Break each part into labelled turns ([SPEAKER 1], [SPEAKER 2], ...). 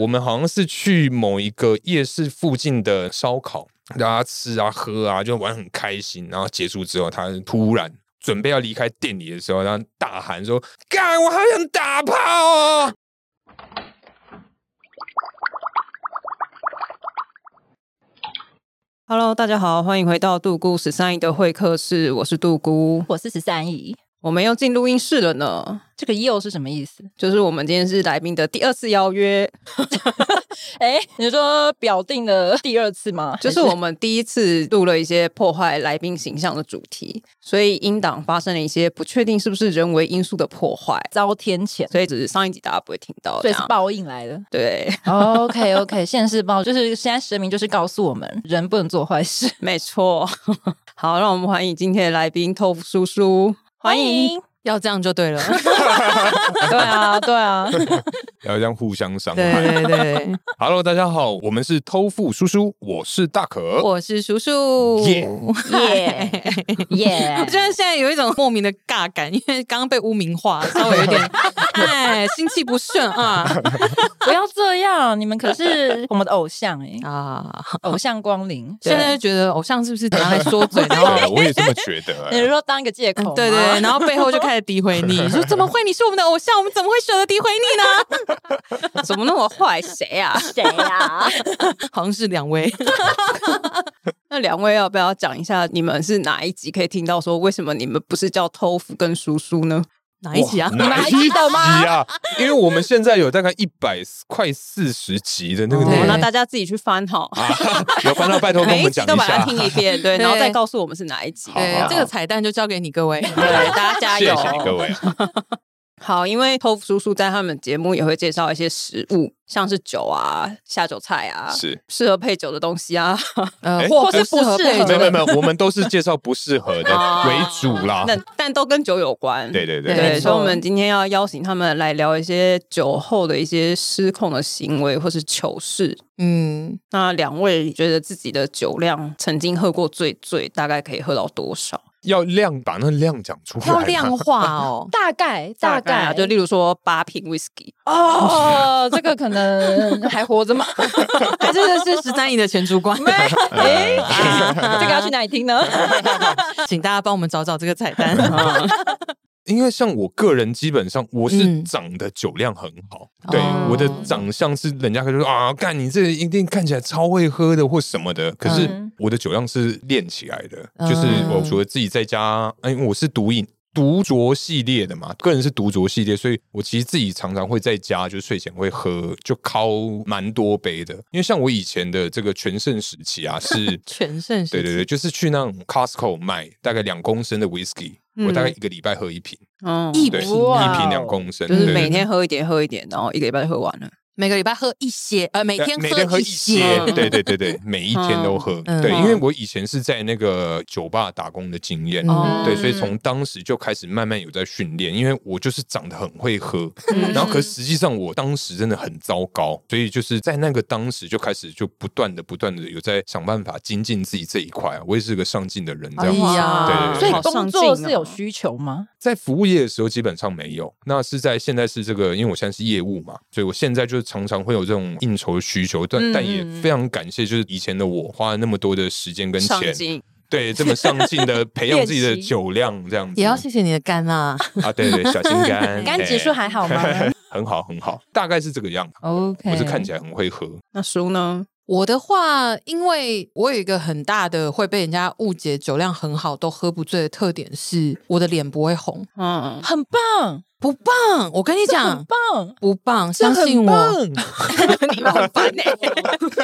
[SPEAKER 1] 我们好像是去某一个夜市附近的烧烤，大家吃啊喝啊，就玩很开心。然后结束之后，他突然准备要离开店里的时候，然后大喊说：“干，我好想打炮哦！”
[SPEAKER 2] 哈喽，大家好，欢迎回到杜姑十三姨的会客室，我是杜姑，
[SPEAKER 3] 我是十三姨。
[SPEAKER 2] 我们又进录音室了呢。
[SPEAKER 3] 这个又是什么意思？
[SPEAKER 2] 就是我们今天是来宾的第二次邀约，
[SPEAKER 3] 哎，你说表定的 第二次吗？
[SPEAKER 2] 就是我们第一次录了一些破坏来宾形象的主题，所以音档发生了一些不确定是不是人为因素的破坏，
[SPEAKER 3] 遭天谴，
[SPEAKER 2] 所以只是上一集大家不会听到这
[SPEAKER 3] 所以是
[SPEAKER 2] 样。
[SPEAKER 3] 报应来的。
[SPEAKER 2] 对，
[SPEAKER 3] OK OK，现世报就是现在神明就是告诉我们，人不能做坏事。
[SPEAKER 2] 没错。 好，让我们欢迎今天的来宾豆腐叔叔，欢迎。，
[SPEAKER 4] 要这样 就对了，
[SPEAKER 3] 对啊对啊，
[SPEAKER 1] 要这样互相伤
[SPEAKER 4] 对
[SPEAKER 1] 害。
[SPEAKER 4] 对对，
[SPEAKER 1] Hello，大家好，我们是偷富叔叔，我是大可。
[SPEAKER 4] 我是叔叔。
[SPEAKER 1] 耶
[SPEAKER 3] 耶
[SPEAKER 4] 我
[SPEAKER 3] 耶
[SPEAKER 4] 觉，得现在有一种莫名的尬感，因为刚刚被污名化，稍微 有点哎心气不顺啊
[SPEAKER 3] 不要这样，你们可是 我们的偶像哎，
[SPEAKER 2] 哦
[SPEAKER 4] 啊！
[SPEAKER 3] 偶像光临。
[SPEAKER 4] 现在就觉得偶像是不是拿来说嘴， 然后
[SPEAKER 1] 对，我也这么觉得、
[SPEAKER 3] 你
[SPEAKER 1] 哎
[SPEAKER 3] 是说当一个借口吗？
[SPEAKER 2] 嗯
[SPEAKER 4] 对对对，然后背后就开始诋毁你， 说怎么会你是我们的偶像，我们怎么会舍得诋毁你
[SPEAKER 2] 怎么那么坏？谁啊？
[SPEAKER 3] 谁呀？
[SPEAKER 4] 呢？ 好像是两位，
[SPEAKER 2] 那两位要不要讲一下，你们是哪一集可以听到说为什么你们不是叫偷福跟叔叔呢？
[SPEAKER 4] 哪一集啊
[SPEAKER 1] 哇？哪一集啊？因为我们现在有大概一百快四十集的那个
[SPEAKER 4] 对
[SPEAKER 1] 内
[SPEAKER 2] 哦，
[SPEAKER 1] 容
[SPEAKER 2] 那大家自己去翻哈，
[SPEAKER 1] 啊，有翻到拜托跟我
[SPEAKER 2] 每一
[SPEAKER 1] 们
[SPEAKER 2] 集
[SPEAKER 1] 讲
[SPEAKER 2] 都
[SPEAKER 1] 一
[SPEAKER 2] 把它
[SPEAKER 1] 下。
[SPEAKER 2] 听一遍，对，
[SPEAKER 4] 对
[SPEAKER 2] 然后再告诉我们是哪一集。
[SPEAKER 1] 好好
[SPEAKER 4] 对
[SPEAKER 1] 好，
[SPEAKER 4] 这个彩蛋就交给你各位。
[SPEAKER 2] 对， 大家加
[SPEAKER 1] 谢
[SPEAKER 2] 油！
[SPEAKER 1] 谢各位。
[SPEAKER 2] 好，因为偷福叔叔在他们节目也会介绍一些食物，像是酒啊、下酒菜啊，
[SPEAKER 1] 是，
[SPEAKER 2] 适合配酒的东西啊。
[SPEAKER 4] 呃
[SPEAKER 1] 哎，
[SPEAKER 4] 或
[SPEAKER 3] 是不
[SPEAKER 4] 适合
[SPEAKER 3] 适
[SPEAKER 4] 配
[SPEAKER 3] 合
[SPEAKER 4] 合
[SPEAKER 1] 没有没有没有，我们都是介绍不适合的为主啦。
[SPEAKER 2] 哦那但都跟酒有关。
[SPEAKER 1] 对对
[SPEAKER 4] 对
[SPEAKER 2] 对，
[SPEAKER 3] 没
[SPEAKER 2] 所
[SPEAKER 3] 错。
[SPEAKER 2] 以我们今天要邀请他们来聊一些酒后的一些失控的行为或是糗事。
[SPEAKER 4] 嗯，
[SPEAKER 2] 那两位觉得自己的酒量曾经喝过最醉，大概可以喝到多少？
[SPEAKER 1] 要量把那量讲出来，
[SPEAKER 4] 要量化哦
[SPEAKER 3] 大概大
[SPEAKER 2] 啊，
[SPEAKER 3] 概
[SPEAKER 2] 就例如说八瓶 whisky，
[SPEAKER 3] 哦，这个可能还 活着吗？
[SPEAKER 4] 还是啊是十三姨的前 主管，
[SPEAKER 3] 哎， 这个要去哪里听呢？
[SPEAKER 4] 请大家帮我们找找这个彩 蛋。
[SPEAKER 1] 因为像我个人，基本上我是
[SPEAKER 4] 嗯
[SPEAKER 1] 长得酒量很好，对
[SPEAKER 4] 哦
[SPEAKER 1] 我的长相是人家可以说啊，干你这一定看起来超会喝的或什么的，可是
[SPEAKER 3] 嗯
[SPEAKER 1] 我的酒量是练起来的，
[SPEAKER 4] 嗯
[SPEAKER 1] 就是我除了自己在家，哎，因为我是毒瘾。独酌系列的嘛，个人是独酌系列，所以我其实自己常常会在家，就是睡前会喝，就敲蛮多杯的。因为像我以前的这个全盛时期啊，是
[SPEAKER 4] 全盛时期
[SPEAKER 1] 对对对，就是去那种 Costco 买大概两公升的 whisky，、
[SPEAKER 2] 嗯
[SPEAKER 1] 我大概一个礼拜喝一瓶，
[SPEAKER 2] 嗯，
[SPEAKER 4] 一
[SPEAKER 1] 对，一
[SPEAKER 4] 瓶啊
[SPEAKER 1] 瓶两公升，
[SPEAKER 2] 就是
[SPEAKER 1] 对
[SPEAKER 2] 每天喝一点，喝一点，然后一个礼拜就喝完了。
[SPEAKER 4] 每个礼拜喝一些，呃，每
[SPEAKER 1] 对
[SPEAKER 4] 天
[SPEAKER 1] 每天喝
[SPEAKER 4] 一
[SPEAKER 1] 一
[SPEAKER 4] 些，
[SPEAKER 1] 些，对对对对，每一天都喝，
[SPEAKER 4] 嗯
[SPEAKER 1] 对，
[SPEAKER 4] 嗯
[SPEAKER 1] 因为我以前是在那个酒吧打工的经验。
[SPEAKER 4] 哦
[SPEAKER 1] 对，所以从当时就开始慢慢有在训练，因为我就是长得很会喝，
[SPEAKER 4] 嗯
[SPEAKER 1] 然后可是实际上我当时真的很糟糕，所以就是在那个当时就开始就不断的不断的有在想办法精进自己这一块、啊，我也是个上进的人，这样子。
[SPEAKER 4] 哎呀
[SPEAKER 1] 对对对
[SPEAKER 3] 所以
[SPEAKER 2] 好
[SPEAKER 3] 工
[SPEAKER 2] 上进
[SPEAKER 3] 作
[SPEAKER 2] 哦
[SPEAKER 3] 是有需求吗？
[SPEAKER 1] 在服务业的时候基本上没有，那是在现在是这个，因为我现在是业务嘛，所以我现在就是常常会有这种应酬的需求，但、
[SPEAKER 2] 嗯
[SPEAKER 1] 但也非常感谢，就是以前的我花了那么多的时间跟
[SPEAKER 2] 上
[SPEAKER 1] 钱，
[SPEAKER 2] 进，
[SPEAKER 1] 对这么上进的培养自己的
[SPEAKER 3] 练习
[SPEAKER 1] 酒量这样子，
[SPEAKER 4] 也要谢谢你的肝啊，
[SPEAKER 1] 啊，对对，小心肝，
[SPEAKER 3] 肝指数
[SPEAKER 1] 哎
[SPEAKER 3] 还好吗
[SPEAKER 1] 很好很好，大概是这个样子。
[SPEAKER 3] ？OK，
[SPEAKER 1] 我是看起来很会喝，
[SPEAKER 2] 那叔呢？
[SPEAKER 4] 我的话，因为我有一个很大的会被人家误解酒量很好都喝不醉的特点是，我的脸不会红。
[SPEAKER 2] 嗯，
[SPEAKER 3] 很棒，
[SPEAKER 4] 不棒！我跟你讲，
[SPEAKER 3] 棒，
[SPEAKER 4] 不棒，
[SPEAKER 1] 这
[SPEAKER 4] 相信
[SPEAKER 1] 很棒
[SPEAKER 4] 我，， 你们很烦欸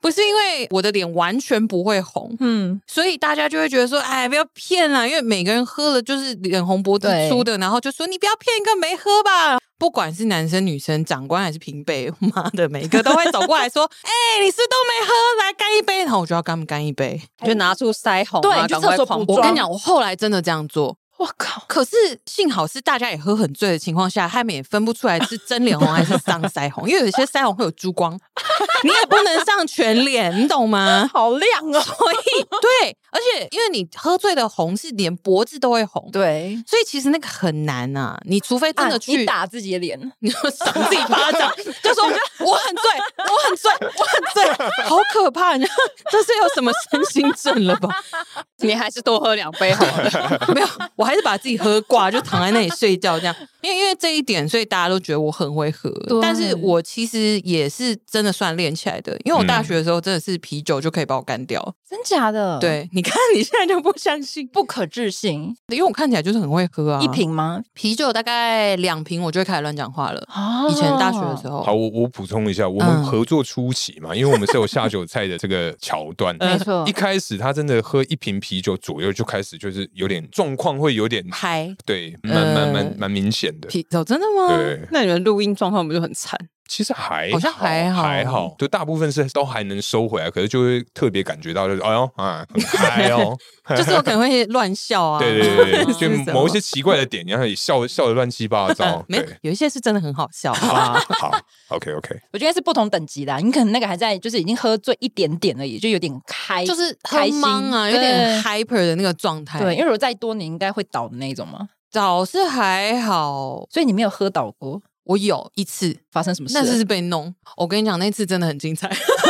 [SPEAKER 4] 不是因为我的脸完全不会红，
[SPEAKER 3] 嗯，
[SPEAKER 4] 所以大家就会觉得说，哎，不要骗啦，因为每个人喝了就是脸红脖子
[SPEAKER 3] 对
[SPEAKER 4] 粗的，然后就说你不要骗一个没喝吧。不管是男生女生，长官还是平辈， 妈的，每个都会走过来说：“ 哎、你是不是都没喝，来干一杯。”然后我就要跟他们干一杯。
[SPEAKER 2] 就拿出腮红
[SPEAKER 3] 对
[SPEAKER 2] 啊，
[SPEAKER 3] 你去
[SPEAKER 2] 赶
[SPEAKER 3] 厕
[SPEAKER 2] 快
[SPEAKER 3] 所
[SPEAKER 2] 狂
[SPEAKER 3] 补
[SPEAKER 4] 我
[SPEAKER 2] 补
[SPEAKER 4] 跟
[SPEAKER 3] 妆
[SPEAKER 4] 你讲，我后来真的这样做。
[SPEAKER 3] 我靠，
[SPEAKER 4] 可是幸好是大家也喝很醉的情况下，他们也分不出来是真脸红还是上腮红，因为有些腮红会有珠光， 你也不能上全脸，你懂吗？
[SPEAKER 3] 好亮 哦，
[SPEAKER 4] 所以对，而且因为你喝醉的红是连脖子都会红，，
[SPEAKER 3] 对，
[SPEAKER 4] 所以其实那个很难啊，你除非真
[SPEAKER 3] 啊
[SPEAKER 4] 的
[SPEAKER 3] 你
[SPEAKER 4] 去。
[SPEAKER 3] 打自己的脸，
[SPEAKER 4] 你就赏自己巴掌， 就说我很醉，我很醉，我很醉，好可怕！人家这是有什么身心症了吧？
[SPEAKER 2] 你还是多喝两杯好了。
[SPEAKER 4] 没有，我还是把自己喝挂，就躺在那里睡觉这样。因为因为这一点，所以大家都觉得我很会喝
[SPEAKER 3] 对。
[SPEAKER 4] 但是我其实也是真的算练起来的，因为我大学的时候真的是啤酒就可以把我干掉。
[SPEAKER 3] 真假的？，
[SPEAKER 4] 对，你看你现在就不相信，
[SPEAKER 3] 不可置信，
[SPEAKER 4] 因为我看起来就是很会喝啊。
[SPEAKER 3] 一瓶吗？
[SPEAKER 4] 啤酒大概两瓶，我就会开始乱讲话了。
[SPEAKER 3] 啊
[SPEAKER 4] 以前大学的时候，
[SPEAKER 1] 好，我我补充一下，我们
[SPEAKER 4] 嗯
[SPEAKER 1] 合作初期 嘛，因为我们是有下酒菜的这个桥段，
[SPEAKER 3] 没错
[SPEAKER 1] 一开始他真的喝一瓶啤酒左右就开始就是有点状况，会有点
[SPEAKER 4] 嗨，
[SPEAKER 1] 对，蛮蛮蛮
[SPEAKER 4] 嗯
[SPEAKER 1] 蛮明显的。
[SPEAKER 4] 啤酒真的吗？
[SPEAKER 1] 对，
[SPEAKER 2] 那你们录音状况不就很惨？
[SPEAKER 1] 其实还
[SPEAKER 4] 好像还好
[SPEAKER 1] 还好，就大部分是都还能收回来，可是就会特别感觉到就是哎呦啊，很嗨 哦，
[SPEAKER 4] 就是我可能会乱笑啊。
[SPEAKER 1] 对对对，对
[SPEAKER 4] 是什么
[SPEAKER 1] 就某一些奇怪的点，然后也笑笑的乱七八糟
[SPEAKER 4] 嗯， 没有
[SPEAKER 1] 对，
[SPEAKER 4] 有一些是真的很好笑啊。
[SPEAKER 1] 好好，OK OK，
[SPEAKER 3] 我觉得是不同等级的啊、你可能那个还在，就是已经喝醉一点点而已，就有点开，
[SPEAKER 4] 就是
[SPEAKER 3] 开
[SPEAKER 4] 很
[SPEAKER 3] 心
[SPEAKER 4] 忙啊，有
[SPEAKER 3] 对
[SPEAKER 4] 点 hyper 的那个状态。
[SPEAKER 3] 对，因为如果再多，你应该会倒的那一种嘛。
[SPEAKER 4] 早是还好，
[SPEAKER 3] 所以你没有喝倒过，
[SPEAKER 4] 我有一次，
[SPEAKER 3] 发生什么事了？
[SPEAKER 4] 那次是被弄。我跟你讲，那次真的很精彩，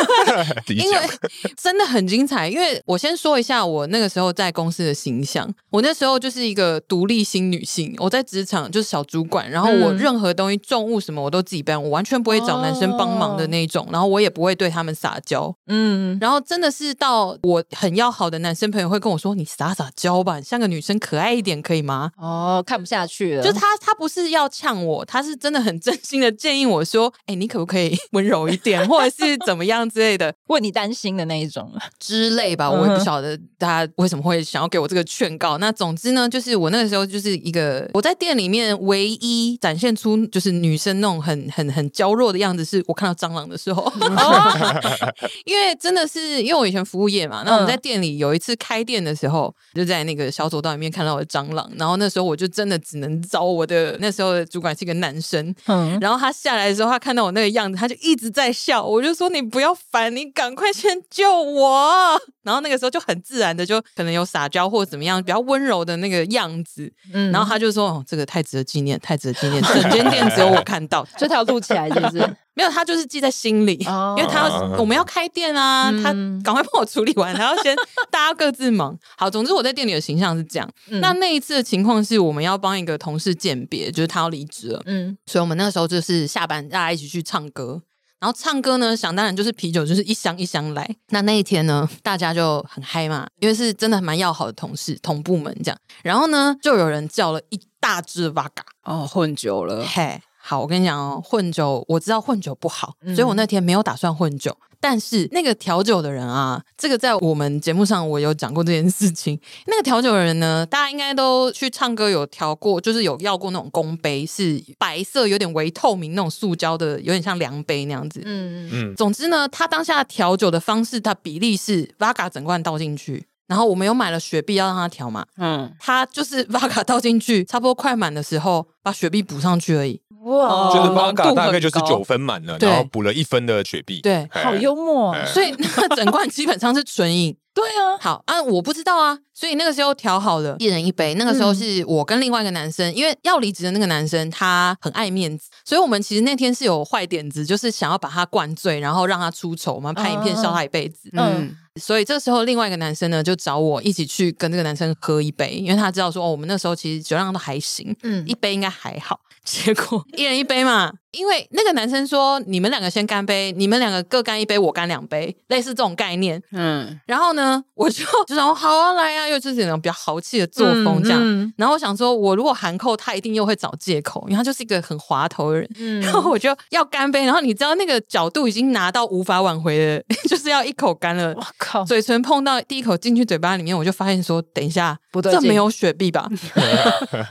[SPEAKER 1] 理
[SPEAKER 4] 因
[SPEAKER 1] 解
[SPEAKER 4] 为。 真的很精彩。因为我先说一下我那个时候在公司的形象，我那时候就是一个独立新女性，我在职场就是小主管，然后我
[SPEAKER 3] 嗯
[SPEAKER 4] 任何东西重物什么我都自己搬，我完全不会找男生帮忙的那一种，然后我也不会对他们撒娇，
[SPEAKER 3] 嗯，
[SPEAKER 4] 然后真的是到我很要好的男生朋友会跟我说：“你撒撒娇吧，你像个女生可爱一点可以吗
[SPEAKER 3] 哦，看不下去？”了，
[SPEAKER 4] 就是他，他不是要呛我，他是真的很真心的建议我说：“哎、你可不可以 温柔一点，或者是怎么样之类的
[SPEAKER 3] 为你担心的那一种。
[SPEAKER 4] 之类吧？”我也不晓得他为什么会想要给我这个劝告。那总之呢，就是我那个时候就是一个我在店里面唯一展现出就是女生那种很很很娇弱的样子，是我看到蟑螂的时候。哦 因为真的是因为我以前服务业嘛，那我们在店里有一次开店的时候，就在那个小走道里面看到了蟑螂，然后那时候我就真的只能招我的那时候的主管是一个男生，
[SPEAKER 3] 嗯，
[SPEAKER 4] 然后他下来的时候，他看到我那个样子，他就一直在笑，我就说你不要烦，你赶快先救我。然后那个时候就很自然的就可能有撒娇或者怎么样，比较温柔的那个样子，
[SPEAKER 3] 嗯
[SPEAKER 4] 然后他就说哦，这个太值得纪念，太值得纪念，整间店只有我看到，
[SPEAKER 3] 所以他有录起来，是不是？
[SPEAKER 4] 没有，他就是记在心里，
[SPEAKER 3] 哦
[SPEAKER 4] 因为他要、
[SPEAKER 1] 啊
[SPEAKER 4] 我们要开店啊，
[SPEAKER 3] 嗯
[SPEAKER 4] 他赶快帮我处理完，他要先大家各自忙。好，总之我在店里的形象是这样。
[SPEAKER 3] 嗯
[SPEAKER 4] 那那一次的情况是，我们要帮一个同事鉴别，就是他要离职了，
[SPEAKER 3] 嗯，
[SPEAKER 4] 所以我们那个时候就是下班大家一起去唱歌。然后唱歌呢，想当然就是啤酒，就是一箱一箱来。那那一天呢，大家就很嗨嘛，因为是真的蛮要好的同事、同部门这样。然后呢，就有人叫了一大支 v 嘎。
[SPEAKER 2] 哦，混久了，
[SPEAKER 4] 嘿，好，我跟你讲哦，混酒我知道混酒不好，
[SPEAKER 3] 嗯
[SPEAKER 4] 所以我那天没有打算混酒。但是那个调酒的人啊，这个在我们节目上我有讲过这件事情。那个调酒的人呢，大家应该都去唱歌有调过，就是有要过那种公杯，是白色有点微透明那种塑胶的，有点像量杯那样子。
[SPEAKER 3] 嗯，
[SPEAKER 1] 嗯，
[SPEAKER 4] 总之呢，他当下调酒的方式，它比例是 v 嘎整罐倒进去，然后我们有买了雪碧要让他调嘛，
[SPEAKER 2] 嗯，
[SPEAKER 4] 他就是 v 嘎 倒进去，差不多快满的时候把雪碧补上去而已。
[SPEAKER 3] 哇，
[SPEAKER 1] 就是
[SPEAKER 4] 呃
[SPEAKER 2] 哦
[SPEAKER 1] 巴
[SPEAKER 2] 浓
[SPEAKER 1] 嘎
[SPEAKER 2] 度
[SPEAKER 1] 大概
[SPEAKER 2] 很
[SPEAKER 1] 就是
[SPEAKER 2] 高
[SPEAKER 1] 九分满了，
[SPEAKER 4] 对
[SPEAKER 1] 然后补了一分的雪碧，
[SPEAKER 4] 对
[SPEAKER 1] 哎
[SPEAKER 3] 好幽默哦。
[SPEAKER 1] 哎
[SPEAKER 4] 所以那个整罐基本上是纯饮。
[SPEAKER 3] 对啊，
[SPEAKER 4] 好啊，我不知道啊，所以那个时候调好了，一人一杯。那个时
[SPEAKER 3] 嗯
[SPEAKER 4] 候是我跟另外一个男生，因为要离职的那个男生他很爱面子，所以我们其实那天是有坏点子，就是想要把他灌醉，然后让他出丑，我们拍影片
[SPEAKER 3] 哦
[SPEAKER 4] 笑他一辈子。
[SPEAKER 3] 嗯
[SPEAKER 2] 嗯，
[SPEAKER 4] 所以这时候另外一个男生呢，就找我一起去跟这个男生喝一杯，因为他知道说哦，我们那时候其实酒量都还行，
[SPEAKER 3] 嗯
[SPEAKER 4] 一杯应该还好。结果一人一杯嘛，因为那个男生说你们两个先干杯，你们两个各干一杯，我干两杯，类似这种概念。
[SPEAKER 2] 嗯，
[SPEAKER 4] 然后呢，我就 就想说好啊，来啊，又就是那种比较豪气的作风这样。
[SPEAKER 3] 嗯
[SPEAKER 4] 然后我想说，我如果含扣，他一定又会找借口，因为他就是一个很滑头的人。
[SPEAKER 3] 嗯
[SPEAKER 4] 然后我就要干杯，然后你知道那个角度已经拿到无法挽回的， 就是要一口干了。
[SPEAKER 3] 我靠，
[SPEAKER 4] 嘴唇碰到第一口进去嘴巴里面，我就发现说，等一下，
[SPEAKER 3] 不对
[SPEAKER 4] 这
[SPEAKER 3] 劲
[SPEAKER 4] 没有雪 碧吧？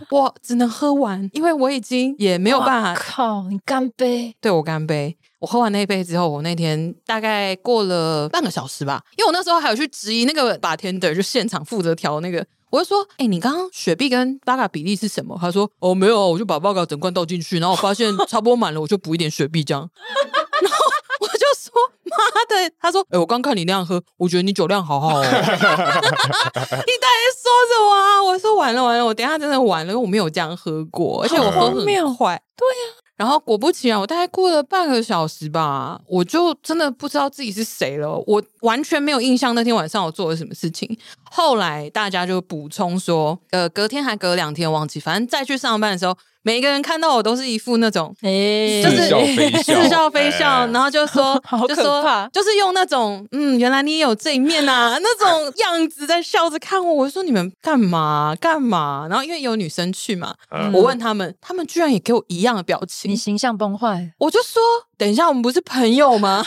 [SPEAKER 4] 我只能喝完，因为我已经也没有办
[SPEAKER 3] 哇
[SPEAKER 4] 法
[SPEAKER 3] 靠，你干杯！
[SPEAKER 4] 对我干杯。我喝完那一杯之后，我那天大概过了半个小时吧，因为我那时候还有去质疑那个 bartender，就现场负责调那个。我就说，哎、你刚刚雪碧跟八嘎比例是什么？他说，哦，没有啊，我就把八嘎整罐倒进去，然后我发现差不多满了，我就补一点雪碧这样。然后我就说，妈的！他说，哎、我刚看你那样喝，我觉得你酒量好好哦。你到底在说什么啊？我说完了完了，我等一下真的完了，因为我没有这样喝过，而且我喝很快。对呀、然后果不其然，我大概过了半个小时吧，我就真的不知道自己是谁了，我完全没有印象那天晚上我做了什么事情。后来大家就补充说，呃，隔天还隔两天忘记，反正再去上班的时候，每一个人看到我都是一副那种
[SPEAKER 3] 哎
[SPEAKER 4] 就是
[SPEAKER 1] 似笑非笑，
[SPEAKER 4] 似笑非笑，
[SPEAKER 1] 哎
[SPEAKER 4] 然后就说
[SPEAKER 3] 好
[SPEAKER 4] 就
[SPEAKER 3] 可
[SPEAKER 4] 说
[SPEAKER 3] 怕
[SPEAKER 4] 就是用那种嗯，原来你也有这一面啊那种样子在笑着看我。我说你们干嘛干嘛？然后因为有女生去嘛，
[SPEAKER 1] 嗯
[SPEAKER 4] 我问他们，他们居然也给我一样的表
[SPEAKER 3] 你
[SPEAKER 4] 情，
[SPEAKER 3] 形象崩坏，
[SPEAKER 4] 我就说等一下我们不是朋友吗？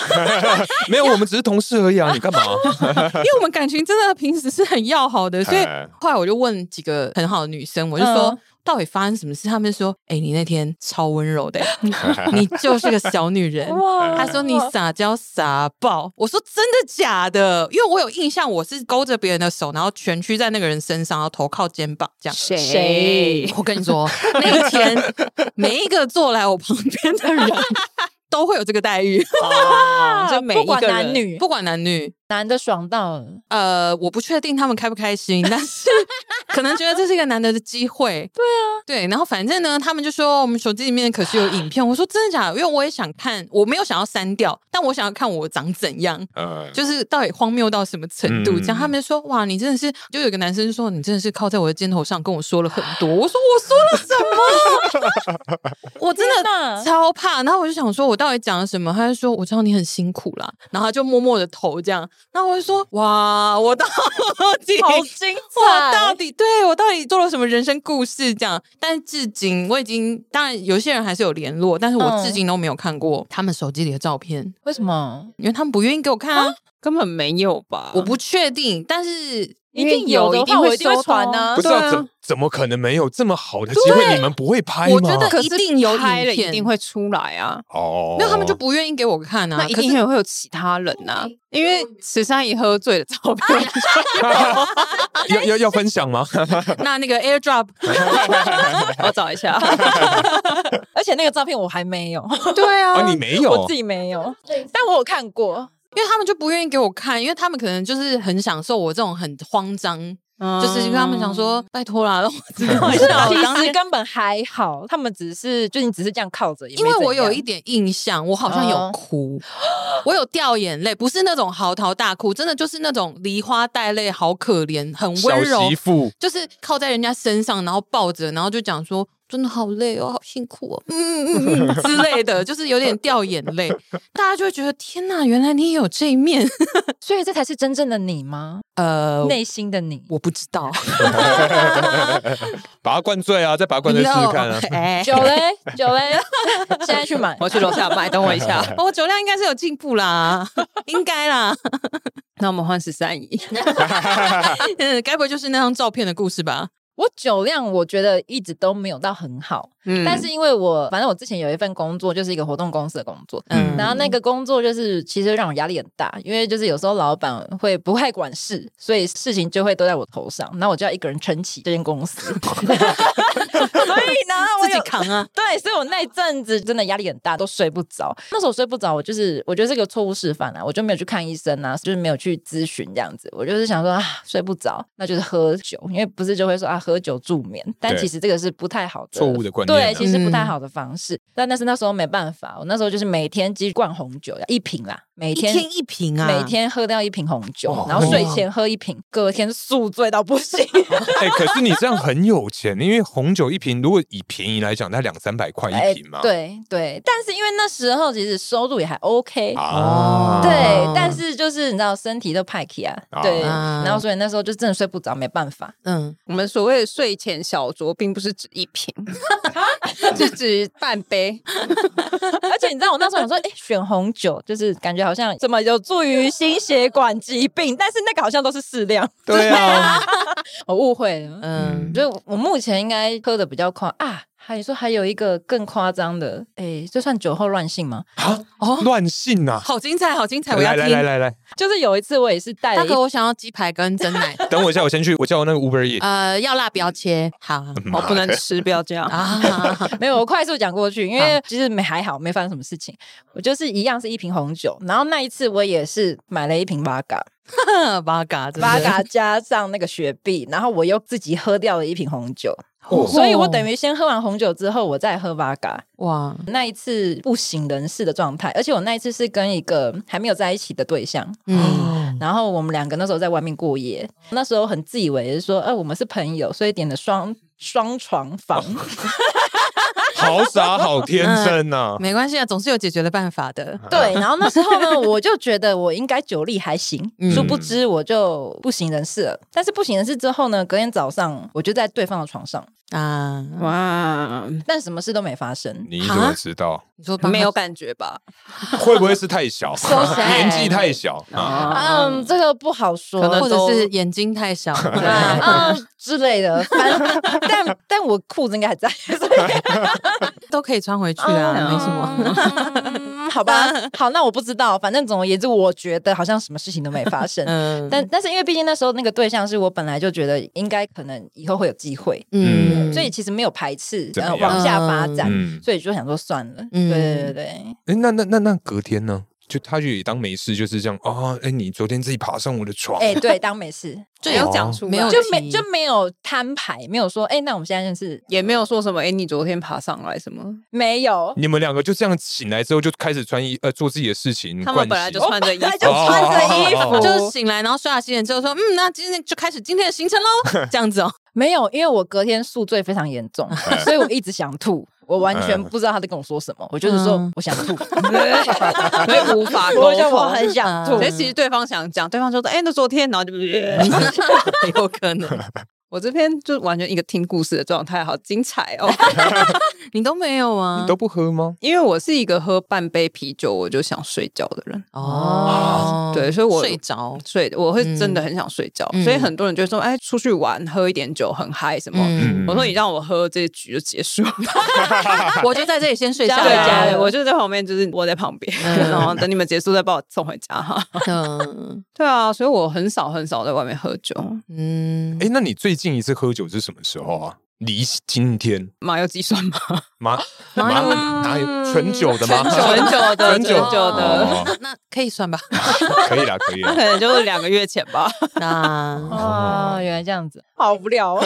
[SPEAKER 1] 没有，我们只是同事而已啊，你 干嘛？
[SPEAKER 4] 因为我们感情真的平时是很要好的，所以
[SPEAKER 1] 哎
[SPEAKER 4] 后来我就问几个很好的女生，我就说。
[SPEAKER 3] 嗯
[SPEAKER 4] 到底发生什么事？他们说：“哎、你那天超温柔的、你就是个小女人。”
[SPEAKER 3] 哇
[SPEAKER 4] 他说你撒娇撒爆，我说真的假的？因为我有印象，我是勾着别人的手，然后蜷曲在那个人身上，然后头靠肩膀这样。
[SPEAKER 2] 谁
[SPEAKER 3] 谁
[SPEAKER 4] 我跟你说， 那一天每一个坐来我旁边的人 都会有这个待遇，
[SPEAKER 2] 啊就每一
[SPEAKER 3] 不管
[SPEAKER 2] 个
[SPEAKER 3] 男
[SPEAKER 2] 人
[SPEAKER 3] 女，
[SPEAKER 4] 不管男女。
[SPEAKER 3] 男的爽到了，
[SPEAKER 4] 呃，我不确定他们开不开心，但是可能觉得这是一个难得的机会。对啊，对。然后反正呢，他们就说我们手机里面可是有影片。我说真的假的？因为我也想看，我没有想要删掉，但我想要看我长怎样。
[SPEAKER 1] 呃，
[SPEAKER 4] 就是到底荒谬到什么程度？
[SPEAKER 1] 嗯
[SPEAKER 4] 这样他们就说哇，你真的是，就有个男生说你真的是靠在我的肩头上跟我说了很多。我说我说了什么？我真的
[SPEAKER 3] 哪
[SPEAKER 4] 超怕。然后我就想说，我到底讲了什么？他就说我知道你很辛苦啦，然后他就摸摸我的头这样。然后我就说哇，我到 底
[SPEAKER 3] 好精
[SPEAKER 4] 我到
[SPEAKER 3] 彩！
[SPEAKER 4] 底对我到底做了什么人生故事这样？但至今我已经，当然有些人还是有联络，但是我
[SPEAKER 3] 嗯
[SPEAKER 4] 至今都没有看过他们手机里的照片，
[SPEAKER 3] 为什么？
[SPEAKER 4] 因为他们不愿意给我看啊。
[SPEAKER 2] 根本没有吧？
[SPEAKER 4] 我不确定，但是
[SPEAKER 3] 一定有的话，我一定会传呢、
[SPEAKER 1] 不是
[SPEAKER 4] 对
[SPEAKER 1] 啊，
[SPEAKER 4] 啊
[SPEAKER 1] 怎怎么可能没有这么好的机会？你们不会拍吗？
[SPEAKER 4] 我觉得
[SPEAKER 2] 可是
[SPEAKER 4] 一定有影
[SPEAKER 2] 拍了，一
[SPEAKER 4] 片
[SPEAKER 2] 定会出来啊。
[SPEAKER 1] 哦，
[SPEAKER 4] 没有，他们就不愿意给我看啊。
[SPEAKER 2] 那一定
[SPEAKER 4] 可是
[SPEAKER 2] 会有其他人呐、因为十三姨喝醉的照片，
[SPEAKER 4] 啊
[SPEAKER 1] 要要要分享吗？
[SPEAKER 4] 那那 个 AirDrop，
[SPEAKER 2] 我找一下。
[SPEAKER 3] 而且那个照片我还没有，
[SPEAKER 4] 对啊
[SPEAKER 1] 啊，你没有
[SPEAKER 3] 我自，己没有，但我有看过。
[SPEAKER 4] 因为他们就不愿意给我看，因为他们可能就是很享受我这种很慌张，
[SPEAKER 2] 嗯
[SPEAKER 4] 就是因为他们想说拜托啦，让我知道一下。我
[SPEAKER 3] 其
[SPEAKER 4] 当时
[SPEAKER 3] 实根本还好，他们只是就你只是这样靠着，也没
[SPEAKER 4] 因为我
[SPEAKER 3] 怎样
[SPEAKER 4] 有一点印象，我好像有
[SPEAKER 3] 嗯
[SPEAKER 4] 哭，我有掉眼泪，不是那种嚎啕大哭，真的就是那种梨花带泪，好可怜，很温
[SPEAKER 1] 小
[SPEAKER 4] 柔
[SPEAKER 1] 媳，妇，
[SPEAKER 4] 就是靠在人家身上，然后抱着，然后就讲说真的好累哦，好辛苦哦，嗯嗯嗯嗯之类的，就是有点掉眼泪，大家就会觉得天呐，原来你也有这一面。
[SPEAKER 3] 所以这才是真正的你吗？
[SPEAKER 4] 呃，
[SPEAKER 3] 内心的你，
[SPEAKER 4] 我不知道，
[SPEAKER 1] 把他灌醉啊，再把他灌醉试试看啊。
[SPEAKER 4] 哎，
[SPEAKER 3] 酒嘞，酒 嘞，现在去买。
[SPEAKER 2] 我去楼下买，等我一 下。
[SPEAKER 4] 我酒量应该是有进步啦， 应该啦。
[SPEAKER 2] 那我们换十三姨，
[SPEAKER 4] 嗯，该不会就是那张照片的故事吧？
[SPEAKER 3] 我酒量我觉得一直都没有到很好，
[SPEAKER 2] 嗯
[SPEAKER 3] 但是因为我反正我之前有一份工作，就是一个活动公司的工作，
[SPEAKER 1] 嗯
[SPEAKER 3] 然后那个工作就是其实让我压力很大，因为就是有时候老板会不太管事，所以事情就会都在我头上，那我就要一个人撑起这间公司。 所以呢，我
[SPEAKER 4] 自己
[SPEAKER 3] 有
[SPEAKER 4] 扛啊。
[SPEAKER 3] 对，所以我那一阵子真的压力很大，都睡不着。那时候我睡不着，我就是我觉得这个错误示范啊，我就没有去看医生啊，就是没有去咨询这样子。我就是想说啊，睡不着，那就是喝酒，因为不是就会说啊，喝酒助眠，但
[SPEAKER 1] 对
[SPEAKER 3] 其实这个是不太好的
[SPEAKER 1] 错误的观念验
[SPEAKER 3] 对，
[SPEAKER 1] 啊
[SPEAKER 3] 其实不
[SPEAKER 4] 嗯
[SPEAKER 3] 太好的方式。但但是那时候没办法，我那时候就是每天几乎灌红酒，一瓶啦，每
[SPEAKER 4] 一
[SPEAKER 3] 天
[SPEAKER 4] 天一瓶啊，
[SPEAKER 3] 每天喝掉一瓶红酒，
[SPEAKER 1] 哦
[SPEAKER 3] 然后睡前喝一瓶，隔天宿醉到不行。
[SPEAKER 1] 哎、可是你这样很有钱，因为红酒一瓶，如果以便宜来讲，它两三百块一
[SPEAKER 4] 哎
[SPEAKER 1] 瓶嘛。
[SPEAKER 3] 哎对对，但是因为那时候其实收入也还 OK，、
[SPEAKER 1] 啊，
[SPEAKER 3] 对，但是就是你知道身体都派气啊，
[SPEAKER 1] 啊
[SPEAKER 3] 对，
[SPEAKER 4] 啊
[SPEAKER 3] 然后所以那时候就真的睡不着，没办法。
[SPEAKER 4] 嗯，
[SPEAKER 2] 我们所谓的睡前小酌，并不是指一瓶，是指半杯。
[SPEAKER 3] 而且你知道我那时候想说，哎、选红酒就是感觉好像怎么有助于心血管疾病，但是那个好像都是适量，
[SPEAKER 1] 对啊，
[SPEAKER 3] 我误会了。
[SPEAKER 4] 嗯，
[SPEAKER 3] 就我目前应该喝的比较夸啊，还有说还有一个更夸张的，哎、这算酒后乱性吗？
[SPEAKER 1] 啊
[SPEAKER 4] 哦，
[SPEAKER 1] 乱性呐、
[SPEAKER 4] 好精彩，好精彩，我要
[SPEAKER 1] 来来
[SPEAKER 4] 听
[SPEAKER 1] 来。来来，
[SPEAKER 3] 就是有一次我也是带
[SPEAKER 4] 大
[SPEAKER 3] 了一
[SPEAKER 4] 哥，我想要鸡排跟蒸 奶，
[SPEAKER 1] 等我一下，我先去，我叫我那个 Uber E。
[SPEAKER 4] 呃，要辣不要切，好
[SPEAKER 1] 嗯
[SPEAKER 2] 我哦不能吃，不要这 样。
[SPEAKER 4] 啊，好好
[SPEAKER 3] 没有，我快速讲过去，因为其实没还好，没发生什么事情。我就是一样是一瓶红酒，然后那一次我也是买了一瓶八嘎，
[SPEAKER 4] 呵八嘎，真的
[SPEAKER 3] 八嘎加上那个雪碧，然后我又自己喝掉了一瓶红酒，
[SPEAKER 1] 哦
[SPEAKER 3] 所以我等于先喝完红酒之后，我再喝八嘎。
[SPEAKER 4] 哇，
[SPEAKER 3] 那一次不省人事的状态，而且我那一次是跟一个还没有在一起的对象，
[SPEAKER 4] 嗯，
[SPEAKER 3] 然后我们两个那时候在外面过夜，那时候很自以为是说，呃，我们是朋友，所以点了双双床 房。
[SPEAKER 1] 好傻，好天真呐、
[SPEAKER 4] 没关系啊，总是有解决的办法的。
[SPEAKER 3] 对，然后那时候呢，我就觉得我应该酒力还行
[SPEAKER 4] 嗯，
[SPEAKER 3] 殊不知我就不省人事了。但是不省人事之后呢，隔天早上我就在对方的床上，
[SPEAKER 4] 啊，
[SPEAKER 2] 哇，
[SPEAKER 4] 嗯
[SPEAKER 3] 但什么事都没发生。
[SPEAKER 1] 你怎么知道？
[SPEAKER 4] 你说帮他
[SPEAKER 2] 没有感觉吧？
[SPEAKER 1] 会不会是太小？
[SPEAKER 3] sad
[SPEAKER 1] 年纪太小啊？
[SPEAKER 3] 嗯，这个不好说，
[SPEAKER 2] 可能
[SPEAKER 4] 或者是眼睛太小，
[SPEAKER 3] 对啊、嗯之类的，反正 但但我裤子应该还在， 所以
[SPEAKER 4] 都可以穿回去啊，没什么。
[SPEAKER 3] 嗯好吧，好，那我不知道，反正总而言之，我觉得好像什么事情都没发生。
[SPEAKER 4] 嗯，
[SPEAKER 3] 但但是因为毕竟那时候那个对象是我本来就觉得应该可能以后会有机会，
[SPEAKER 4] 嗯，
[SPEAKER 3] 所以其实没有排斥，
[SPEAKER 1] 怎么
[SPEAKER 3] 然后
[SPEAKER 1] 样
[SPEAKER 3] 往下发展，
[SPEAKER 1] 嗯，
[SPEAKER 3] 所以就想说算了。
[SPEAKER 4] 嗯
[SPEAKER 3] 对对对
[SPEAKER 1] 哎、那那那那隔天呢？就他就也当没事，就是这样啊。哎、你昨天自己爬上我的床，
[SPEAKER 3] 对，哎，对，当没事，
[SPEAKER 2] 就有
[SPEAKER 1] 哦
[SPEAKER 2] 讲出来，
[SPEAKER 4] 没有
[SPEAKER 3] 就
[SPEAKER 4] 提
[SPEAKER 3] 没就没有摊牌，没有说，哎，那我们现在就是
[SPEAKER 2] 也没有说什么。哎，你昨天爬上来什么？
[SPEAKER 3] 没有。
[SPEAKER 1] 你们两个就这样醒来之后就开始穿衣呃做自己的事情，哦
[SPEAKER 2] 他
[SPEAKER 1] 惯
[SPEAKER 2] 们本来
[SPEAKER 1] 习
[SPEAKER 2] 就穿着衣
[SPEAKER 3] 我本来
[SPEAKER 2] 服
[SPEAKER 3] 就，穿着衣
[SPEAKER 1] 哦哦哦
[SPEAKER 3] 服，
[SPEAKER 1] 哦
[SPEAKER 4] 就是醒来，然后刷牙洗脸之后说，嗯，那今天就开始今天的行程喽，这样子哦。
[SPEAKER 3] 没有，因为我隔天宿醉非常严重，所以我一直想吐，我完全
[SPEAKER 1] 嗯
[SPEAKER 3] 不知道他在跟我说什么，我就是说
[SPEAKER 4] 嗯
[SPEAKER 3] 我想
[SPEAKER 2] 所
[SPEAKER 3] 吐，
[SPEAKER 2] 以无 法沟
[SPEAKER 3] 我就我
[SPEAKER 2] 通。
[SPEAKER 3] 很想吐
[SPEAKER 4] 嗯
[SPEAKER 2] 所以，其实对方想讲，对方就说：“哎，那昨天，然后就
[SPEAKER 4] 有可能
[SPEAKER 2] 我这边就完全一个听故事的状态，好精彩哦！
[SPEAKER 4] 你都没有啊，
[SPEAKER 1] 你都不喝吗？
[SPEAKER 2] 因为我是一个喝半杯啤酒我就想睡觉的人，
[SPEAKER 1] 啊
[SPEAKER 4] 哦，
[SPEAKER 2] 对所以我
[SPEAKER 4] 睡着，
[SPEAKER 2] 睡我会真的很想睡觉，
[SPEAKER 4] 嗯
[SPEAKER 2] 所以很多人就会说：“哎，出去玩喝一点酒很嗨什么。
[SPEAKER 4] 嗯，
[SPEAKER 2] 我说：“你让我喝这局就结束。”
[SPEAKER 4] 我就在这里先 睡觉
[SPEAKER 3] 加
[SPEAKER 2] 对
[SPEAKER 3] 回家
[SPEAKER 4] 了
[SPEAKER 3] 了
[SPEAKER 2] 对，我就在旁边，就是窝在旁边，
[SPEAKER 4] 嗯
[SPEAKER 2] 然后等你们结束再把我送回家哈。
[SPEAKER 4] 嗯
[SPEAKER 2] 对啊，所以我很少很少在外面喝酒。
[SPEAKER 4] 嗯
[SPEAKER 1] 哎、， 那你最近一次喝酒是什么时候啊？离今天
[SPEAKER 2] 麻油鸡算吗？
[SPEAKER 1] 麻麻哪
[SPEAKER 4] 嗯
[SPEAKER 1] 有纯酒的吗？
[SPEAKER 2] 纯酒的，
[SPEAKER 1] 纯
[SPEAKER 2] 纯
[SPEAKER 1] 酒
[SPEAKER 2] 酒的，
[SPEAKER 1] 哦
[SPEAKER 4] 那可 以算吧。
[SPEAKER 1] 可以啦，可以
[SPEAKER 2] 那
[SPEAKER 1] 啦
[SPEAKER 2] 可。能就是两个月前吧。
[SPEAKER 4] 那
[SPEAKER 3] 哦，原来这样子，
[SPEAKER 2] 好无聊、哦。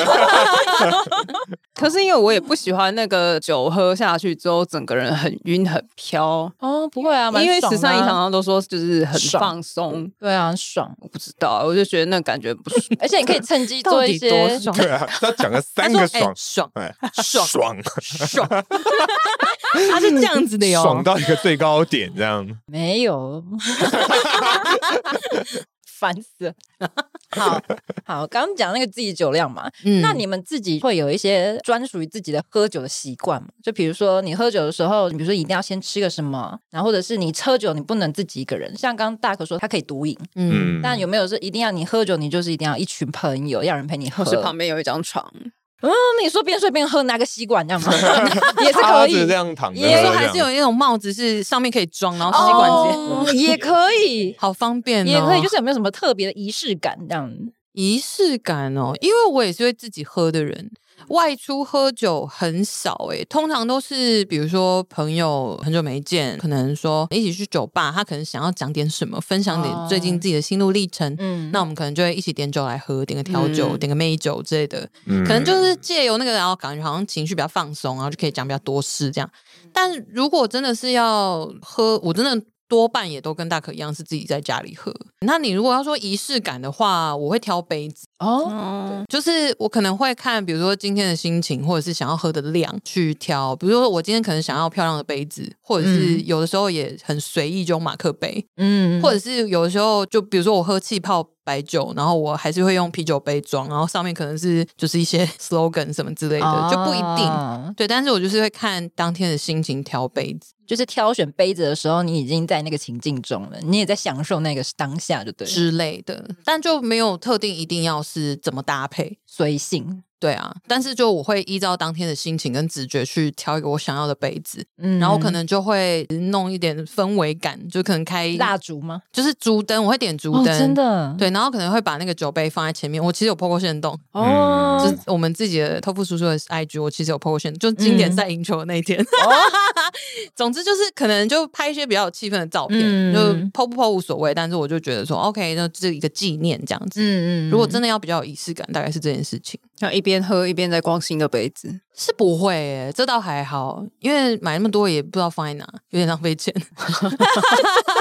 [SPEAKER 2] 可是因为我也不喜欢那个酒喝下去之后，整个人很晕很飘。
[SPEAKER 3] 哦，不会啊，蛮
[SPEAKER 2] 因为
[SPEAKER 3] 爽
[SPEAKER 2] 时
[SPEAKER 3] 的啊
[SPEAKER 2] 尚影响上都说就是很
[SPEAKER 3] 爽
[SPEAKER 2] 放松，
[SPEAKER 3] 对啊，很爽，
[SPEAKER 2] 我不知道，我就觉得那感觉不 舒服
[SPEAKER 3] 而且你可以趁机
[SPEAKER 4] 到
[SPEAKER 3] 做一
[SPEAKER 4] 底
[SPEAKER 3] 些，
[SPEAKER 4] 多 爽？
[SPEAKER 1] 对啊，他讲了三个爽
[SPEAKER 4] 哎，爽
[SPEAKER 1] 哎，
[SPEAKER 4] 爽
[SPEAKER 1] 爽
[SPEAKER 4] 爽，他是这样子的哟，
[SPEAKER 1] 爽到一个最高点，这样
[SPEAKER 3] 没有， 烦死了。好好，刚刚讲那个自己酒量嘛，
[SPEAKER 4] 嗯
[SPEAKER 3] 那你们自己会有一些专属于自己的喝酒的习惯吗？就比如说你喝酒的时候，你比如说一定要先吃个什么，然后或者是你喝酒你不能自己一个人，像刚刚大可说他可以独饮，
[SPEAKER 4] 嗯
[SPEAKER 3] 但有没有是一定要你喝酒你就是一定要一群朋友，要有人陪你喝？
[SPEAKER 2] 或是旁边有一张床，
[SPEAKER 3] 嗯，你说边睡边喝，拿个吸管这样吗？也是
[SPEAKER 1] 趴
[SPEAKER 3] 可
[SPEAKER 1] 着这
[SPEAKER 3] 以，
[SPEAKER 1] 样躺着喝，
[SPEAKER 4] 你
[SPEAKER 3] 也
[SPEAKER 4] 说
[SPEAKER 1] 这
[SPEAKER 4] 还
[SPEAKER 1] 样
[SPEAKER 4] 是有那种帽子是上面可以装，然后吸管接，
[SPEAKER 3] 哦也可以。
[SPEAKER 4] 好方便哦，
[SPEAKER 3] 也可以，就是有没有什么特别的仪式感这样？
[SPEAKER 4] 仪式感哦，因为我也是会自己喝的人。外出喝酒很少诶、通常都是比如说朋友很久没见，可能说一起去酒吧，他可能想要讲点什么，分享点
[SPEAKER 3] 哦
[SPEAKER 4] 最近自己的心路历程。
[SPEAKER 3] 嗯，
[SPEAKER 4] 那我们可能就会一起点酒来喝，点个调酒，
[SPEAKER 2] 嗯
[SPEAKER 4] 点个美酒之类的，
[SPEAKER 1] 嗯
[SPEAKER 4] 可能就是借由那个，然后感觉好像情绪比较放松，然后就可以讲比较多事这样。但如果真的是要喝，我真的多半也都跟大可一样是自己在家里喝。那你如果要说仪式感的话，我会挑杯子，
[SPEAKER 3] 哦，
[SPEAKER 2] 哦，
[SPEAKER 4] 就是我可能会看，比如说今天的心情，或者是想要喝的量去挑。比如说我今天可能想要漂亮的杯子，或者是
[SPEAKER 3] 嗯
[SPEAKER 4] 有的时候也很随意就用马克杯，
[SPEAKER 3] 嗯
[SPEAKER 4] 或者是有的时候，就比如说我喝气泡白酒，然后我还是会用啤酒杯装，然后上面可能是就是一些 slogan 什么之类的，
[SPEAKER 3] 哦
[SPEAKER 4] 就不一定。
[SPEAKER 3] 定，
[SPEAKER 4] 对，但是我就是会看当天的心情挑杯子
[SPEAKER 3] 就是挑选杯子的时候，你已经在那个情境中了，你也在享受那个当下，就对了，
[SPEAKER 4] 之类的，但就没有特定一定要是怎么搭配。
[SPEAKER 3] 随性。
[SPEAKER 4] 对啊，但是就我会依照当天的心情跟直觉去挑一个我想要的杯子，
[SPEAKER 3] 嗯
[SPEAKER 4] 然后可能就会弄一点氛围感，就可能开
[SPEAKER 3] 蜡烛吗？
[SPEAKER 4] 就是烛灯，我会点烛
[SPEAKER 3] 哦，
[SPEAKER 4] 灯，
[SPEAKER 3] 真的，
[SPEAKER 4] 对，然后可能会把那个酒杯放在前面。我其实有破过线洞，
[SPEAKER 3] 嗯
[SPEAKER 1] 哦
[SPEAKER 4] 就是我们自己的托付叔叔的 IG，我其实有 po 过炫，就是经典赛赢球的那一天。哦 总之就是可能就拍一些比较有气氛的照片，
[SPEAKER 3] 嗯
[SPEAKER 4] 就 po 不 po 无所谓，但是我就觉得说 OK，那这一个纪念这样子。
[SPEAKER 3] 嗯
[SPEAKER 4] 如果真的要比较有仪式感，大概是这件事情
[SPEAKER 2] 要一边喝一边在逛新的杯 子，
[SPEAKER 4] 是不会、欸，这倒还好，因为买那么多也不知道放在哪，有点浪费钱。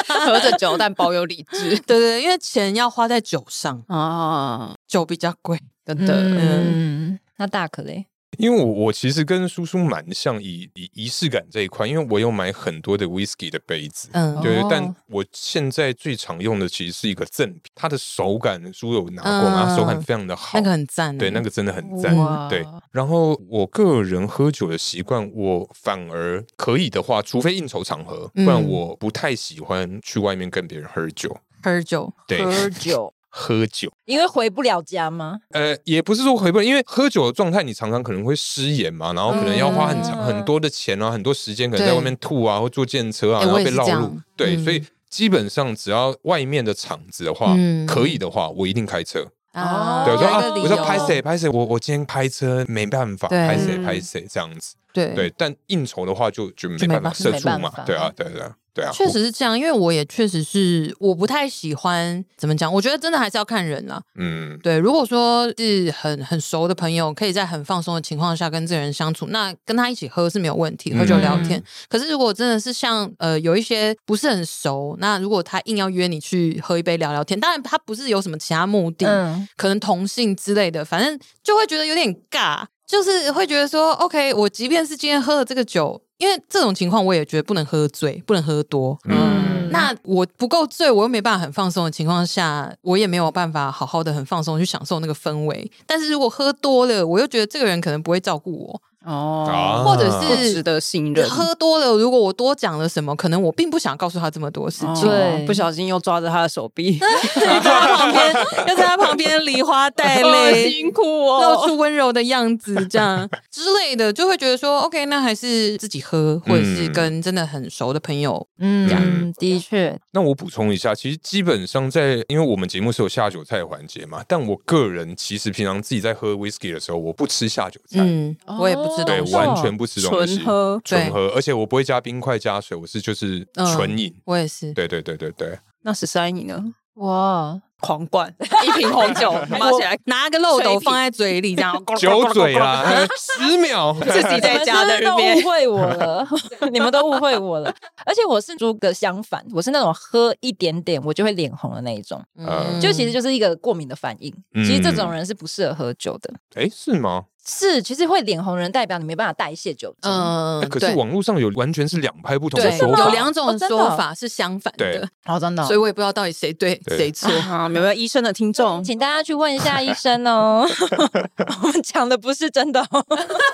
[SPEAKER 2] 喝着酒但保有理智
[SPEAKER 4] 对对，因为钱要花在酒上，
[SPEAKER 2] 啊，
[SPEAKER 4] 酒比较贵。
[SPEAKER 2] 真
[SPEAKER 3] 的，
[SPEAKER 2] 的，
[SPEAKER 3] 嗯，那大可嘞，
[SPEAKER 1] 因为我我其实跟叔叔蛮像以，以仪式感这一块，因为我有买很多的 whisky 的杯子。
[SPEAKER 4] 嗯，
[SPEAKER 1] 对
[SPEAKER 3] 哦，
[SPEAKER 1] 但我现在最常用的其实是一个赠品，它的手感叔有拿过
[SPEAKER 4] 嗯
[SPEAKER 1] 吗？它手感非常的好，
[SPEAKER 4] 那个很赞欸、
[SPEAKER 1] 对，那个真的很赞。
[SPEAKER 3] 哇
[SPEAKER 1] 对，然后我个人喝酒的习惯，我反而可以的话，除非应酬场合，不然
[SPEAKER 4] 嗯
[SPEAKER 1] 我不太喜欢去外面跟别人喝酒。
[SPEAKER 4] 喝酒，
[SPEAKER 2] 嗯
[SPEAKER 1] 对，
[SPEAKER 3] 喝酒，
[SPEAKER 1] 喝酒，
[SPEAKER 3] 因为回不了家吗？
[SPEAKER 1] 呃，也不是说回不了，因为喝酒的状态，你常常可能会失言嘛，然后可能要花很长、
[SPEAKER 3] 嗯
[SPEAKER 1] 很多的钱啊，很多时间，可能
[SPEAKER 4] 对
[SPEAKER 1] 在外面吐啊，或坐电车啊，
[SPEAKER 4] 哎
[SPEAKER 1] 然后
[SPEAKER 4] 我也
[SPEAKER 1] 被
[SPEAKER 4] 是
[SPEAKER 1] 绕
[SPEAKER 4] 这样
[SPEAKER 1] 路。对，
[SPEAKER 4] 嗯
[SPEAKER 1] 所以基本上只要外面的场子的话，
[SPEAKER 4] 嗯
[SPEAKER 1] 可以的话，我一定开车。
[SPEAKER 4] 啊，
[SPEAKER 1] 对，我说
[SPEAKER 4] 有一
[SPEAKER 1] 啊
[SPEAKER 4] 个，理
[SPEAKER 1] 我说
[SPEAKER 4] 由
[SPEAKER 1] 拍谁拍谁，我我今天开车没办法，
[SPEAKER 4] 对
[SPEAKER 1] 拍谁
[SPEAKER 2] 嗯
[SPEAKER 1] 拍谁这样子。
[SPEAKER 4] 对
[SPEAKER 1] 对，但应酬的话就就没
[SPEAKER 4] 就没
[SPEAKER 1] 办法
[SPEAKER 4] 办法
[SPEAKER 1] 社畜
[SPEAKER 3] 没
[SPEAKER 1] 嘛
[SPEAKER 3] 办法，
[SPEAKER 1] 对啊，对啊对啊，对啊，
[SPEAKER 4] 确实是这样，因为我也确实是我不太喜欢怎么讲，我觉得真的还是要看人啦。
[SPEAKER 1] 嗯，
[SPEAKER 4] 对，如果说是很很熟的朋友，可以在很放松的情况下跟这个人相处，那跟他一起喝是没有问题，喝酒聊天。可是如果真的是像呃有一些不是很熟，那如果他硬要约你去喝一杯聊聊天，当然他不是有什么其他目的，
[SPEAKER 3] 嗯，
[SPEAKER 4] 可能同性之类的，反正就会觉得有点尬，就是会觉得说，OK，我即便是今天喝了这个酒，因为这种情况我也觉得不能喝醉，不能喝多。
[SPEAKER 3] 嗯
[SPEAKER 4] 那我不够醉，我又没办法很放松的情况下，我也没有办法好好的很放松地去享受那个氛围。但是如果喝多了，我又觉得这个人可能不会照顾我，
[SPEAKER 2] 哦，
[SPEAKER 4] 或者
[SPEAKER 2] 不
[SPEAKER 4] 是
[SPEAKER 2] 值得信任，
[SPEAKER 4] 喝多了，如果我多讲了什么，可能我并不想告诉他这么多事情。
[SPEAKER 2] 哦
[SPEAKER 3] 对
[SPEAKER 2] 不小心又抓着他的手臂，
[SPEAKER 4] 在他旁边，要在他旁边梨花带泪，
[SPEAKER 2] 辛苦
[SPEAKER 4] 露
[SPEAKER 2] 哦，
[SPEAKER 4] 出温柔的样子，这样之类的，就会觉 得说，OK，那还是自己喝，或者是跟真的很熟的朋友，
[SPEAKER 3] 嗯，的确，
[SPEAKER 1] 那我补充一下，其实基本上在，因为我们节目是有下酒菜环节嘛，但我个人其实平常自己在喝 whisky 的时候，我不吃下酒菜，
[SPEAKER 4] 嗯，我也不知道
[SPEAKER 1] 对，，
[SPEAKER 3] 是哦
[SPEAKER 1] 完全不吃东西，
[SPEAKER 2] 纯喝
[SPEAKER 4] 对
[SPEAKER 1] 纯喝，而且我不会加冰块加水，我是就是
[SPEAKER 4] 嗯
[SPEAKER 1] 纯饮，
[SPEAKER 4] 我也是，
[SPEAKER 1] 对对对对对，
[SPEAKER 2] 那十三姨呢？
[SPEAKER 3] 哇，
[SPEAKER 2] 狂灌一瓶红酒，拿起来
[SPEAKER 4] 拿个漏斗放在嘴里，这样
[SPEAKER 1] 酒嘴 啦，哎十秒，
[SPEAKER 2] 自己在家的
[SPEAKER 3] 你
[SPEAKER 2] 那
[SPEAKER 3] 们真的
[SPEAKER 2] 边
[SPEAKER 3] 都误会我了， 你们都误会我了。而且我是猪的相反，我是那种喝一点点我就会脸红的那一种，
[SPEAKER 1] 呃
[SPEAKER 4] 嗯
[SPEAKER 3] 就其实就是一个过敏的反应。
[SPEAKER 1] 嗯
[SPEAKER 3] 其实这种人是不适合喝酒的，
[SPEAKER 1] 哎，是吗？
[SPEAKER 3] 是其实会脸红的人代表你没办法代谢酒精。
[SPEAKER 4] 嗯
[SPEAKER 1] 哎，可
[SPEAKER 4] 对
[SPEAKER 1] 是网络上有完全是两派不同的
[SPEAKER 4] 对，
[SPEAKER 1] 说法，
[SPEAKER 4] 有两种
[SPEAKER 3] 哦真的
[SPEAKER 4] 说法是相反的
[SPEAKER 1] 对，
[SPEAKER 3] 哦，真的
[SPEAKER 4] 所以我也不知道到底谁对
[SPEAKER 1] 对
[SPEAKER 4] 谁错。
[SPEAKER 2] 啊，有没有医生的听众？
[SPEAKER 3] 请大家去问一下医生哦。 我们讲的不是真的哦。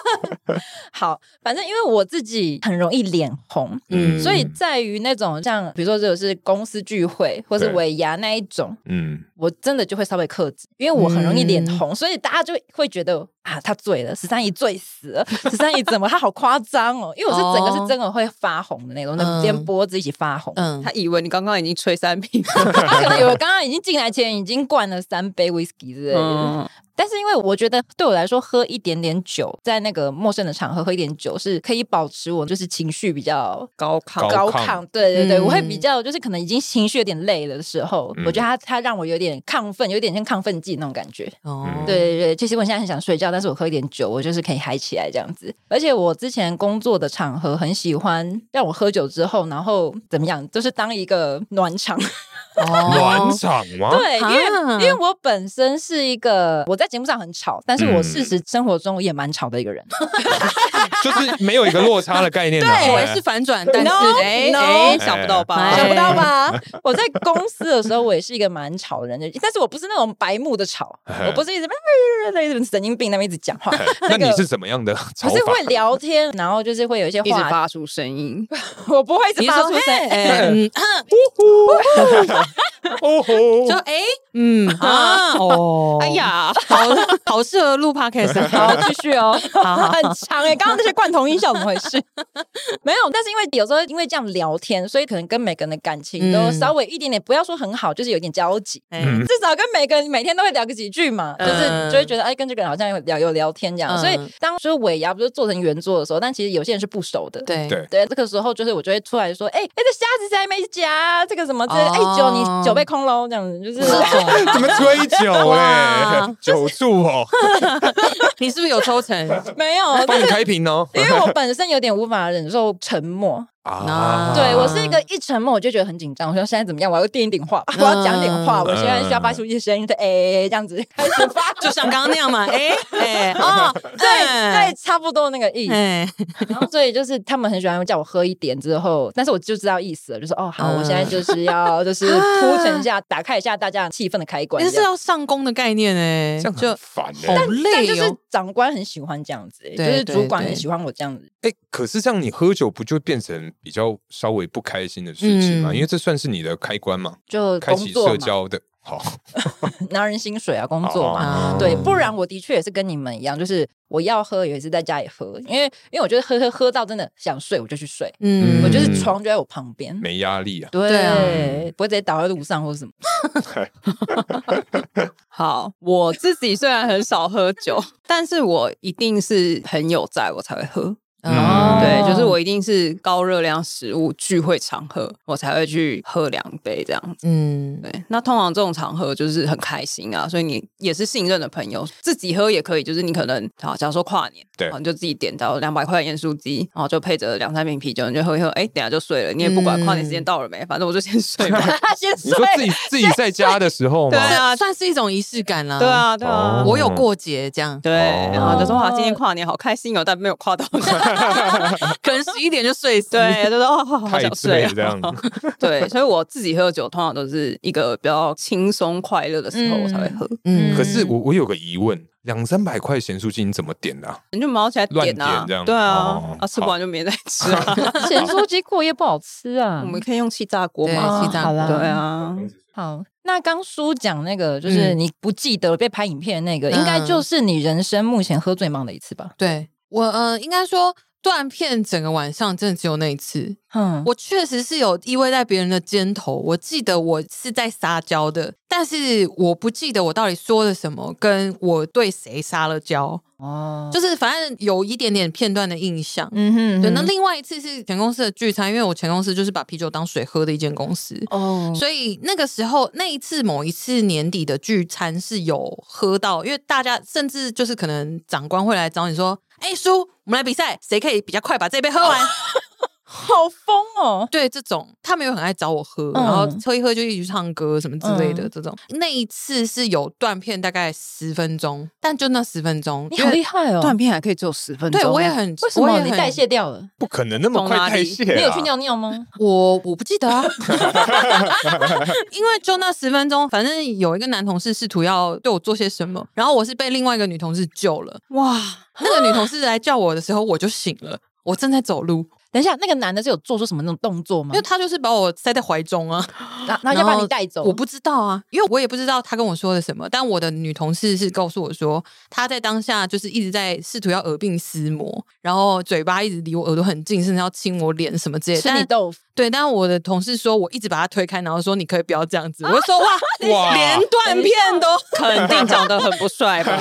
[SPEAKER 3] 好，反正因为我自己很容易脸红，
[SPEAKER 4] 嗯
[SPEAKER 3] 所以在于那种像比如说这种是公司聚会或是
[SPEAKER 1] 对
[SPEAKER 3] 尾牙那一种，
[SPEAKER 1] 嗯，
[SPEAKER 3] 我真的就会稍微克制，因为我很容易脸红，所以大家就会觉得啊，他醉了，十三姨醉死了，十三姨怎么他好夸张哦？因为我是整个是真的会发红的那种，
[SPEAKER 4] 嗯
[SPEAKER 3] 那连脖子一起发红。
[SPEAKER 4] 嗯
[SPEAKER 2] 他，以为你刚刚已经吹三瓶了，
[SPEAKER 3] 他可能有刚刚已经进来前已经灌了三杯 whisky 之类的，
[SPEAKER 2] 嗯，
[SPEAKER 3] 但是因为我觉得对我来说，喝一点点酒，在那个陌生的场合喝一点酒，是可以保持我就是情绪比较
[SPEAKER 2] 高亢，
[SPEAKER 1] 高
[SPEAKER 3] 高
[SPEAKER 1] 亢
[SPEAKER 3] 亢。对对对，
[SPEAKER 4] 嗯
[SPEAKER 3] 我会比较就是可能已经情绪有点累了的时候，
[SPEAKER 1] 嗯
[SPEAKER 3] 我觉得它它让我有点亢奋，有点像亢奋剂那种感觉。
[SPEAKER 4] 哦
[SPEAKER 1] 嗯
[SPEAKER 3] 对对对，其实我现在很想睡觉，但是我喝一点酒，我就是可以嗨起来这样子。而且我之前工作的场合很喜欢让我喝酒之后，然后怎么样，就是当一个暖场。
[SPEAKER 1] 暖场吗？
[SPEAKER 3] 对，哦因为、
[SPEAKER 4] 啊
[SPEAKER 3] 因为我本身是一个我在节目上很吵，但是我事实生活中也蛮吵的一个人。
[SPEAKER 1] 就是没有一个落差的概念啊。
[SPEAKER 4] 对，我
[SPEAKER 1] 哎
[SPEAKER 4] 也是反转，但是
[SPEAKER 3] No，
[SPEAKER 4] 哎
[SPEAKER 3] no
[SPEAKER 4] 哎，想不到吧？
[SPEAKER 3] 想不到吧？我在公司的时候，我也是一个蛮吵的人，但是我不是那种白目的吵，我不是一直哎在在神经病那边一直讲话，
[SPEAKER 1] 那
[SPEAKER 3] 个
[SPEAKER 1] 你是怎么样的
[SPEAKER 3] 我
[SPEAKER 1] 炒
[SPEAKER 3] 是会
[SPEAKER 1] 法？
[SPEAKER 3] 聊天，然后就是会有一些
[SPEAKER 2] 一直
[SPEAKER 3] 话，
[SPEAKER 2] 发出声音，
[SPEAKER 3] 我不会一直
[SPEAKER 4] 你是
[SPEAKER 3] 发
[SPEAKER 4] 说
[SPEAKER 3] 出声
[SPEAKER 4] 哎，哎嗯
[SPEAKER 1] 哦吼，
[SPEAKER 4] 就哎嗯 啊 哦，
[SPEAKER 2] 哎，呀，
[SPEAKER 4] 好好适合录 podcast 啊。
[SPEAKER 3] 好，继续哦，
[SPEAKER 4] 好好
[SPEAKER 3] 很长哎、刚刚那些罐头音效怎么回事？ 没有，但是因为有时候因为这样聊天，所以可能跟每个人的感情都
[SPEAKER 4] 嗯
[SPEAKER 3] 稍微一点点，不要说很好，就是有点交集。
[SPEAKER 4] 哎
[SPEAKER 1] 嗯
[SPEAKER 3] 至少跟每个人每天都会聊个几句嘛，就
[SPEAKER 4] 嗯
[SPEAKER 3] 是就会觉得哎，跟这个人好像有聊有聊天这样。
[SPEAKER 4] 嗯
[SPEAKER 3] 所以当就是尾牙不是做成圆桌的时候，但其实有些人是不熟的。
[SPEAKER 4] 对
[SPEAKER 1] 对
[SPEAKER 3] 对，这个时候就是我就会出来说，哎、哎，这虾子谁还没夹？这个什么这
[SPEAKER 4] 哦
[SPEAKER 3] 哎、酒你酒被空喽，这样子就是。
[SPEAKER 4] 哦
[SPEAKER 1] 怎么吹酒哎
[SPEAKER 4] 哇，
[SPEAKER 1] 酒醋哦，
[SPEAKER 4] 你是不是有抽成？啊
[SPEAKER 3] 没 有，
[SPEAKER 1] 帮你开瓶哦。
[SPEAKER 3] 因为我本身有点无法忍受沉默，
[SPEAKER 1] 啊，
[SPEAKER 3] 对我是一个
[SPEAKER 4] 嗯
[SPEAKER 3] 一沉默我就觉得很紧张，我说现在怎么样？我要垫一点话，我要讲点话，我现在需
[SPEAKER 1] 嗯
[SPEAKER 3] 要发出一些声音，对，哎、这样子开始发，
[SPEAKER 4] 就像刚刚那样嘛？哎哎哦，
[SPEAKER 3] 对对，差不多那个意思。
[SPEAKER 4] 哎，
[SPEAKER 3] 然后所以就是他们很喜欢叫我喝一点之后，但是我就知道意思了，就说哦好，
[SPEAKER 4] 嗯
[SPEAKER 3] 我现在就是要 就是铺陈一下，打开一下大家气氛的开关
[SPEAKER 4] 这
[SPEAKER 3] 这
[SPEAKER 4] 是
[SPEAKER 3] 样。
[SPEAKER 4] 要上工的概念哎，
[SPEAKER 1] 这样
[SPEAKER 4] 就
[SPEAKER 1] 很烦哎
[SPEAKER 4] 好。
[SPEAKER 3] 但
[SPEAKER 4] 累
[SPEAKER 3] 就是
[SPEAKER 4] 哦。
[SPEAKER 3] 长官很喜欢这样子、就
[SPEAKER 4] 对
[SPEAKER 3] 是主管
[SPEAKER 4] 对对
[SPEAKER 3] 很喜欢我这样子。
[SPEAKER 1] 哎、可是这样你喝酒不就变成比较稍微不开心的事情吗？
[SPEAKER 4] 嗯
[SPEAKER 1] 因为这算是你的开关嘛，
[SPEAKER 3] 就
[SPEAKER 1] 开
[SPEAKER 3] 工
[SPEAKER 1] 启
[SPEAKER 3] 作
[SPEAKER 1] 社
[SPEAKER 3] 嘛，
[SPEAKER 1] 交的。好，
[SPEAKER 3] 拿人薪水啊，工作嘛，
[SPEAKER 4] 哦
[SPEAKER 3] 对，不然我的确也是跟你们一样，就是我要喝，有一次在家里喝，因为因为我觉得喝喝喝到真的想睡，我就去睡，
[SPEAKER 4] 嗯，
[SPEAKER 3] 我
[SPEAKER 4] 我
[SPEAKER 3] 就
[SPEAKER 4] 觉得
[SPEAKER 3] 是床就在我旁边，
[SPEAKER 1] 没压力啊。
[SPEAKER 3] 对
[SPEAKER 4] 对啊
[SPEAKER 3] 不会直接倒在路上或者什么。
[SPEAKER 2] 好，我自己虽然很少喝酒，但是我一定是很有在我才会喝。
[SPEAKER 3] 哦
[SPEAKER 1] 嗯
[SPEAKER 2] 对，就是我一定是高热量食物聚会场合，我才会去喝两杯这样子。
[SPEAKER 4] 嗯，
[SPEAKER 2] 对，那通常这种场合就是很开心啊，所以你也是信任的朋友，自己喝也可以。就是你可能好，假如说跨年，
[SPEAKER 1] 对
[SPEAKER 2] 好你就自己点到两百块的盐酥鸡，然后就配着两三瓶啤酒，你就喝一喝，哎，等一下就睡了，你也不管跨年
[SPEAKER 1] 嗯
[SPEAKER 2] 时间到了没，反正我就先 睡吧。
[SPEAKER 3] 先
[SPEAKER 1] 你
[SPEAKER 3] 睡
[SPEAKER 1] 说自己自己在家的时候嘛
[SPEAKER 2] 对，啊
[SPEAKER 4] 这算是一种仪式感啦。
[SPEAKER 2] 对，啊，对啊，
[SPEAKER 1] 哦
[SPEAKER 4] 我有过节这样，
[SPEAKER 2] 对，
[SPEAKER 1] 哦
[SPEAKER 2] 然后就说哇，今天跨年好开心哦，但没有 跨到。
[SPEAKER 4] 可能十一点就睡死。
[SPEAKER 2] 对，就说哦，好好
[SPEAKER 1] 太
[SPEAKER 2] 想睡
[SPEAKER 1] 醉
[SPEAKER 2] 啊
[SPEAKER 1] 这。样。
[SPEAKER 2] 对，所以我自己喝酒通常都是一个比较轻松快乐的时候我才会喝，
[SPEAKER 4] 嗯，
[SPEAKER 1] 可是我我有个疑问，两三百块咸酥鸡你怎么点的、啊？
[SPEAKER 2] 你就毛起来
[SPEAKER 1] 乱
[SPEAKER 2] 点啊
[SPEAKER 1] 点这，样
[SPEAKER 2] 对
[SPEAKER 1] 哦
[SPEAKER 2] 啊，啊吃不
[SPEAKER 1] 好
[SPEAKER 2] 完就没再吃 啊。
[SPEAKER 3] 咸酥鸡过夜不好吃啊
[SPEAKER 2] 我们可以用气炸锅
[SPEAKER 4] 对，
[SPEAKER 2] 吗？
[SPEAKER 4] 西
[SPEAKER 3] 哦好
[SPEAKER 4] 藏
[SPEAKER 3] 啦
[SPEAKER 2] 对啊，
[SPEAKER 3] 好，那刚叔讲那个，就是
[SPEAKER 4] 嗯
[SPEAKER 3] 你不记得被拍影片的那个，
[SPEAKER 4] 嗯
[SPEAKER 3] 应该就是你人生目前喝最忙的一次吧？
[SPEAKER 4] 对我呃，应该说断片整个晚上真的只有那一次。
[SPEAKER 3] 嗯，
[SPEAKER 4] 我确实是有依偎在别人的肩头，我记得我是在撒娇的，但是我不记得我到底说了什么，跟我对谁撒了娇，
[SPEAKER 3] 哦，
[SPEAKER 4] 就是反正有一点点片段的印象。
[SPEAKER 3] 嗯哼
[SPEAKER 4] 对，那另外一次是全公司的聚餐，因为我前公司就是把啤酒当水喝的一间公司，
[SPEAKER 3] 哦，
[SPEAKER 4] 所以那个时候，那一次某一次年底的聚餐是有喝到，因为大家甚至就是可能长官会来找你说：“哎、叔，我们来比赛，谁可以比较快把这杯喝完？”
[SPEAKER 3] 好疯哦，
[SPEAKER 4] 对，这种他们又很爱找我喝，
[SPEAKER 3] 嗯
[SPEAKER 4] 然后喝一喝就一起去唱歌什么之类的。这种那一次是有断片，大概十分钟，但就那十分钟，
[SPEAKER 3] 你好厉
[SPEAKER 4] 因为
[SPEAKER 3] 害哦，
[SPEAKER 2] 断片还可以只有十分钟。哎
[SPEAKER 4] 对我也很
[SPEAKER 3] 为什
[SPEAKER 4] 我
[SPEAKER 3] 么
[SPEAKER 4] 也
[SPEAKER 3] 你
[SPEAKER 4] 很
[SPEAKER 3] 代谢掉了？
[SPEAKER 1] 不可能那么快代谢、啊。
[SPEAKER 3] 你有去？尿尿吗？
[SPEAKER 4] 我我不记得啊， 因为就那十分钟，反正有一个男同事试图要对我做些什么，然后我是被另外一个女 同事救了。哇，那个女同事来叫我的时候，我就醒了，我正在走路。
[SPEAKER 3] 等一下，那个男的是有做出什么那种动作吗
[SPEAKER 4] 因为？他就是把我塞在怀中啊，
[SPEAKER 3] 那那要把
[SPEAKER 4] 然
[SPEAKER 3] 你
[SPEAKER 4] 后
[SPEAKER 3] 带走？
[SPEAKER 4] 我不知道啊，因为我也不知道他跟我说了什么。但我的女同事是告诉我说，她在当下就是一直在试图要耳鬓厮磨，然后嘴巴一直离我耳朵很近，甚至要亲我脸什么之类的。
[SPEAKER 3] 吃你
[SPEAKER 4] 但
[SPEAKER 3] 豆腐，
[SPEAKER 4] 对，但我的同事说我一直把他推开，然后说你可以不要这样子。我就 说哇，
[SPEAKER 1] 哇
[SPEAKER 4] 连断片 都
[SPEAKER 2] 肯定长得很不帅吧？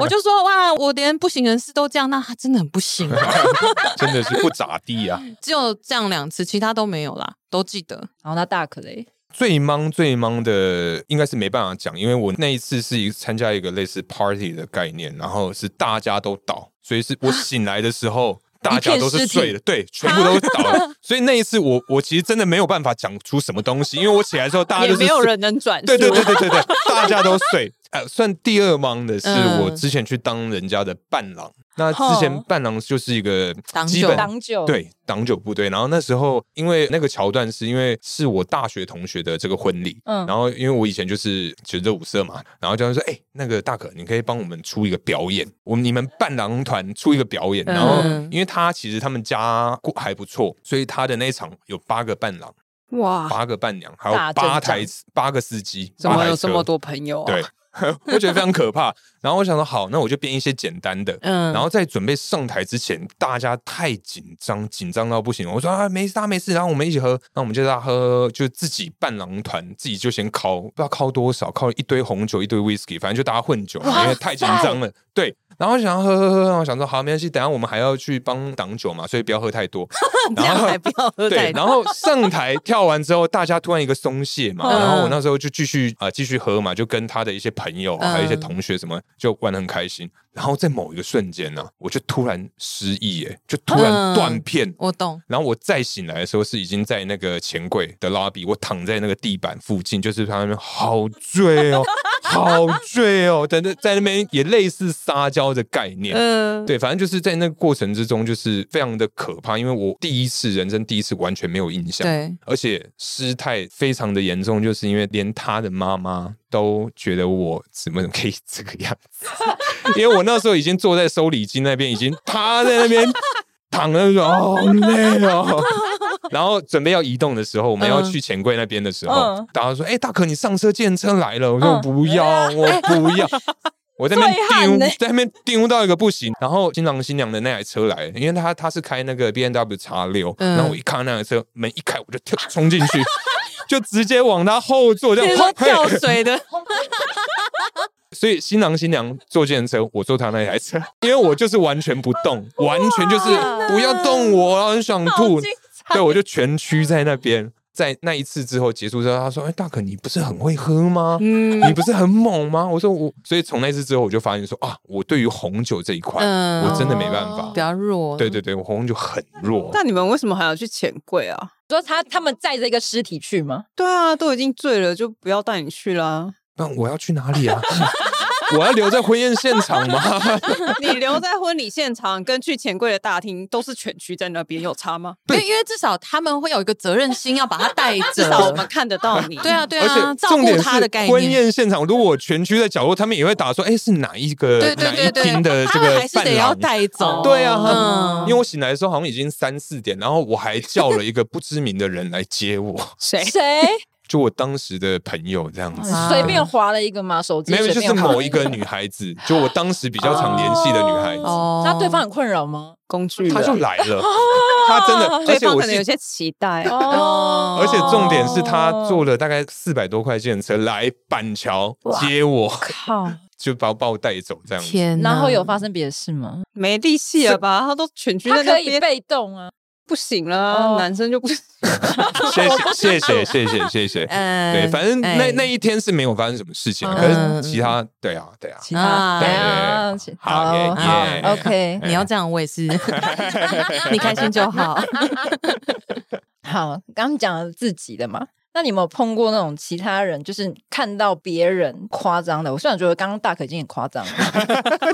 [SPEAKER 4] 我就说哇，我连不省人事都这样，那他真的很不行、啊。
[SPEAKER 1] 真的是不咋地啊。
[SPEAKER 4] 只有这样两次，其他都没有啦，都记得。
[SPEAKER 3] 然后他大可嘞，
[SPEAKER 1] 最忙最忙的应该是没办法讲，因为我那一次是一个参加一个类似 party 的概念，然后是大家都倒，所以是
[SPEAKER 2] 啊
[SPEAKER 1] 我醒来的时候。大家都是睡的，对，全部都 倒了。所以那一次我，我其实真的没有办法讲出什么东西，因为我起来之后，大家
[SPEAKER 2] 也
[SPEAKER 1] 就是
[SPEAKER 2] 没有人能转述。
[SPEAKER 1] 对对对对对对， 大家都睡。呃，算第二忙的是
[SPEAKER 4] 嗯
[SPEAKER 1] 我之前去当人家的伴郎，那之前
[SPEAKER 3] 哦
[SPEAKER 1] 伴郎就是一个
[SPEAKER 4] 挡
[SPEAKER 1] 基
[SPEAKER 4] 酒
[SPEAKER 1] 本
[SPEAKER 3] 挡酒，
[SPEAKER 1] 对挡酒部队。然后那时候因为那个桥段是因为是我大学同学的这个婚礼，
[SPEAKER 3] 嗯
[SPEAKER 1] 然后因为我以前就是学热舞社嘛，然后教练说，哎、那个大可，你可以帮我们出一个表演，我们你们伴郎团出一个表演。然后
[SPEAKER 4] 嗯
[SPEAKER 1] 因为他其实他们家过还不错，所以他的那一场有八个伴郎。
[SPEAKER 2] 哇，
[SPEAKER 1] 八个伴娘，还有
[SPEAKER 3] 大阵
[SPEAKER 1] 八
[SPEAKER 3] 仗
[SPEAKER 1] 台八个司机，
[SPEAKER 2] 怎
[SPEAKER 1] 八
[SPEAKER 2] 么
[SPEAKER 1] 台
[SPEAKER 2] 有
[SPEAKER 1] 车
[SPEAKER 2] 这么多朋友啊？
[SPEAKER 1] 对， 我觉得非常可怕。然后我想说，好，那我就编一些简单的。
[SPEAKER 4] 嗯
[SPEAKER 1] 然后在准备上台之前，大家太紧张，紧张到不行。我说啊，没事，大家没事。然后我们一起喝，那我们就大家喝，就自己伴郎团自己就先烤，不知道烤多少，烤一堆红酒，一堆 whisky，反正就大家混酒嘛，
[SPEAKER 3] 哇
[SPEAKER 1] 因为太紧张了。对。然后想要喝喝喝，然后想说好没关系，等一下我们还要去帮挡酒嘛，所以不要喝太多。
[SPEAKER 4] 这
[SPEAKER 1] 然
[SPEAKER 4] 样
[SPEAKER 1] 后
[SPEAKER 4] 还不要喝
[SPEAKER 1] 对
[SPEAKER 4] 太，多。
[SPEAKER 1] 然后上台跳完之后，大家突然一个松懈嘛，
[SPEAKER 4] 嗯
[SPEAKER 1] 然后我那时候就继续啊、呃继续喝嘛，就跟他的一些朋友、啊、还有
[SPEAKER 4] 嗯
[SPEAKER 1] 一些同学什么，就玩的很开心。然后在某一个瞬间呢、我就突然失忆，哎，就突然
[SPEAKER 4] 嗯
[SPEAKER 1] 断片。
[SPEAKER 4] 我懂，
[SPEAKER 1] 然后我再醒来的时候，是已经在那个钱柜的拉比，我躺在那个地板附近，就是他那边好醉哦， 好醉哦，在那在那边也类似撒娇的概念，
[SPEAKER 4] 嗯、
[SPEAKER 1] 对，反正就是在那个过程之中，就是非常的可怕，因为我第一次人生第一次完全没有印象，
[SPEAKER 3] 嗯
[SPEAKER 4] 对，
[SPEAKER 1] 而且失态非常的严重，就是因为连他的妈妈都觉得我怎么可以这个样 子，因为我那时候已经坐在收礼金那边，已经趴在那边躺着 说哦好累哦。然后准备要移动的时候，我们要
[SPEAKER 4] 嗯
[SPEAKER 1] 去钱柜那边的时候，
[SPEAKER 3] 嗯
[SPEAKER 1] 大家说：“哎、大可，你上车，见车来了。”我说：“
[SPEAKER 3] 嗯
[SPEAKER 1] 不要，我不要。”我在那边
[SPEAKER 3] 醉汉
[SPEAKER 1] 丢，
[SPEAKER 3] 呢
[SPEAKER 1] 在那边丢到一个不行。然后新郎新娘的那台车来了，因为他他是开那个 B N W 叉六，
[SPEAKER 4] 嗯
[SPEAKER 1] 然后我一看那台车门一开，我就跳冲进 去，就直接往他后座这
[SPEAKER 4] 你
[SPEAKER 1] 样
[SPEAKER 4] 说
[SPEAKER 1] 嘿
[SPEAKER 4] 跳水的，
[SPEAKER 1] 所以新郎新娘坐计程车，我坐他那台车， 因为我就是完全不动，完全就是不要动我，然后很想吐，对我就蜷曲在那边。在那一次之后结束之后，他说：“哎，大可，你不是很会喝吗？
[SPEAKER 4] 嗯
[SPEAKER 1] 你不是很猛吗？”我说：“我。”所以从那次之后，我就发现说啊，我对于红酒这一块，
[SPEAKER 4] 嗯哦
[SPEAKER 1] 我真的没办法
[SPEAKER 4] 比。较弱，
[SPEAKER 1] 对对对，我红酒很弱。
[SPEAKER 2] 但你们为什么还要去钱柜啊？
[SPEAKER 3] 说他他们载着一个尸体去吗？
[SPEAKER 2] 对啊，都已经醉了，就不要带你 去啦。
[SPEAKER 1] 那我要去哪里啊？ 我要留在婚宴现场吗？
[SPEAKER 2] 你留在婚礼现场跟去钱柜的大厅都是蜷曲在那边，有 差吗？
[SPEAKER 4] 因为因为至少他们会有一个责任心，要把他带
[SPEAKER 2] 至少我
[SPEAKER 4] 着。
[SPEAKER 2] 们看得到 你。
[SPEAKER 4] 对啊，对
[SPEAKER 1] 而
[SPEAKER 4] 啊，
[SPEAKER 1] 且
[SPEAKER 4] 照
[SPEAKER 1] 重
[SPEAKER 4] 顾
[SPEAKER 1] 点
[SPEAKER 4] 他的
[SPEAKER 1] 是
[SPEAKER 4] 概
[SPEAKER 1] 婚
[SPEAKER 4] 念。
[SPEAKER 1] 宴现场，如果全区在角落，他们也会打说：“哎，是哪一个
[SPEAKER 4] 对对
[SPEAKER 1] 哪一
[SPEAKER 4] 对
[SPEAKER 1] 厅
[SPEAKER 4] 对，
[SPEAKER 1] 的这
[SPEAKER 4] 他们
[SPEAKER 1] 个
[SPEAKER 4] 还是
[SPEAKER 1] 伴
[SPEAKER 4] 得要
[SPEAKER 1] 郎？”
[SPEAKER 4] 带走。
[SPEAKER 1] 对啊，
[SPEAKER 4] 嗯
[SPEAKER 1] 因为我醒来的时候好像已经三四点，然后我还叫了一个不知名的人来接我，
[SPEAKER 2] 谁？
[SPEAKER 3] 谁
[SPEAKER 1] 就我当时的朋友这样子，
[SPEAKER 4] 啊
[SPEAKER 3] 随便划了一个嘛？手机
[SPEAKER 1] 没有，就
[SPEAKER 3] 随
[SPEAKER 1] 是
[SPEAKER 3] 便划
[SPEAKER 1] 某一个女孩子，就我当时比较常联系的女孩子，
[SPEAKER 4] 哦，
[SPEAKER 3] 那对方很困扰吗？
[SPEAKER 2] 工具人？哦
[SPEAKER 1] 她就来了，她真 的，而
[SPEAKER 2] 对
[SPEAKER 1] 且
[SPEAKER 2] 方
[SPEAKER 1] 我
[SPEAKER 2] 可能有
[SPEAKER 1] 是。
[SPEAKER 2] 些期待。
[SPEAKER 3] 哦
[SPEAKER 1] 而且重点是，她坐了大概四百多块钱车来板桥接我，
[SPEAKER 3] 靠，
[SPEAKER 1] 就把把我带走这样子。
[SPEAKER 4] 天哪，
[SPEAKER 3] 然后有发生别的事吗？
[SPEAKER 2] 没力气了吧？他都蜷曲
[SPEAKER 3] 他
[SPEAKER 2] 在
[SPEAKER 3] 可
[SPEAKER 2] 那
[SPEAKER 3] 以
[SPEAKER 2] 边，
[SPEAKER 3] 被动啊，
[SPEAKER 2] 不行了，
[SPEAKER 3] 哦
[SPEAKER 2] 男生就不行。
[SPEAKER 1] 谢谢谢谢谢谢谢谢。
[SPEAKER 4] 嗯，
[SPEAKER 1] 对，反正那
[SPEAKER 4] 哎
[SPEAKER 1] 那一天是没有发生什么事情啊，
[SPEAKER 4] 嗯
[SPEAKER 1] 可是其他对啊对啊，
[SPEAKER 3] 其
[SPEAKER 4] 啊
[SPEAKER 3] 他
[SPEAKER 4] 对
[SPEAKER 3] 啊，其
[SPEAKER 1] 好
[SPEAKER 3] 好
[SPEAKER 1] 耶
[SPEAKER 3] 好
[SPEAKER 1] 耶
[SPEAKER 3] ，OK，
[SPEAKER 4] 你要这样，我也是，你开心就好。
[SPEAKER 3] 好，刚刚讲了自己的嘛。那你有没有碰过那种其他人，就是 看到别人夸张的？我虽然觉得刚刚大可已经很夸张了，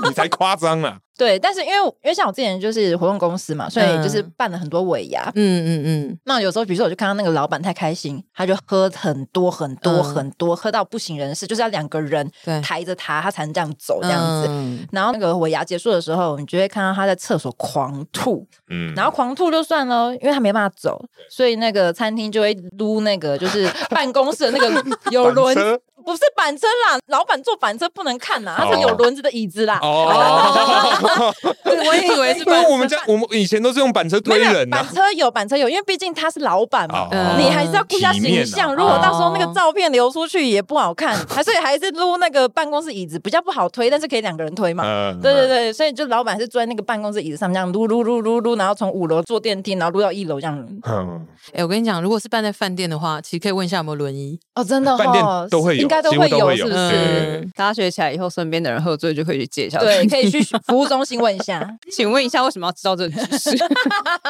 [SPEAKER 1] 你才夸张了。啊
[SPEAKER 3] 对，但是因为因为像我之前就是活动公司嘛，所以就是
[SPEAKER 4] 嗯
[SPEAKER 3] 办了很多尾牙。
[SPEAKER 4] 嗯嗯嗯，
[SPEAKER 3] 那有时候，比如说我就看到那个老板太开心，他就喝很多很多
[SPEAKER 4] 嗯
[SPEAKER 3] 很多，喝到不省人事，就是要两个人
[SPEAKER 4] 对
[SPEAKER 3] 抬着他，他才能这样走这样子。
[SPEAKER 4] 嗯
[SPEAKER 3] 然后那个尾牙结束的时候，你就会看到他在厕所狂吐，
[SPEAKER 1] 嗯，
[SPEAKER 3] 然后狂吐就算了，因为他没办法走，所以那个餐厅就会撸那个就是 办公室的那个有轮
[SPEAKER 1] 板车，
[SPEAKER 3] 不是板车啦，老板坐板车不能看呐，他是
[SPEAKER 1] 哦
[SPEAKER 3] 有轮子的椅子啦。
[SPEAKER 1] 哦，
[SPEAKER 4] 我也以为是
[SPEAKER 1] 因为我们家我们以前都是用板车推
[SPEAKER 3] 没有
[SPEAKER 1] 人啊呐
[SPEAKER 3] 板，车有板车有，因为毕竟他是老板嘛，
[SPEAKER 1] 哦
[SPEAKER 3] 你还是要顾一下
[SPEAKER 1] 体面
[SPEAKER 3] 形
[SPEAKER 1] 啊
[SPEAKER 3] 象。如果到时候那
[SPEAKER 4] 哦
[SPEAKER 3] 个照片流出去也不好看，还是还是撸那个办公室椅子比较不好推，但是可以两个人推嘛。
[SPEAKER 1] 嗯，
[SPEAKER 3] 对对对，所以就老板是坐在那个办公室椅子上，这样撸撸撸撸撸，然后从五楼坐电梯，然后撸到一楼这样。
[SPEAKER 1] 嗯，
[SPEAKER 4] 哎、我跟你讲，如果是办在饭店的话，其实可以问一下有没有轮椅。
[SPEAKER 3] 哦，真的、哦，
[SPEAKER 1] 饭店都会有
[SPEAKER 3] 应该都
[SPEAKER 1] 几乎
[SPEAKER 3] 会
[SPEAKER 1] 都会有
[SPEAKER 3] 是不
[SPEAKER 1] 对
[SPEAKER 3] 是？
[SPEAKER 1] 对对
[SPEAKER 4] 嗯，
[SPEAKER 2] 大家学起来以后，身边的人喝醉就可以去借一下。
[SPEAKER 3] 对，，可以 去服务中心问一下。
[SPEAKER 2] 请问一下，为什么要知道这个知识？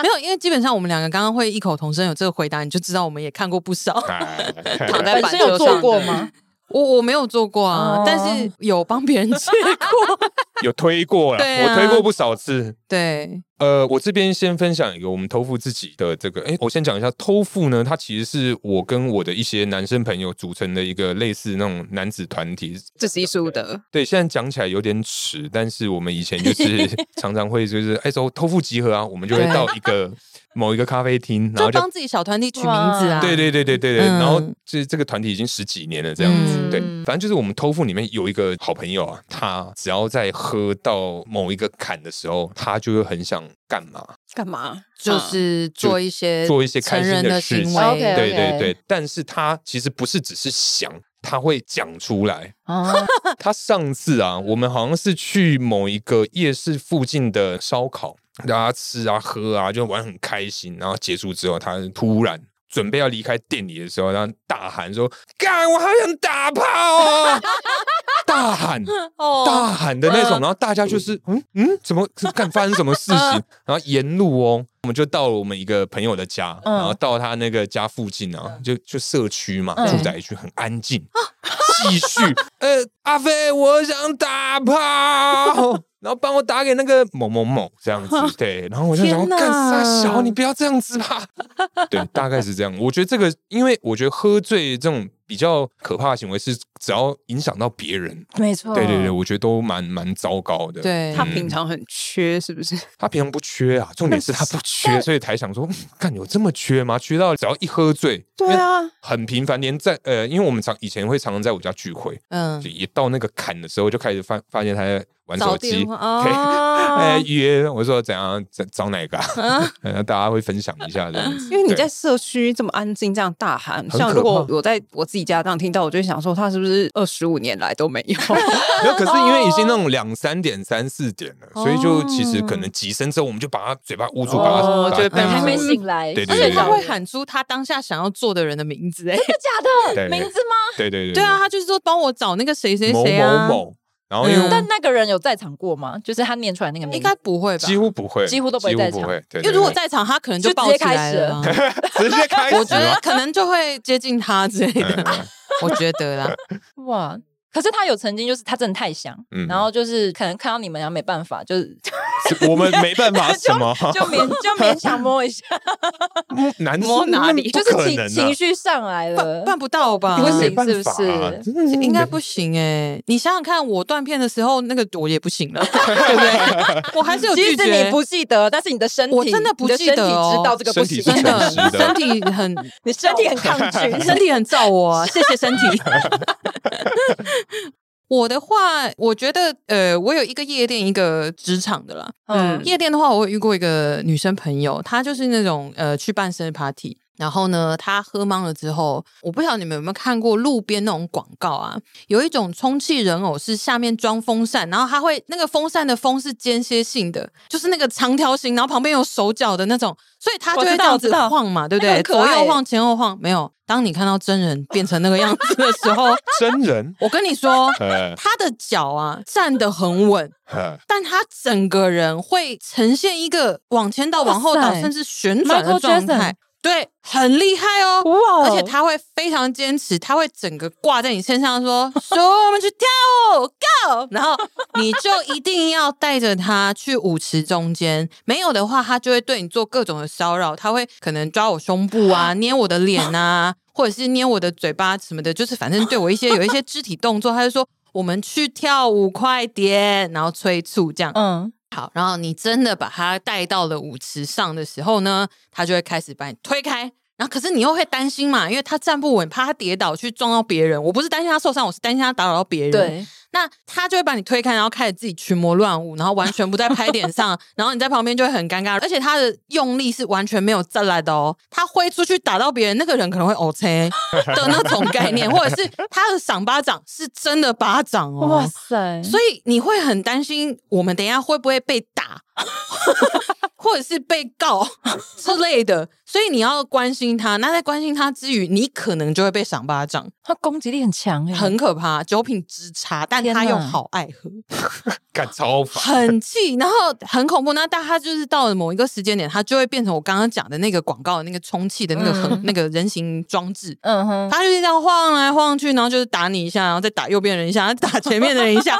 [SPEAKER 4] 没有，因为基本上我们两个刚刚会异口同声有这个回答，你就知道我们也看过 不少。
[SPEAKER 1] 哎
[SPEAKER 4] 躺在
[SPEAKER 3] 本
[SPEAKER 4] 板
[SPEAKER 3] 身
[SPEAKER 4] 车
[SPEAKER 3] 有做
[SPEAKER 4] 上
[SPEAKER 3] 过
[SPEAKER 4] 的？
[SPEAKER 3] 吗？
[SPEAKER 4] 我我没有做过啊，
[SPEAKER 3] 哦
[SPEAKER 4] 但是有帮别人借过。
[SPEAKER 1] 有推过了，
[SPEAKER 4] 对
[SPEAKER 1] 我
[SPEAKER 4] 啊
[SPEAKER 1] 推过不少次。
[SPEAKER 4] 对，
[SPEAKER 1] 呃，我这边先分享一个我们偷富自己的这个，哎，我先讲一下偷富呢，它其实是我跟我的一些男生朋友组成的一个类似那种男子团体，
[SPEAKER 2] 这是一输的，
[SPEAKER 1] 对，现在讲起来有点耻，但是我们以前就是 常常会就是哎，说偷富集合啊，我们就会
[SPEAKER 4] 对
[SPEAKER 1] 到一个某一个咖啡厅，然
[SPEAKER 4] 就
[SPEAKER 1] 后就
[SPEAKER 4] 帮自己小团体取名字啊。
[SPEAKER 1] 对对对对对对，
[SPEAKER 4] 嗯
[SPEAKER 1] 然后这这个团体已经十几年了这样子，
[SPEAKER 4] 嗯
[SPEAKER 1] 对，反正就是我们偷富里面有一个好朋友啊，他只要在喝到某一个坎的时候，他就会很想干嘛，
[SPEAKER 2] 干嘛？
[SPEAKER 4] 就是做一些
[SPEAKER 1] 做一些开
[SPEAKER 4] 成
[SPEAKER 1] 心的
[SPEAKER 4] 人的
[SPEAKER 1] 事
[SPEAKER 4] 行
[SPEAKER 1] 情
[SPEAKER 4] 为。
[SPEAKER 3] OK
[SPEAKER 1] 对对对，但是他其实不是只是想，他会讲出来。
[SPEAKER 3] 哦，
[SPEAKER 1] 他上次啊，我们好像是去某一个夜市附近的烧烤，大家吃啊喝啊，就玩很开心。然后结束之后，他突然准备要离开店里的时候，然后大喊说：“干，我好想打炮啊！”大喊，
[SPEAKER 4] 哦，
[SPEAKER 1] 大喊的那种，然后大家就是嗯嗯，怎么是干发生什么事 情？然后沿路哦，我们就到了我们一个朋友的家，
[SPEAKER 3] 嗯
[SPEAKER 1] 然后到他那个家附近啊，
[SPEAKER 4] 嗯
[SPEAKER 1] 就就社区嘛，
[SPEAKER 3] 嗯
[SPEAKER 1] 住宅区很安静。
[SPEAKER 4] 啊
[SPEAKER 1] 继 续，呃，阿飞，我想打炮。 然后帮我打给那个某某某这样子，对，然后我就想说，
[SPEAKER 4] 天哪
[SPEAKER 1] 干啥小，你不要这样子 吧。对，大概是这样。我觉得这个，因为我觉得喝醉这种比较可怕的行为是，只要影响到别人，
[SPEAKER 3] 没错，
[SPEAKER 1] 对对对，，我觉得都蛮蛮糟糕的。，
[SPEAKER 4] 对
[SPEAKER 2] 他，
[SPEAKER 1] 嗯
[SPEAKER 2] 平常很缺，是不是？
[SPEAKER 1] 他平常不缺啊，重点是他不缺，所以才想说，嗯干有这么缺吗？缺到只要一喝醉，
[SPEAKER 2] 对啊，
[SPEAKER 1] 很频繁，连在呃，因为我们常以前会常常在我家聚会，
[SPEAKER 4] 嗯
[SPEAKER 1] 就，一到那个坎的时候，就开始发发现他在玩手
[SPEAKER 4] 找
[SPEAKER 1] 机
[SPEAKER 4] 电。话
[SPEAKER 1] 对，哎、
[SPEAKER 4] 哦，
[SPEAKER 1] 约我说怎样找找哪个、啊， 然后大家会分享一下这样 子。
[SPEAKER 2] 因为你
[SPEAKER 1] 对
[SPEAKER 2] 在社区这么安静，这样大喊，
[SPEAKER 1] 很
[SPEAKER 2] 像
[SPEAKER 1] 可
[SPEAKER 2] 如果
[SPEAKER 1] 怕
[SPEAKER 2] 我在我自己家这样听到，我就会想说，他是不是二十五年来都没 有？
[SPEAKER 1] 没有，可是因为已经那种两三点、三四点了，所以就其实可能几声之后，我们就把他嘴巴捂住，把他
[SPEAKER 2] 哦
[SPEAKER 1] 把他
[SPEAKER 2] 就被
[SPEAKER 3] 你
[SPEAKER 1] 赶
[SPEAKER 3] 还
[SPEAKER 1] 出
[SPEAKER 3] 没
[SPEAKER 1] 去
[SPEAKER 3] 醒来，
[SPEAKER 1] 对对
[SPEAKER 4] 而
[SPEAKER 1] 对
[SPEAKER 4] 且
[SPEAKER 1] 对
[SPEAKER 4] 他会喊出他当下想要做的人的名字，哎，
[SPEAKER 3] 真的
[SPEAKER 1] 对
[SPEAKER 3] 假的名字吗？
[SPEAKER 1] 对对对，
[SPEAKER 4] 对啊，他就是说帮我找那个谁谁
[SPEAKER 1] 某
[SPEAKER 4] 谁
[SPEAKER 1] 某
[SPEAKER 4] 啊，
[SPEAKER 1] 某，然后因为
[SPEAKER 4] 嗯
[SPEAKER 3] 但那个人有在场过吗？就是他念出来那个名字，
[SPEAKER 4] 应该不会吧？
[SPEAKER 1] 几乎不会，
[SPEAKER 3] 几乎都不会
[SPEAKER 1] 几乎
[SPEAKER 3] 在
[SPEAKER 1] 不
[SPEAKER 3] 场
[SPEAKER 1] 会，对，
[SPEAKER 4] 因为
[SPEAKER 1] 对
[SPEAKER 4] 如果
[SPEAKER 1] 对
[SPEAKER 4] 在场，他可能就
[SPEAKER 3] 就
[SPEAKER 4] 爆
[SPEAKER 3] 直接
[SPEAKER 4] 起来
[SPEAKER 3] 开始
[SPEAKER 4] 了啊。
[SPEAKER 1] 直接开
[SPEAKER 4] 我
[SPEAKER 1] 始
[SPEAKER 4] 觉得
[SPEAKER 1] 了，
[SPEAKER 4] 可能就会接近他之类的，
[SPEAKER 1] 嗯
[SPEAKER 4] 我觉 得啦。
[SPEAKER 3] 哇。可是他有曾经就是他真的太想，
[SPEAKER 1] 嗯
[SPEAKER 3] 然后就是可能看到你们然后没办法，就是
[SPEAKER 1] 是我们没办法什么
[SPEAKER 3] 就 勉就勉强摸 一下，
[SPEAKER 1] 难
[SPEAKER 4] 摸哪里
[SPEAKER 1] 不
[SPEAKER 3] 就是
[SPEAKER 1] 可
[SPEAKER 3] 情
[SPEAKER 1] 能
[SPEAKER 3] 情
[SPEAKER 1] 啊，
[SPEAKER 3] 绪上来
[SPEAKER 4] 办
[SPEAKER 3] 了，
[SPEAKER 4] 办不到吧？
[SPEAKER 3] 不
[SPEAKER 1] 没
[SPEAKER 3] 行
[SPEAKER 1] 办
[SPEAKER 3] 是不
[SPEAKER 1] 法啊，
[SPEAKER 3] 是
[SPEAKER 1] 真的
[SPEAKER 4] 应该不行哎、你想想看，我断片的时候，那个我也不行了， 对不对？我还是有
[SPEAKER 3] 即
[SPEAKER 4] 拒
[SPEAKER 3] 使你
[SPEAKER 4] 绝，
[SPEAKER 3] 不记得，但是你的身体，
[SPEAKER 4] 我真的不
[SPEAKER 3] 你
[SPEAKER 4] 记得
[SPEAKER 3] 身
[SPEAKER 4] 哦
[SPEAKER 3] 体知道这个不
[SPEAKER 1] 身体
[SPEAKER 3] 行，
[SPEAKER 1] 是
[SPEAKER 4] 真的
[SPEAKER 1] 诚实的
[SPEAKER 4] 身体很
[SPEAKER 3] 你身体很抗拒，
[SPEAKER 4] 身体很照我、啊，谢谢身体。我的话，我觉得呃，我有一个夜店，一个职场的啦。
[SPEAKER 3] 嗯
[SPEAKER 2] 嗯
[SPEAKER 4] 夜店的话，我有遇过一个女生朋友，她就是那种呃去办生日 party，然后呢，她喝懵了之后，我不晓得你们有没有看过路边那种广告啊，有一种充气人偶是下面装风扇，然后它会那个风扇的风是间歇性的，就是那个长条形，然后旁边有手脚的那种，所以它就
[SPEAKER 3] 我
[SPEAKER 4] 会
[SPEAKER 3] 知
[SPEAKER 4] 这
[SPEAKER 3] 道
[SPEAKER 4] 样
[SPEAKER 3] 我
[SPEAKER 4] 子
[SPEAKER 3] 知道
[SPEAKER 4] 晃嘛，对不
[SPEAKER 3] 那
[SPEAKER 4] 对？
[SPEAKER 3] 个
[SPEAKER 4] 左
[SPEAKER 3] 很可爱
[SPEAKER 4] 右晃，前后晃，没有。当你看到真人变成那个样子的时候，
[SPEAKER 1] 真人，
[SPEAKER 4] 我跟你 说，
[SPEAKER 1] 呃
[SPEAKER 4] 他的脚啊站得很稳，
[SPEAKER 1] 呃
[SPEAKER 4] 但他整个人会呈现一个往前倒、往后
[SPEAKER 3] 哇
[SPEAKER 4] 倒，
[SPEAKER 3] 塞
[SPEAKER 4] 甚至旋转的
[SPEAKER 3] Michael
[SPEAKER 4] 状态
[SPEAKER 3] Jackson。
[SPEAKER 4] 对，很厉害哦。
[SPEAKER 3] 哇
[SPEAKER 4] 而且他会非常坚持，他会整个挂在你身上说， 说我们去跳舞，go，然后你就一定要带着他去舞池中间，没有的话，他就会对你做各种的骚扰，他会可能抓我胸部啊，捏我的脸啊，或者是捏我的嘴巴什么的，就是反正对我一些有一些肢体动作，他就说我们去跳舞，快点，然后催促这样，
[SPEAKER 3] 嗯，
[SPEAKER 4] 好，然后你真的把他带到了舞池上的时候呢，他就会开始把你推开。然后可是你又会担心嘛，因为他站不稳，怕他跌倒去撞到别人。我不是担心他受伤，我是担心他打扰到别人。，
[SPEAKER 3] 对，
[SPEAKER 4] 那他就会把你推开，然后开始自己群魔乱舞，然后完全不在 拍点上，然后你在旁边就会很尴尬。而且他的用力是完全没有再来的哦，他挥出去打到别人，那个人可能会 OK 的那种概念，或者是他的赏巴掌是真的巴掌哦。
[SPEAKER 3] 哇塞，
[SPEAKER 4] 所以你会很担心，我们等一下会不会被打， 或者是被 告之类的。所以你要关心他。那在关心他之余，你可能就会被赏巴掌，
[SPEAKER 3] 他攻击力很强哎，
[SPEAKER 4] 很可怕。酒品之差，但
[SPEAKER 3] 天哪
[SPEAKER 4] 他又好爱喝，
[SPEAKER 1] 干超烦。
[SPEAKER 4] 很气，然后很恐怖。那但他就是到了某一个时间点，他就会变成我刚刚讲的那个广告的那个充气的那个横、那个人形装置。
[SPEAKER 3] 嗯哼，
[SPEAKER 4] 他就是这样晃来晃去，然后就是打你一下，然后再打右边的人一下，再打前面的人一下，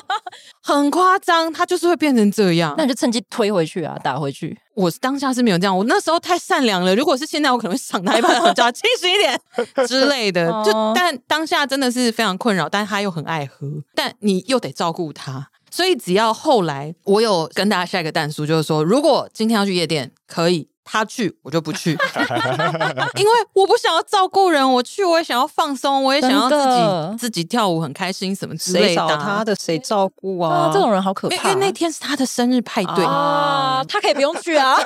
[SPEAKER 4] 很夸张。他就是会变成这样
[SPEAKER 3] 那。你就趁机推回去啊，打回去。
[SPEAKER 4] 我当下是没有这样，我那时候太善良了。如果是现在，我可能会赏他一巴掌，叫他清醒一 点之类的。
[SPEAKER 3] 哦
[SPEAKER 4] 就但当下真的是非常困扰，但他又很爱喝，但你又得照顾他。所以只要后来我有跟大家下一个蛋书，就是说，如果今天要去夜店，可以他去，我就 不去，因为我不想要照顾人，我去我也想要放松，我也想要
[SPEAKER 3] 真的
[SPEAKER 4] 自己自己跳舞很开心什么之
[SPEAKER 2] 谁
[SPEAKER 4] 类的
[SPEAKER 2] 找
[SPEAKER 4] 啊。
[SPEAKER 2] 他的，谁照顾啊
[SPEAKER 3] 啊，？这种人好可
[SPEAKER 4] 因为因
[SPEAKER 3] 怕。
[SPEAKER 4] 为那天是他的生日派对。
[SPEAKER 3] 啊，他可以不用去 啊。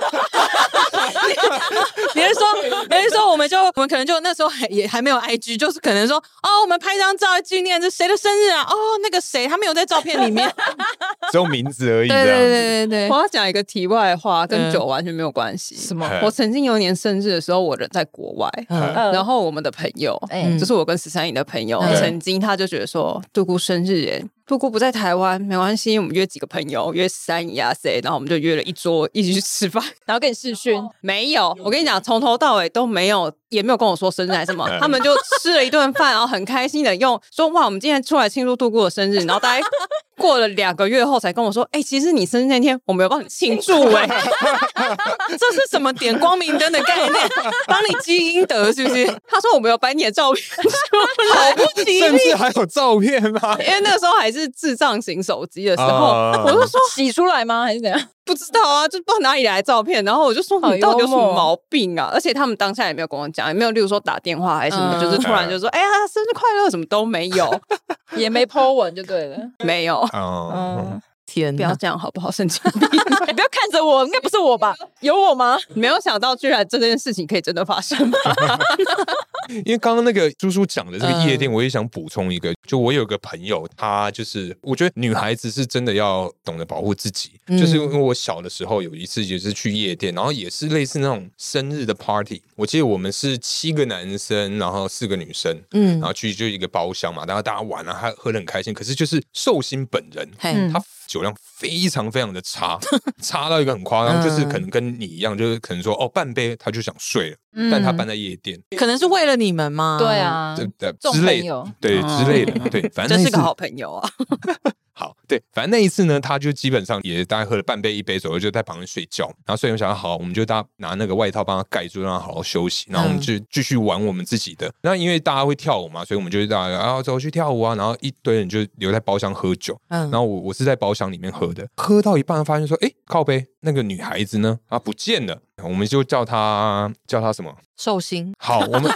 [SPEAKER 4] 别人说，别人说，我们就我们可能就那时候还也还没有 IG，就是可能说，哦，我们拍张照纪念这谁的生日啊？哦，那个谁他没有在照片里 面。
[SPEAKER 1] 只有名字而已，
[SPEAKER 4] 对
[SPEAKER 1] 这
[SPEAKER 4] 对
[SPEAKER 1] 样子
[SPEAKER 4] 对对对
[SPEAKER 2] 我要讲一个题外话，跟
[SPEAKER 4] 嗯
[SPEAKER 2] 酒完全没有关系。
[SPEAKER 3] 什么
[SPEAKER 1] 哎
[SPEAKER 2] 我曾经有一年生日的时候，我人在国外，
[SPEAKER 4] 嗯
[SPEAKER 2] 然后我们的朋友，
[SPEAKER 3] 哎
[SPEAKER 4] 嗯
[SPEAKER 2] 就是我跟十三姨的朋友，
[SPEAKER 4] 嗯
[SPEAKER 2] 曾经他就觉得说，杜姑生日耶，杜姑不在台湾，没关系，我们约几个朋友，约十三姨啊谁，然后我们就约了一桌一起去吃饭。
[SPEAKER 3] 然后跟你视讯，
[SPEAKER 2] 没有，我跟你讲，从头到尾都没有，也没有跟我说生日还是什
[SPEAKER 4] 嗯
[SPEAKER 2] 么，他们就吃了一顿饭，然后很开心的用说哇，我们今天出来庆祝度过的生日，然后 大概过了两个月后才跟我说，哎、其实你生日那天我没有帮你庆祝 哎、
[SPEAKER 4] 这是什么点光明灯的概念？帮你积阴德是不是？
[SPEAKER 2] 他说我没有把你的照片出来，
[SPEAKER 4] 好不吉
[SPEAKER 1] 甚
[SPEAKER 4] 利。
[SPEAKER 1] 至还有照片吗？
[SPEAKER 2] 因为那个时候还是智障型手机的时候，
[SPEAKER 1] 啊
[SPEAKER 2] 我就说
[SPEAKER 3] 洗出来吗？还是怎样？
[SPEAKER 2] 不知道啊，就不知道哪里来的照片，然后我就说
[SPEAKER 3] 好
[SPEAKER 2] 你到底有什
[SPEAKER 3] 幽
[SPEAKER 2] 么
[SPEAKER 3] 默
[SPEAKER 2] 毛病啊？而且他们当下也没有跟我讲，也没有例如说打电话还是什么，
[SPEAKER 4] 嗯
[SPEAKER 2] 就是突然就说哎呀生日快乐，什么都没有，
[SPEAKER 3] 也没 po 文就对了。
[SPEAKER 2] 没有。
[SPEAKER 1] 哦，
[SPEAKER 3] 嗯，
[SPEAKER 4] 天
[SPEAKER 2] 不要
[SPEAKER 4] 哪！
[SPEAKER 2] 这样好不好？神经 病！
[SPEAKER 3] 你不要看着我，应该不是我吧？有我吗？
[SPEAKER 2] 没 有想到，居然这件事情可以真的发生 吧？
[SPEAKER 1] 因为刚刚那个猪猪讲的这个
[SPEAKER 4] 嗯
[SPEAKER 1] 夜店，我也想补充一个，就我有个朋友，她就是我觉得女孩子是真的要懂得保护自己。
[SPEAKER 4] 嗯
[SPEAKER 1] 就是因为我小的时候有一次也是去夜店，然后也是类似那种生日的 party，我记得我们是七个男生，然后四个女生。
[SPEAKER 4] 嗯
[SPEAKER 1] 然，后去就一个包厢嘛，然后大家玩啊，还喝得很开心。可是就是寿星本人，
[SPEAKER 4] 嘿，
[SPEAKER 3] 嗯
[SPEAKER 1] 他酒量非常非常的 差，差到一个很夸张，
[SPEAKER 4] 嗯
[SPEAKER 1] 就是可能跟你一样，就是可能说哦半杯他就想睡了，但
[SPEAKER 4] 嗯
[SPEAKER 1] 他办在夜店，
[SPEAKER 4] 可能是为了你们嘛。
[SPEAKER 3] 对，啊，
[SPEAKER 1] 对
[SPEAKER 3] 众
[SPEAKER 1] 呃之类
[SPEAKER 3] 朋友
[SPEAKER 1] 对
[SPEAKER 2] 哦
[SPEAKER 1] 之类的，对，反正
[SPEAKER 2] 真
[SPEAKER 1] 那一
[SPEAKER 2] 是个
[SPEAKER 1] 次
[SPEAKER 2] 好朋友啊！
[SPEAKER 1] 好，对，反正那一次呢，他就基本上也大概喝了半杯一杯左右，就在旁边睡觉。然后睡我想好，我们就大家拿那个外套帮他盖住，让他好好休息。然后我们就继续玩我们自己的。那因为大家会跳舞嘛，所以我们就大家啊走去跳舞啊，然后一堆人就留在包厢喝酒。
[SPEAKER 4] 嗯
[SPEAKER 1] 然后我我是在包厢里面喝的，喝到一半发现说，哎，靠背那个女孩子呢啊不见了，我们就叫她叫她什么？
[SPEAKER 4] 寿星。
[SPEAKER 1] 好，我们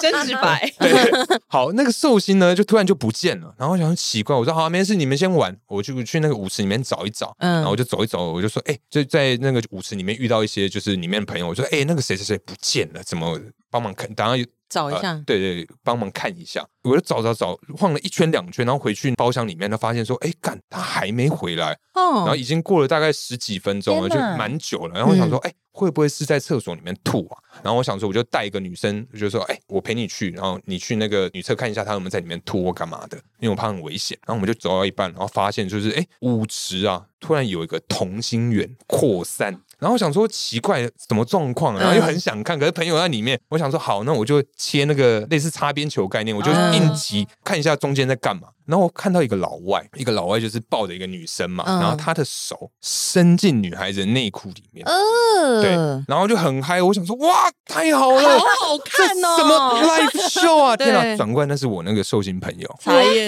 [SPEAKER 2] 真直 白，
[SPEAKER 1] 对，好，那个寿星呢，就突然就不见了。然后我想说奇怪，我说好、没事，你们先玩，我就去那个舞池里面找一找。
[SPEAKER 4] 嗯
[SPEAKER 1] 然后我就走一走，我就说，哎、就在那个舞池里面遇到一些就是里面的朋友，我说，哎、那个谁谁谁不见了，怎么帮忙看？当然有
[SPEAKER 4] 找一
[SPEAKER 1] 呃
[SPEAKER 4] 下，
[SPEAKER 1] 对对，帮忙看一下。我就找找找，晃了一圈两圈，然后回去包厢里面，他发现说，哎、干，他还没回来。呃然后
[SPEAKER 4] 哦，
[SPEAKER 1] 已经过了大概十几分钟了，就
[SPEAKER 3] 天哪
[SPEAKER 1] 蛮久了。然后我想说，哎、会不会是在厕所里面吐啊？然后我想说，我就带一个女生，我就说，哎、我陪你去，然后你去那个女厕看一下，她有没有在里面吐或干嘛的，因为我怕很危险。然后我们就走到一半，然后发现就是，哎、舞池啊，突然有一个同心圆扩散，然后我想说奇怪什么状况啊，然后又很想看，可是朋友在里面，我想说好，那我就切那个类似擦边球概念，我就
[SPEAKER 4] 嗯
[SPEAKER 1] 应急看一下中间在干嘛。然后我看到一个老外，一个老外就是抱着一个女生嘛，
[SPEAKER 4] 嗯
[SPEAKER 1] 然后他的手伸进女孩子的内裤里面，对
[SPEAKER 4] 呃，，
[SPEAKER 1] 然后就很嗨，我想说哇，太好了，
[SPEAKER 4] 好好
[SPEAKER 1] 这
[SPEAKER 4] 看哦，
[SPEAKER 1] 什么 live show 啊！天哪，
[SPEAKER 4] 对
[SPEAKER 1] 转过来那是我那个寿星朋友，
[SPEAKER 4] 茶叶？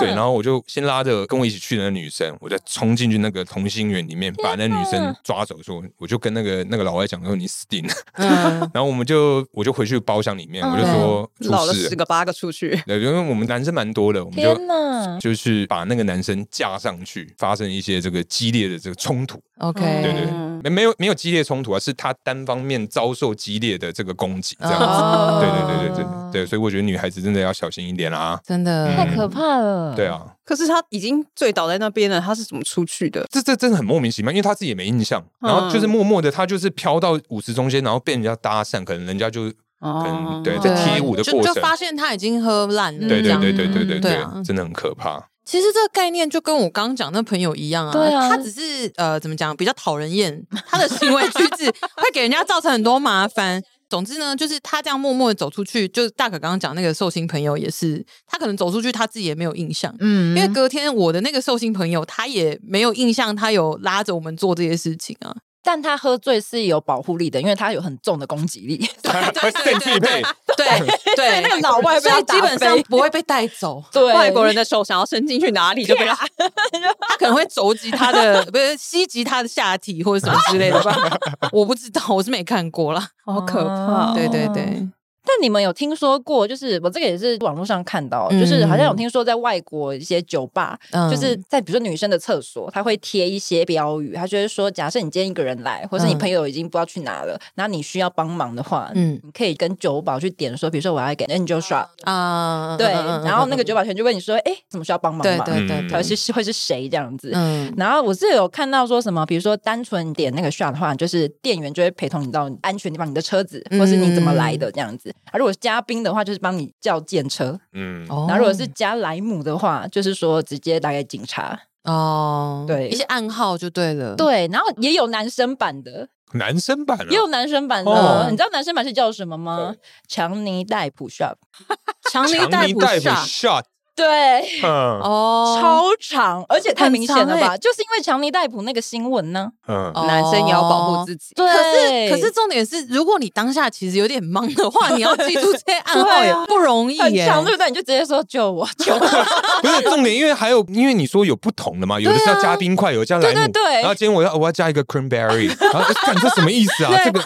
[SPEAKER 1] 对，然后我就先拉着跟我一起去的那女生，我再冲进去那个同心圆里面，把那女生抓走，说我就跟那个那个老外讲说你死定了，
[SPEAKER 4] 嗯，
[SPEAKER 1] 然后我们就我就回去包厢里面，我就说
[SPEAKER 2] 老
[SPEAKER 1] 出
[SPEAKER 2] 了
[SPEAKER 1] 事
[SPEAKER 2] 十
[SPEAKER 1] 了，
[SPEAKER 2] 个八个出去，
[SPEAKER 1] 对，因为我们男生蛮多的，我们就
[SPEAKER 3] 天哪！
[SPEAKER 1] 就是把那个男生架上去，发生一些这个激烈的这个冲突，
[SPEAKER 4] OK，
[SPEAKER 1] 对对
[SPEAKER 2] 嗯
[SPEAKER 1] 对，没没有没有激烈冲突啊，是他单方面遭受激烈的这个攻击这样子。
[SPEAKER 4] 哦
[SPEAKER 1] 对对对对对对，所以我觉得女孩子真的要小心一点啦。
[SPEAKER 4] 真的
[SPEAKER 3] 太可怕
[SPEAKER 4] 嗯
[SPEAKER 3] 了。
[SPEAKER 1] 对，啊，
[SPEAKER 2] 可是他已经醉倒在那边了，他是怎么出去的？
[SPEAKER 1] 这这真的很莫名其妙，因为她自己也没印象，然后
[SPEAKER 4] 嗯
[SPEAKER 1] 就是默默的，她就是飘到舞池中间，然后被人家搭讪，可能人家就可能
[SPEAKER 2] 哦
[SPEAKER 1] 对在
[SPEAKER 4] 对
[SPEAKER 1] 贴舞的
[SPEAKER 4] 就
[SPEAKER 1] 过
[SPEAKER 4] 就
[SPEAKER 1] 程，嗯
[SPEAKER 4] 发现他已经喝烂了，
[SPEAKER 1] 对
[SPEAKER 4] 这
[SPEAKER 1] 对
[SPEAKER 4] 样
[SPEAKER 1] 对对对对
[SPEAKER 4] 对啊
[SPEAKER 1] 真的很可怕。
[SPEAKER 4] 其实这个概念就跟我刚刚讲那朋友一样啊，
[SPEAKER 3] 对啊
[SPEAKER 4] 他只是呃怎么讲比较讨人厌，他的行为举 止会给人家造成很多麻烦。总之呢，就是他这样默默的走出去，就是大可刚刚讲那个寿星朋友也是，他可能走出去他自己也没有印象，
[SPEAKER 3] 嗯
[SPEAKER 4] 因为隔天我的那个寿星朋友他也没有印象，他有拉着我们做这些事情啊，
[SPEAKER 3] 但他喝醉是有保护力的，因为他有很重的攻击力。
[SPEAKER 4] 对对
[SPEAKER 1] 对自己配，
[SPEAKER 4] 对对，
[SPEAKER 3] 那个老外被
[SPEAKER 4] 所
[SPEAKER 3] 他
[SPEAKER 4] 以基本
[SPEAKER 3] 打
[SPEAKER 4] 上
[SPEAKER 3] 飞
[SPEAKER 4] 不会被带走，
[SPEAKER 3] 对
[SPEAKER 2] 外国人的手想要伸进去哪里就被 他
[SPEAKER 4] 他可能会肘击他的， 不是袭击他的下体或者什么之类的 吧？我不知道，我是没看过啦。
[SPEAKER 3] 嗯
[SPEAKER 2] 好可怕哦
[SPEAKER 4] 对对对，
[SPEAKER 3] 但你们有听说过，就是我这个也是网络上看到，
[SPEAKER 4] 嗯
[SPEAKER 3] 就是好像有听说在外国一些酒吧，
[SPEAKER 4] 嗯
[SPEAKER 3] 哦就是在比如说女生的厕所，他会贴一些标语，他就会说，假设你今天一个人来，或是你
[SPEAKER 4] 嗯
[SPEAKER 3] 朋友已经不知道去哪了，然后你需要帮忙的话，
[SPEAKER 4] 嗯
[SPEAKER 3] 你可以跟酒保去点说，比如说我要给 angel shot，
[SPEAKER 4] 啊，
[SPEAKER 3] 对，
[SPEAKER 4] 嗯
[SPEAKER 3] 然后那个酒保全就问你说，哎，怎么需要帮忙
[SPEAKER 4] 对
[SPEAKER 3] 嘛？
[SPEAKER 4] 对
[SPEAKER 1] 嗯
[SPEAKER 4] 对，
[SPEAKER 3] 他是是会是谁这样子？
[SPEAKER 4] 嗯
[SPEAKER 3] 然后我是有看到说什么，比如说单纯点那个 shot 的话，就是店员就会陪同你到安全地方，你的车子，
[SPEAKER 4] 嗯
[SPEAKER 3] 或是你怎么来的这样子。啊，如果是嘉宾的话，就是帮你叫建车；
[SPEAKER 1] 嗯，
[SPEAKER 4] 哦
[SPEAKER 3] 然后如果是加莱姆的话，就是说直接打给警察。
[SPEAKER 4] 哦，
[SPEAKER 3] 对
[SPEAKER 4] 一些暗号就对了，
[SPEAKER 3] 对，然后也有男生版的，
[SPEAKER 1] 男生版啊
[SPEAKER 3] 也有男生版的。
[SPEAKER 1] 哦
[SPEAKER 3] 你知道男生版是叫什么吗？强尼戴普 shop。
[SPEAKER 4] 强尼
[SPEAKER 1] 强尼
[SPEAKER 4] 普
[SPEAKER 1] 戴普
[SPEAKER 4] 下
[SPEAKER 1] shot，
[SPEAKER 3] 对。
[SPEAKER 1] 嗯
[SPEAKER 4] 哦，
[SPEAKER 3] 超长，而且太明显了
[SPEAKER 4] 很
[SPEAKER 3] 吧？
[SPEAKER 4] 长欸
[SPEAKER 3] 就是因为强尼戴普那个新闻呢，
[SPEAKER 1] 嗯，
[SPEAKER 4] 哦
[SPEAKER 2] 男生也要保护自己。
[SPEAKER 3] 对
[SPEAKER 4] 可是，可是重点是，如果你当下其实有点忙的话，你要记住这些暗号也不容易
[SPEAKER 3] 啊很
[SPEAKER 4] 耶。
[SPEAKER 3] 长，对不对？你就直接说救我，救我！
[SPEAKER 1] 不是重点，因为还有，因为你说有不同的嘛，有的是要加冰块，有的加莱姆，
[SPEAKER 3] 对对对
[SPEAKER 1] 然后今天我要我要加一个 cranberry，然后看这什么意思啊？这个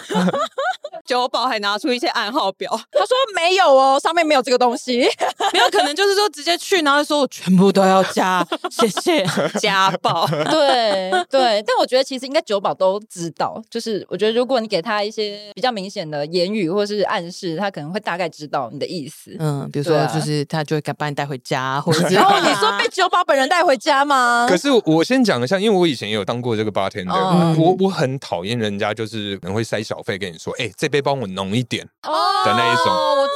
[SPEAKER 2] 酒保还拿出一些暗号表，
[SPEAKER 3] 他说没有哦，上面没有这个东西。
[SPEAKER 4] 没有可能就是说直接去，然后说我全部都要 加，谢谢。
[SPEAKER 2] 家暴。
[SPEAKER 3] 对对，但我觉得其实应该酒保都知道，就是我觉得如果你给他一些比较明显的言语或是暗示，他可能会大概知道你的意思。
[SPEAKER 4] 嗯，比
[SPEAKER 3] 对
[SPEAKER 4] 如说
[SPEAKER 3] 啊
[SPEAKER 4] 就是他就会敢把你带回家，或者是哦
[SPEAKER 3] 然后你说被酒保本人带回家吗
[SPEAKER 1] 可？是我先讲一下，因为我以前也有当过这个 bartender，、
[SPEAKER 3] 嗯
[SPEAKER 1] 我我很讨厌人家就是可能会塞小费跟你说，哎、这杯帮我浓一点
[SPEAKER 3] 哦
[SPEAKER 1] 的那一种，
[SPEAKER 4] 哦，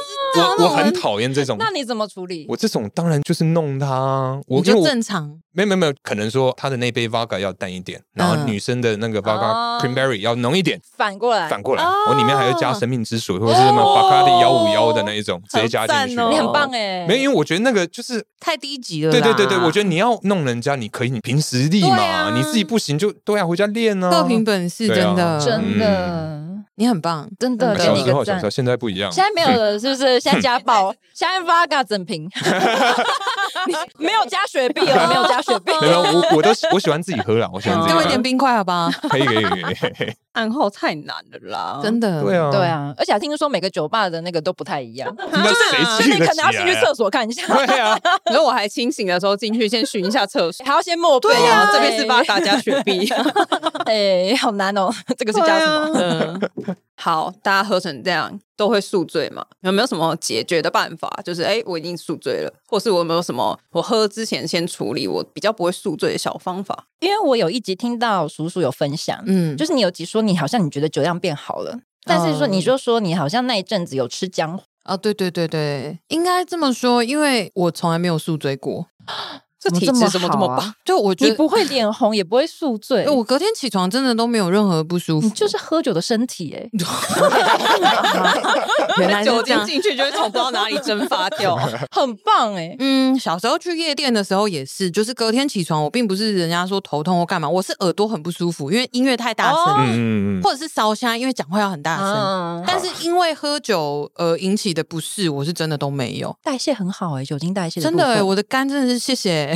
[SPEAKER 1] 我我很讨厌这种。
[SPEAKER 3] 那你怎么处理？
[SPEAKER 1] 我这种当然就是弄他啊，我
[SPEAKER 4] 你
[SPEAKER 1] 因为
[SPEAKER 4] 就
[SPEAKER 1] 我
[SPEAKER 4] 正常
[SPEAKER 1] 没有没有没有，可能说他的那杯 vodka 要淡一点，然后
[SPEAKER 4] 嗯
[SPEAKER 1] 女生的那个 vodka
[SPEAKER 3] 哦
[SPEAKER 1] cranberry 要浓一点，
[SPEAKER 3] 反过来，
[SPEAKER 1] 反过来，
[SPEAKER 4] 哦
[SPEAKER 1] 我里面还要加生命之水或者是什么
[SPEAKER 4] 哦
[SPEAKER 1] Bacardi 幺五幺的那一种，直接加进去。
[SPEAKER 4] 好赞哦
[SPEAKER 3] 你很棒哎、
[SPEAKER 1] 没有，因为我觉得那个就是。
[SPEAKER 4] 太低级了啦。
[SPEAKER 1] 对对对对，我觉得你要弄人家，你可以，你凭实力嘛，
[SPEAKER 4] 对啊
[SPEAKER 1] 你自己不行就对啊，回家练啊。
[SPEAKER 4] 各凭本事，
[SPEAKER 1] 对啊
[SPEAKER 4] 真的，
[SPEAKER 3] 真的、
[SPEAKER 4] 你很棒。
[SPEAKER 3] 真的给
[SPEAKER 1] 嗯小
[SPEAKER 3] 你一
[SPEAKER 1] 时候
[SPEAKER 3] 个
[SPEAKER 1] 小
[SPEAKER 3] 赞
[SPEAKER 1] 时候，。现在不一样了。
[SPEAKER 3] 现在没有了，是不是？现在家暴，现在 Vaga 整瓶， 没有加雪碧哦，没有加雪碧。
[SPEAKER 1] 没有，我我都喜我喜欢自己喝啦，我喜欢自己
[SPEAKER 4] 给 我一点
[SPEAKER 1] 喝。
[SPEAKER 4] 冰块好不好？
[SPEAKER 1] 可以可以可以可以，
[SPEAKER 2] 暗号太难了啦，
[SPEAKER 4] 真的，
[SPEAKER 2] 嗯
[SPEAKER 1] 对啊
[SPEAKER 3] 对，啊，而且听说每个酒吧的那个都不太 一样，
[SPEAKER 1] 那谁
[SPEAKER 3] 所 以
[SPEAKER 1] 去
[SPEAKER 3] 你
[SPEAKER 1] 得
[SPEAKER 3] 可
[SPEAKER 1] 起
[SPEAKER 3] 能要先去
[SPEAKER 1] 来啊？
[SPEAKER 3] 厕所看一下，
[SPEAKER 1] 对啊，
[SPEAKER 2] 然后我还清醒的时候进去先寻一下厕所。
[SPEAKER 3] 还要先默背
[SPEAKER 2] 对
[SPEAKER 3] 啊
[SPEAKER 2] 啊，，这边是巴嘎加雪 碧。
[SPEAKER 1] 啊
[SPEAKER 3] 哎，好难哦，这个是加什么？
[SPEAKER 2] 对啊好，大家喝成这样都会宿醉嘛？有没有什么解决的办法？就是哎、我已经宿醉了，或是我有没有什么我喝之前先处理我比较不会宿醉的小方法？
[SPEAKER 3] 因为我有一集听到叔叔有分享，
[SPEAKER 4] 嗯，
[SPEAKER 3] 就是你有集说你好像你觉得酒量变好了，但是说
[SPEAKER 4] 嗯
[SPEAKER 3] 你就说你好像那一阵子有吃姜黄，
[SPEAKER 4] 哦，对对对对，应该这么说，因为我从来没有宿醉过。
[SPEAKER 2] 这体质怎么这么
[SPEAKER 3] 好
[SPEAKER 2] 棒
[SPEAKER 3] 啊？？
[SPEAKER 4] 就我觉
[SPEAKER 3] 你
[SPEAKER 4] 得
[SPEAKER 3] 不会脸红，也不会宿醉，
[SPEAKER 4] 我隔天起床真的都没有任何不舒服，
[SPEAKER 3] 你就是喝酒的身体 哎、
[SPEAKER 4] 原来是
[SPEAKER 2] 酒
[SPEAKER 4] 这
[SPEAKER 2] 精
[SPEAKER 4] 样。
[SPEAKER 2] 进去就会从不知道哪里蒸发 掉。
[SPEAKER 3] 很棒哎、
[SPEAKER 4] 嗯，小时候去夜店的时候也是，就是隔天起床，我并不是人家说头痛或干嘛，我是耳朵很不舒服，因为音乐太大声，
[SPEAKER 2] 哦
[SPEAKER 1] 嗯嗯嗯，
[SPEAKER 4] 或者是烧香，因为讲话要很大声。
[SPEAKER 3] 嗯，
[SPEAKER 4] 但是因为喝酒呃引起的不适，我是真的都没有，
[SPEAKER 3] 代谢很好哎、酒精代谢
[SPEAKER 4] 真的、
[SPEAKER 3] 部分
[SPEAKER 4] 我的肝真的是谢谢，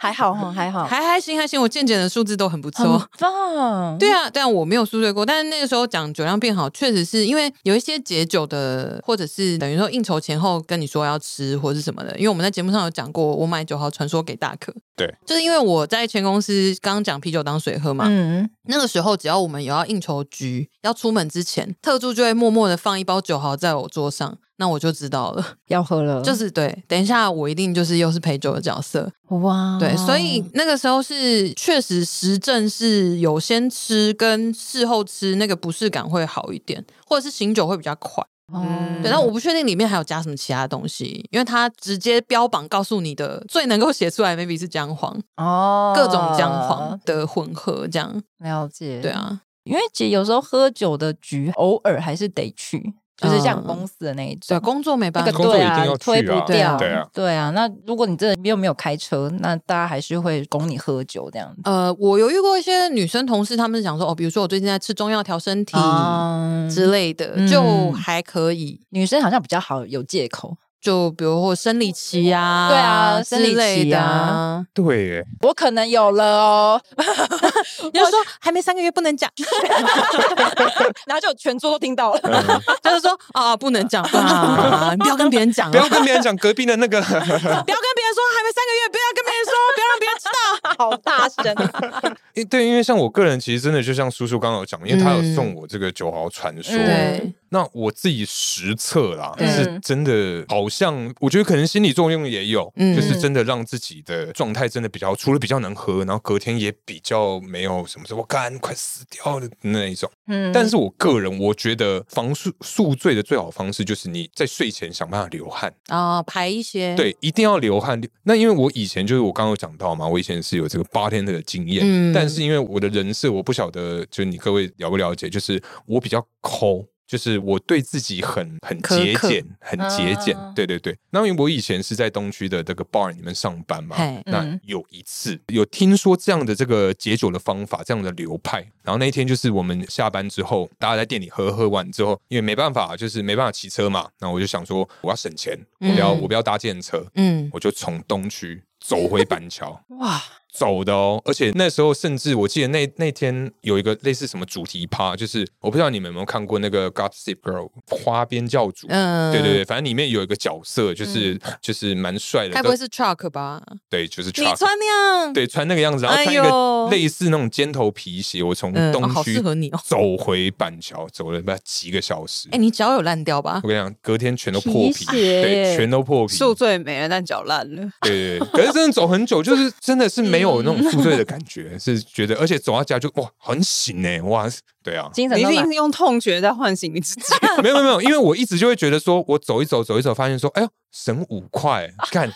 [SPEAKER 3] 还好哈，还好，
[SPEAKER 4] 还还行还行，我健检的数字都很不错。
[SPEAKER 3] 很棒，
[SPEAKER 4] 对啊，但我没有宿醉过。但是那个时候讲酒量变好，确实是因为有一些解酒的，或者是等于说应酬前后跟你说要吃或是什么的。因为我们在节目上有讲过，我买九号传说给大可，
[SPEAKER 1] 对，
[SPEAKER 4] 就是因为我在前公司刚刚讲啤酒当水喝嘛，
[SPEAKER 3] 嗯，
[SPEAKER 4] 那个时候只要我们有要应酬局要出门之前，特助就会默默的放一包酒豪在我桌上。那我就知道了，
[SPEAKER 3] 要喝了，
[SPEAKER 4] 就是对，等一下我一定就是又是陪酒的角色，
[SPEAKER 3] 哇，
[SPEAKER 4] 对，所
[SPEAKER 3] 哦
[SPEAKER 4] 以那个时候是确实实证是有先吃跟事后吃那个不适感会好一点，或者是醒酒会比较快。
[SPEAKER 3] 嗯
[SPEAKER 4] 对，但我不确定里面还有加什么其他东西，因为它直接标榜告诉你的最能够写出来，maybe 是姜黄，
[SPEAKER 3] 哦
[SPEAKER 4] 各种姜黄的混合这样。
[SPEAKER 3] 了解，
[SPEAKER 4] 对，啊，
[SPEAKER 3] 因为其实有时候喝酒的局偶尔还是得去，就是像
[SPEAKER 4] 嗯
[SPEAKER 3] 公司的那一种
[SPEAKER 4] 对，。工作没办
[SPEAKER 3] 那
[SPEAKER 4] 法
[SPEAKER 3] 个
[SPEAKER 1] 工作
[SPEAKER 3] 对
[SPEAKER 1] 一定要
[SPEAKER 3] 啊，
[SPEAKER 1] 去
[SPEAKER 3] 推不
[SPEAKER 1] 啊
[SPEAKER 3] 掉，
[SPEAKER 4] 对
[SPEAKER 1] 啊
[SPEAKER 3] 嗯对啊。那如果你真的又没有开车，那大家还是会拱你喝酒这样子。
[SPEAKER 4] 呃，我有遇过一些女生同事，她们讲说，哦，比如说我最近在吃中药调身体
[SPEAKER 3] 嗯
[SPEAKER 4] 之类的，
[SPEAKER 3] 嗯
[SPEAKER 4] 就还可以。
[SPEAKER 3] 女生好像比较好有借口，
[SPEAKER 4] 就比如或生
[SPEAKER 1] 哦
[SPEAKER 4] 理期啊，
[SPEAKER 3] 对啊
[SPEAKER 4] 之类
[SPEAKER 3] 生理期
[SPEAKER 4] 的
[SPEAKER 3] 啊。
[SPEAKER 1] 对耶，
[SPEAKER 3] 我可能有了哦，
[SPEAKER 4] 要说还没三个月不能讲，
[SPEAKER 3] 然后就全桌都听到了。
[SPEAKER 1] 嗯
[SPEAKER 4] 就是说啊不能讲 啊，不要跟别人讲啊，
[SPEAKER 1] 不要跟别人讲隔壁的那个，
[SPEAKER 4] 不要跟别人说还没三个月，不要跟别人说，不要让别人知道，好大声。
[SPEAKER 1] 因对，因为像我个人其实真的就像叔叔刚刚有讲，因为他有
[SPEAKER 4] 嗯
[SPEAKER 1] 送我这个九毫传说，
[SPEAKER 4] 对，
[SPEAKER 1] 那我自己实测啦，
[SPEAKER 4] 对
[SPEAKER 1] 是真的好像，我觉得可能心理作用也有，
[SPEAKER 4] 嗯
[SPEAKER 1] 就是真的让自己的状态真的比较，除了比较能喝，然后隔天也比较没有什么说我干快死掉的那一种。
[SPEAKER 3] 嗯
[SPEAKER 1] 但是我个人我觉得防宿宿醉的最好方式就是你在睡前想办法流汗，
[SPEAKER 4] 啊，排一些，
[SPEAKER 1] 对，一定要流汗。那因为我以前就是我刚刚有讲到嘛，我以前是有这个八天的经验，
[SPEAKER 4] 嗯
[SPEAKER 1] 但是因为我的人设，我不晓得，就你各位了不了解，就是我比较抠。就是我对自己很很
[SPEAKER 4] 苛
[SPEAKER 1] 节
[SPEAKER 4] 刻
[SPEAKER 1] 俭，很节俭，
[SPEAKER 3] 啊
[SPEAKER 1] 对对对。那因为我以前是在东区的这个 bar 里面上班嘛，
[SPEAKER 4] 嘿
[SPEAKER 1] 那
[SPEAKER 3] 嗯
[SPEAKER 1] 有一次有听说这样的这个解酒的方法，这样的流派。然后那一天就是我们下班之后，大家在店里喝，喝完之后，因为没办法，就是没办法骑车嘛，那我就想说我要省钱，我不要、
[SPEAKER 4] 嗯
[SPEAKER 1] 我不要搭建车，
[SPEAKER 4] 嗯，
[SPEAKER 1] 我就从东区走回板 桥。
[SPEAKER 3] 哇，
[SPEAKER 1] 走的哦，而且那时候甚至我记得那那天有一个类似什么主题趴，就是我不知道你们有没有看过那个《Gossip Girl》花边教主，
[SPEAKER 4] 嗯
[SPEAKER 1] 对对对，反正里面有一个角色就是、就是蛮帅的，
[SPEAKER 4] 该不会是 truck 吧？
[SPEAKER 1] 对，就是
[SPEAKER 4] 你
[SPEAKER 1] Chuck
[SPEAKER 4] 穿那样，
[SPEAKER 1] 对，穿那个样子，然后
[SPEAKER 4] 哎
[SPEAKER 1] 穿一个
[SPEAKER 4] 呦
[SPEAKER 1] 类似那种尖头皮鞋，我从
[SPEAKER 4] 嗯哦
[SPEAKER 1] 东
[SPEAKER 4] 好
[SPEAKER 1] 区
[SPEAKER 4] 适合你哦
[SPEAKER 1] 走回板桥，走了不知道几个小时。
[SPEAKER 4] 哎，你脚有烂掉吧
[SPEAKER 1] 我？跟你讲，隔天全都破皮，
[SPEAKER 3] 皮鞋
[SPEAKER 1] 对，
[SPEAKER 3] 耶
[SPEAKER 1] 全都破皮，
[SPEAKER 2] 宿醉没了，但脚烂了。
[SPEAKER 1] 对对对。可是真的走很久，就是真的是没有那
[SPEAKER 4] 嗯
[SPEAKER 1] 种宿醉的感觉，是觉得，而且走到家就哇，很醒哎，哇，对啊，
[SPEAKER 3] 精神
[SPEAKER 2] 你一
[SPEAKER 3] 都来
[SPEAKER 2] 定是用痛觉在唤醒你自己。
[SPEAKER 1] 没有没有没有，因为我一直就会觉得说，我走一走走一走，发现说，哎呦，省五块，干。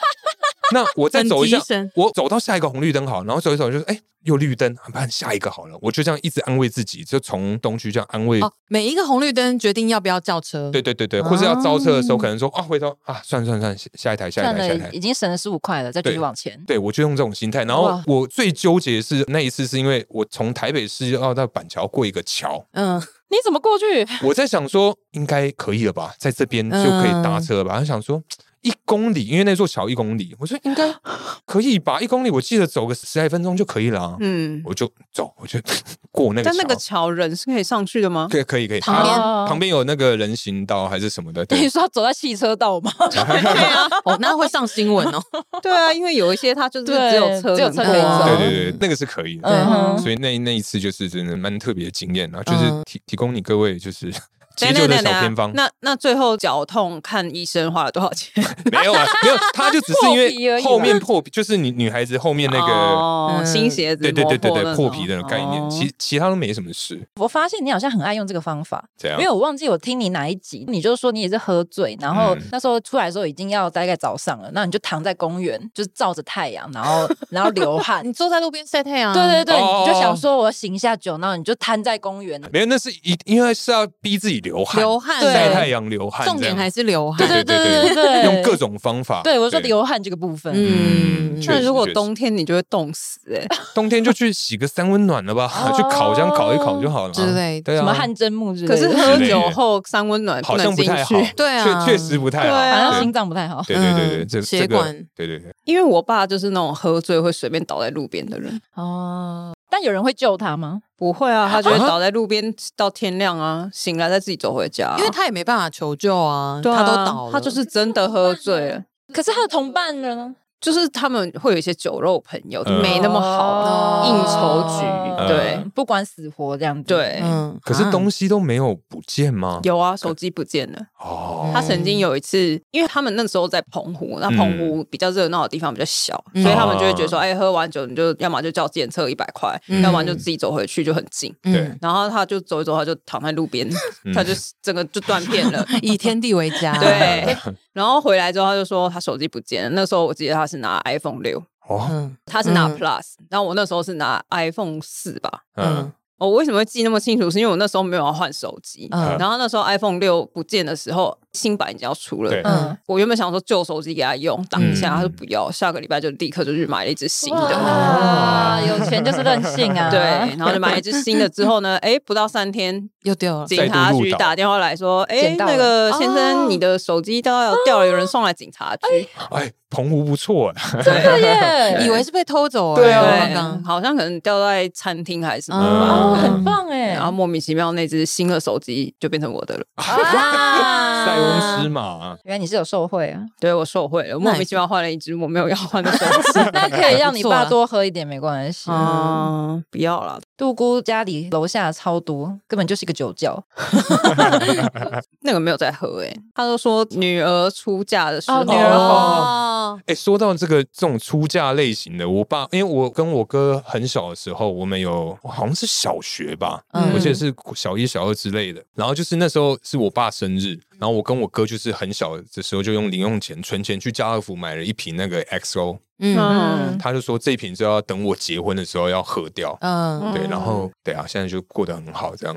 [SPEAKER 1] 那我再走一下
[SPEAKER 4] 很提神，
[SPEAKER 1] 我走到下一个红绿灯好，然后走一走就是哎，又绿灯，啊不然下一个好了。我就这样一直安慰自己，就从东区这样安慰。
[SPEAKER 4] 哦，每一个红绿灯决定要不要叫车，
[SPEAKER 1] 对对对对，或是要招车的时候，可能说啊，回头啊，算算算，下下一台下一
[SPEAKER 3] 算
[SPEAKER 1] 台下一台
[SPEAKER 3] 了，已。经省了十五块了，再继续
[SPEAKER 1] 对
[SPEAKER 3] 往前。
[SPEAKER 1] 对，我就用这种心态。然后
[SPEAKER 3] 哇
[SPEAKER 1] 我最纠结的是那一次，是因为我从台北市要到板桥过一个桥，
[SPEAKER 4] 嗯，
[SPEAKER 3] 你怎么过去？
[SPEAKER 1] 我在想说，应该可以了吧，在这边就可以搭车了吧？他想说。一公里，因为那座桥一公里，我说应该可以吧，一公里我记得走个十来分钟就可以了、啊。
[SPEAKER 2] 嗯，
[SPEAKER 1] 我就走，我就 过那个
[SPEAKER 2] 但
[SPEAKER 1] 桥。
[SPEAKER 2] 那个桥人是可以上去的吗？
[SPEAKER 1] 可以可以可以，
[SPEAKER 4] 旁边
[SPEAKER 1] 它旁边有那个人行道还是什么的，
[SPEAKER 3] 你
[SPEAKER 1] 对
[SPEAKER 3] 说走在汽 车道吗？
[SPEAKER 4] 哦，那会上新闻哦。
[SPEAKER 2] 对啊，因为有一些它就是
[SPEAKER 3] 对
[SPEAKER 2] 只有车能过，
[SPEAKER 3] 只有车
[SPEAKER 4] 可以
[SPEAKER 1] 对
[SPEAKER 4] 走哦
[SPEAKER 1] 对对，那个是可以的。
[SPEAKER 4] 嗯
[SPEAKER 3] 嗯哼，
[SPEAKER 1] 所以那那一次就是真的蛮特别的经验啊，就是
[SPEAKER 4] 嗯
[SPEAKER 1] 提提供你各位就是 急救的小偏方。
[SPEAKER 2] 啊那那最后脚痛看医生花了多少钱？
[SPEAKER 1] 没有啊，没有，他就只是因
[SPEAKER 3] 破皮而
[SPEAKER 1] 为
[SPEAKER 3] 已
[SPEAKER 1] 后
[SPEAKER 3] 嘛
[SPEAKER 1] 面破皮，就是女女孩子后面那个，
[SPEAKER 2] 哦
[SPEAKER 4] 嗯
[SPEAKER 2] 新鞋子
[SPEAKER 1] 对对对对
[SPEAKER 2] 磨
[SPEAKER 1] 对，破皮
[SPEAKER 2] 那
[SPEAKER 1] 的
[SPEAKER 2] 种
[SPEAKER 1] 概念，
[SPEAKER 2] 哦
[SPEAKER 1] 其其他都没什么事，
[SPEAKER 3] 我发现你好像很爱用这个方法，
[SPEAKER 1] 这样
[SPEAKER 3] 因为我忘记我听你哪一集，你就说你也是喝醉，然后
[SPEAKER 1] 嗯
[SPEAKER 3] 那时候出来的时候已经要大概早上了，那你就躺在公园，就是照着太阳，然后然后流 汗
[SPEAKER 4] 你。坐在路边晒太阳，
[SPEAKER 3] 对对对，
[SPEAKER 1] 哦嗯
[SPEAKER 3] 你就想说我要醒一下酒，然后你就瘫在公园。
[SPEAKER 1] 没有，那是一因为是要逼自己流汗，
[SPEAKER 4] 流汗，
[SPEAKER 3] 对
[SPEAKER 1] 晒太阳流汗，
[SPEAKER 4] 重点还是流
[SPEAKER 1] 这
[SPEAKER 4] 汗。
[SPEAKER 1] 样对
[SPEAKER 3] 对
[SPEAKER 1] 对
[SPEAKER 3] 对对对
[SPEAKER 1] 用各种方法。
[SPEAKER 3] 对我说流汗这个部分，
[SPEAKER 4] 嗯，
[SPEAKER 1] 确
[SPEAKER 2] 那
[SPEAKER 1] 实
[SPEAKER 2] 如果
[SPEAKER 1] 确实
[SPEAKER 2] 冬天你就会冻死 哎、
[SPEAKER 1] 冬天就去洗个三温暖了吧，
[SPEAKER 3] 哦
[SPEAKER 1] 去烤箱烤一烤就好了
[SPEAKER 4] 之类的
[SPEAKER 1] 对
[SPEAKER 3] 什
[SPEAKER 1] 啊，
[SPEAKER 3] 么汗蒸木之类
[SPEAKER 2] 可
[SPEAKER 3] 的，
[SPEAKER 2] 是
[SPEAKER 1] 之
[SPEAKER 2] 喝
[SPEAKER 1] 类的
[SPEAKER 2] 酒后三温暖
[SPEAKER 1] 好
[SPEAKER 2] 能
[SPEAKER 1] 像不
[SPEAKER 2] 进
[SPEAKER 1] 太好
[SPEAKER 2] 去，，
[SPEAKER 4] 对啊
[SPEAKER 1] 确确实不太
[SPEAKER 2] 对
[SPEAKER 1] 好。
[SPEAKER 2] 啊
[SPEAKER 3] 好
[SPEAKER 1] 对
[SPEAKER 3] 像心脏不太好。
[SPEAKER 1] 对对对对，
[SPEAKER 4] 嗯
[SPEAKER 1] 这
[SPEAKER 4] 血
[SPEAKER 1] 这个
[SPEAKER 4] 管
[SPEAKER 1] 对对对，
[SPEAKER 2] 因为我爸就是那种喝醉会随便倒在路边的人，
[SPEAKER 3] 哦，但有人会救他吗？
[SPEAKER 2] 不会啊，他就会
[SPEAKER 1] 啊
[SPEAKER 2] 倒在路边到天亮啊，醒来再自己走回家啊、
[SPEAKER 4] 因为他也没办法求救啊，
[SPEAKER 2] 对啊
[SPEAKER 4] 他都倒了，
[SPEAKER 2] 他就是真的喝醉了。
[SPEAKER 3] 可是他的同伴呢？
[SPEAKER 2] 就是他们会有一些酒肉朋友，
[SPEAKER 1] 嗯
[SPEAKER 2] 没那么好的，
[SPEAKER 4] 哦
[SPEAKER 2] 应酬局
[SPEAKER 3] 哦
[SPEAKER 2] 对
[SPEAKER 3] 不管死活这样子。
[SPEAKER 2] 对
[SPEAKER 4] 嗯，
[SPEAKER 1] 可是东
[SPEAKER 4] 啊
[SPEAKER 1] 西都没有不见吗？
[SPEAKER 2] 有啊，手机不见了。
[SPEAKER 1] 哦，
[SPEAKER 2] 他曾经有一次，因为他们那时候在澎湖，那澎湖比较热闹的地方比较小，
[SPEAKER 4] 嗯
[SPEAKER 2] 所以他们就会觉得说，哎，喝完酒你就要么就叫检测一百块，
[SPEAKER 4] 嗯
[SPEAKER 2] 要么就自己走回去，就很近。
[SPEAKER 4] 嗯，
[SPEAKER 2] 然后他就走一走，他就躺在路边，
[SPEAKER 1] 嗯
[SPEAKER 2] 他就整个就断片 了。
[SPEAKER 4] 嗯以天地为 家，
[SPEAKER 2] 对，然后回来之后他就说他手机不见了。那时候我记得他是拿 iPhone 六，
[SPEAKER 1] 哦，
[SPEAKER 4] 嗯
[SPEAKER 2] 他是拿
[SPEAKER 4] 嗯
[SPEAKER 2] Plus，然后我那时候是拿 iPhone 四吧，
[SPEAKER 1] 嗯
[SPEAKER 4] 嗯
[SPEAKER 2] 哦，我为什么会记那么清楚？是因为我那时候没有要换手机，
[SPEAKER 4] 嗯
[SPEAKER 2] 然后那时候 iPhone 六不见的时候，新版已经要出了
[SPEAKER 1] 对。
[SPEAKER 3] 嗯，
[SPEAKER 2] 我原本想说旧手机给他用挡一下，
[SPEAKER 4] 嗯
[SPEAKER 2] 他说不要，下个礼拜就立刻就去买了一只
[SPEAKER 3] 嗯
[SPEAKER 2] 新的。
[SPEAKER 3] 哇，有钱就是任性啊！
[SPEAKER 2] 对， 然后就买了一只新的之后 呢，哎，不到三天，
[SPEAKER 4] 又丢了，
[SPEAKER 2] 警察局打电话来说，哎，
[SPEAKER 3] 捡到了
[SPEAKER 2] 那个先
[SPEAKER 4] 哦
[SPEAKER 2] 生，你的手机都要掉了，有人送来警察局。
[SPEAKER 1] 哎，澎湖不错哎，
[SPEAKER 3] 真的耶，
[SPEAKER 4] 以为是被偷走，
[SPEAKER 1] 对啊
[SPEAKER 4] 哎
[SPEAKER 2] 对，，好像可能掉在餐厅还是什么
[SPEAKER 4] 嗯
[SPEAKER 2] 吧。
[SPEAKER 3] 哦，很棒哎
[SPEAKER 2] 然，后莫名其妙那只新的手机就变成我的了，
[SPEAKER 3] 啊
[SPEAKER 1] 塞翁失马，
[SPEAKER 3] 原来你是有受贿啊，
[SPEAKER 2] 对我受贿了，我莫名其妙换了一只我没有要换的手机。
[SPEAKER 3] 那可以让你
[SPEAKER 4] 不错
[SPEAKER 3] 爸
[SPEAKER 4] 啊
[SPEAKER 3] 多喝一点没关系。
[SPEAKER 2] 嗯，不要了，
[SPEAKER 3] 杜姑家里楼下超多，根本就是一个酒窖。
[SPEAKER 2] 那个没有在喝诶、他就说女儿出嫁的时候，
[SPEAKER 3] 哦女儿红
[SPEAKER 4] 哦，
[SPEAKER 1] 哎，说到这个这种出嫁类型的，我爸，因为我跟我哥很小的时候，我们有好像是小学吧，
[SPEAKER 4] 嗯
[SPEAKER 1] 我记得是小一、小二之类的。然后就是那时候是我爸生日，然后我跟我哥就是很小的时候就用零用钱存钱去家乐福买了一瓶那个 XO，
[SPEAKER 4] 嗯
[SPEAKER 2] 嗯，
[SPEAKER 1] 他就说这瓶就要等我结婚的时候要喝掉。
[SPEAKER 4] 嗯，
[SPEAKER 1] 对，然后对啊，现在就过得很好这样。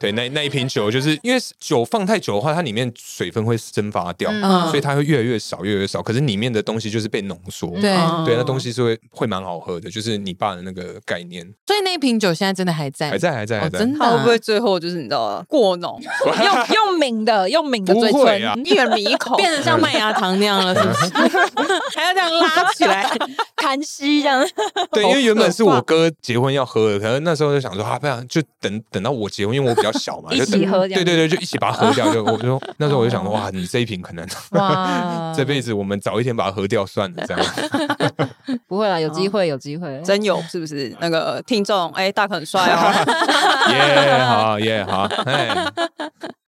[SPEAKER 1] 对，那那一瓶酒就是因为酒放太久的话，它里面水分会蒸发掉，
[SPEAKER 4] 嗯
[SPEAKER 1] 所以它会越来越少，越来越少。可是里面的东西就是被浓缩。
[SPEAKER 4] 对，
[SPEAKER 2] 嗯
[SPEAKER 1] 对，那东西是会会蛮好喝的，就是你爸的那个概念
[SPEAKER 4] 所以那瓶酒现在真的还在，
[SPEAKER 1] 还在，还在，还
[SPEAKER 4] 哦，
[SPEAKER 1] 在。
[SPEAKER 4] 真的
[SPEAKER 2] 他
[SPEAKER 4] 啊
[SPEAKER 2] 会不会最后就是你知道吗过浓，
[SPEAKER 3] 用用抿的，用抿的
[SPEAKER 1] 不
[SPEAKER 3] 嘴
[SPEAKER 1] 会啊
[SPEAKER 3] 唇，
[SPEAKER 2] 一人抿一口，
[SPEAKER 4] 变得像麦芽糖那样了？是不是？
[SPEAKER 2] 还要这样拉起来，
[SPEAKER 3] 痰吸这样。
[SPEAKER 1] 对，因
[SPEAKER 2] 好
[SPEAKER 1] 为原本
[SPEAKER 2] 可
[SPEAKER 1] 是我
[SPEAKER 2] 怕
[SPEAKER 1] 哥结婚要喝的，可能那时候就想说，啊，不然就等等到我结婚，因为我比较小嘛，
[SPEAKER 3] 一
[SPEAKER 1] 就
[SPEAKER 3] 起
[SPEAKER 1] 等
[SPEAKER 3] 喝这
[SPEAKER 1] 对
[SPEAKER 3] 样
[SPEAKER 1] 对对，就一起把它喝掉。就我就那时候我就想说，哇，你这一瓶可能
[SPEAKER 4] 嗯
[SPEAKER 3] 哇，
[SPEAKER 1] 这辈子我们早一天把它喝掉算了，这 样。
[SPEAKER 3] 不会啦，有机会，有机会。
[SPEAKER 2] 真有是不是？那个听众，哎、大可很帅哦。
[SPEAKER 1] 耶，好耶，好，哎，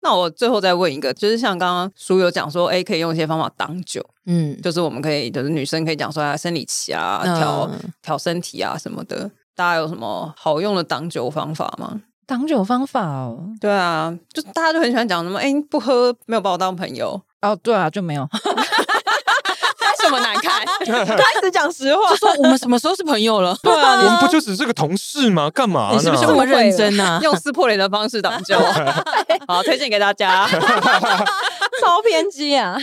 [SPEAKER 2] 那我最后再问一个，就是像刚刚书友讲说，哎、可以用一些方法挡酒，
[SPEAKER 4] 嗯，
[SPEAKER 2] 就是我们可以，就是女生可以讲说啊，生理期啊，调
[SPEAKER 4] 嗯
[SPEAKER 2] 调、身体啊什么的。大家有什么好用的挡酒方法吗？
[SPEAKER 3] 挡酒方法哦，
[SPEAKER 2] 对啊，就大家就很喜欢讲什么，哎、你不喝没有把我当朋 友，
[SPEAKER 3] 哦，对啊，就没有。
[SPEAKER 2] 拍什么难看？开始讲实话
[SPEAKER 4] 就，说我们什么时候是朋友了？
[SPEAKER 2] 对啊，
[SPEAKER 1] 我们不就只是个同事吗？干嘛
[SPEAKER 4] 你是不是这
[SPEAKER 1] 呢？
[SPEAKER 4] 么认 真啊？
[SPEAKER 2] 用撕破脸的方式挡 酒，好，推荐给大家。
[SPEAKER 3] 超偏激啊！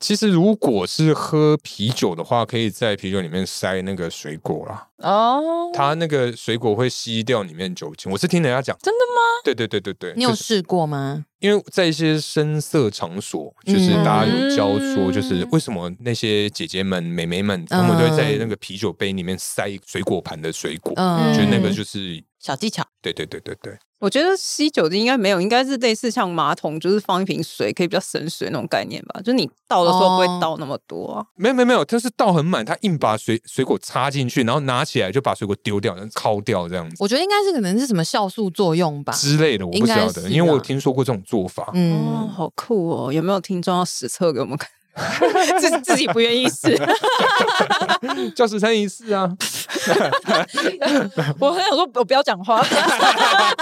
[SPEAKER 1] 其实如果是喝啤酒的话，可以在啤酒里面塞那个水果啦，
[SPEAKER 3] 哦，
[SPEAKER 1] 它那个水果会吸掉里面酒精。我是听人家讲，
[SPEAKER 3] 真的吗？
[SPEAKER 1] 对对对对对，
[SPEAKER 4] 你
[SPEAKER 1] 就
[SPEAKER 4] 有
[SPEAKER 1] 是
[SPEAKER 4] 试过吗？
[SPEAKER 1] 因为在一些深色场所，就是
[SPEAKER 4] 嗯
[SPEAKER 1] 大家有教说，
[SPEAKER 3] 嗯
[SPEAKER 1] 就是为什么那些姐姐们、妹妹
[SPEAKER 4] 嗯
[SPEAKER 1] 们，她们都会在那个啤酒杯里面塞水果盘的水果，
[SPEAKER 4] 嗯，
[SPEAKER 1] 就那个就是
[SPEAKER 4] 小技巧，
[SPEAKER 1] 对对对对对，
[SPEAKER 2] 我觉得吸酒精应该没有，应该是类似像马桶，就是放一瓶水，可以比较省水那种概念吧。就是你倒的时候不
[SPEAKER 4] 哦
[SPEAKER 2] 会倒那么多啊。
[SPEAKER 1] 没有没有没有，就是倒很满，他硬把水水果插进去，然后拿起来就把水果丢掉，然后敲掉这样子
[SPEAKER 4] 我觉得应该是可能是什么酵素作用吧。
[SPEAKER 1] 之类的，我不
[SPEAKER 4] 啊应该
[SPEAKER 1] 晓
[SPEAKER 4] 是啊
[SPEAKER 1] 得，因为我有听说过这种做法。
[SPEAKER 2] 哦
[SPEAKER 4] 嗯，，
[SPEAKER 2] 好酷哦！有没有听众要实测给我们 看？自自己不愿意试，
[SPEAKER 4] 嗯
[SPEAKER 1] 教室三一四啊，
[SPEAKER 3] 我很想说，我不要讲话，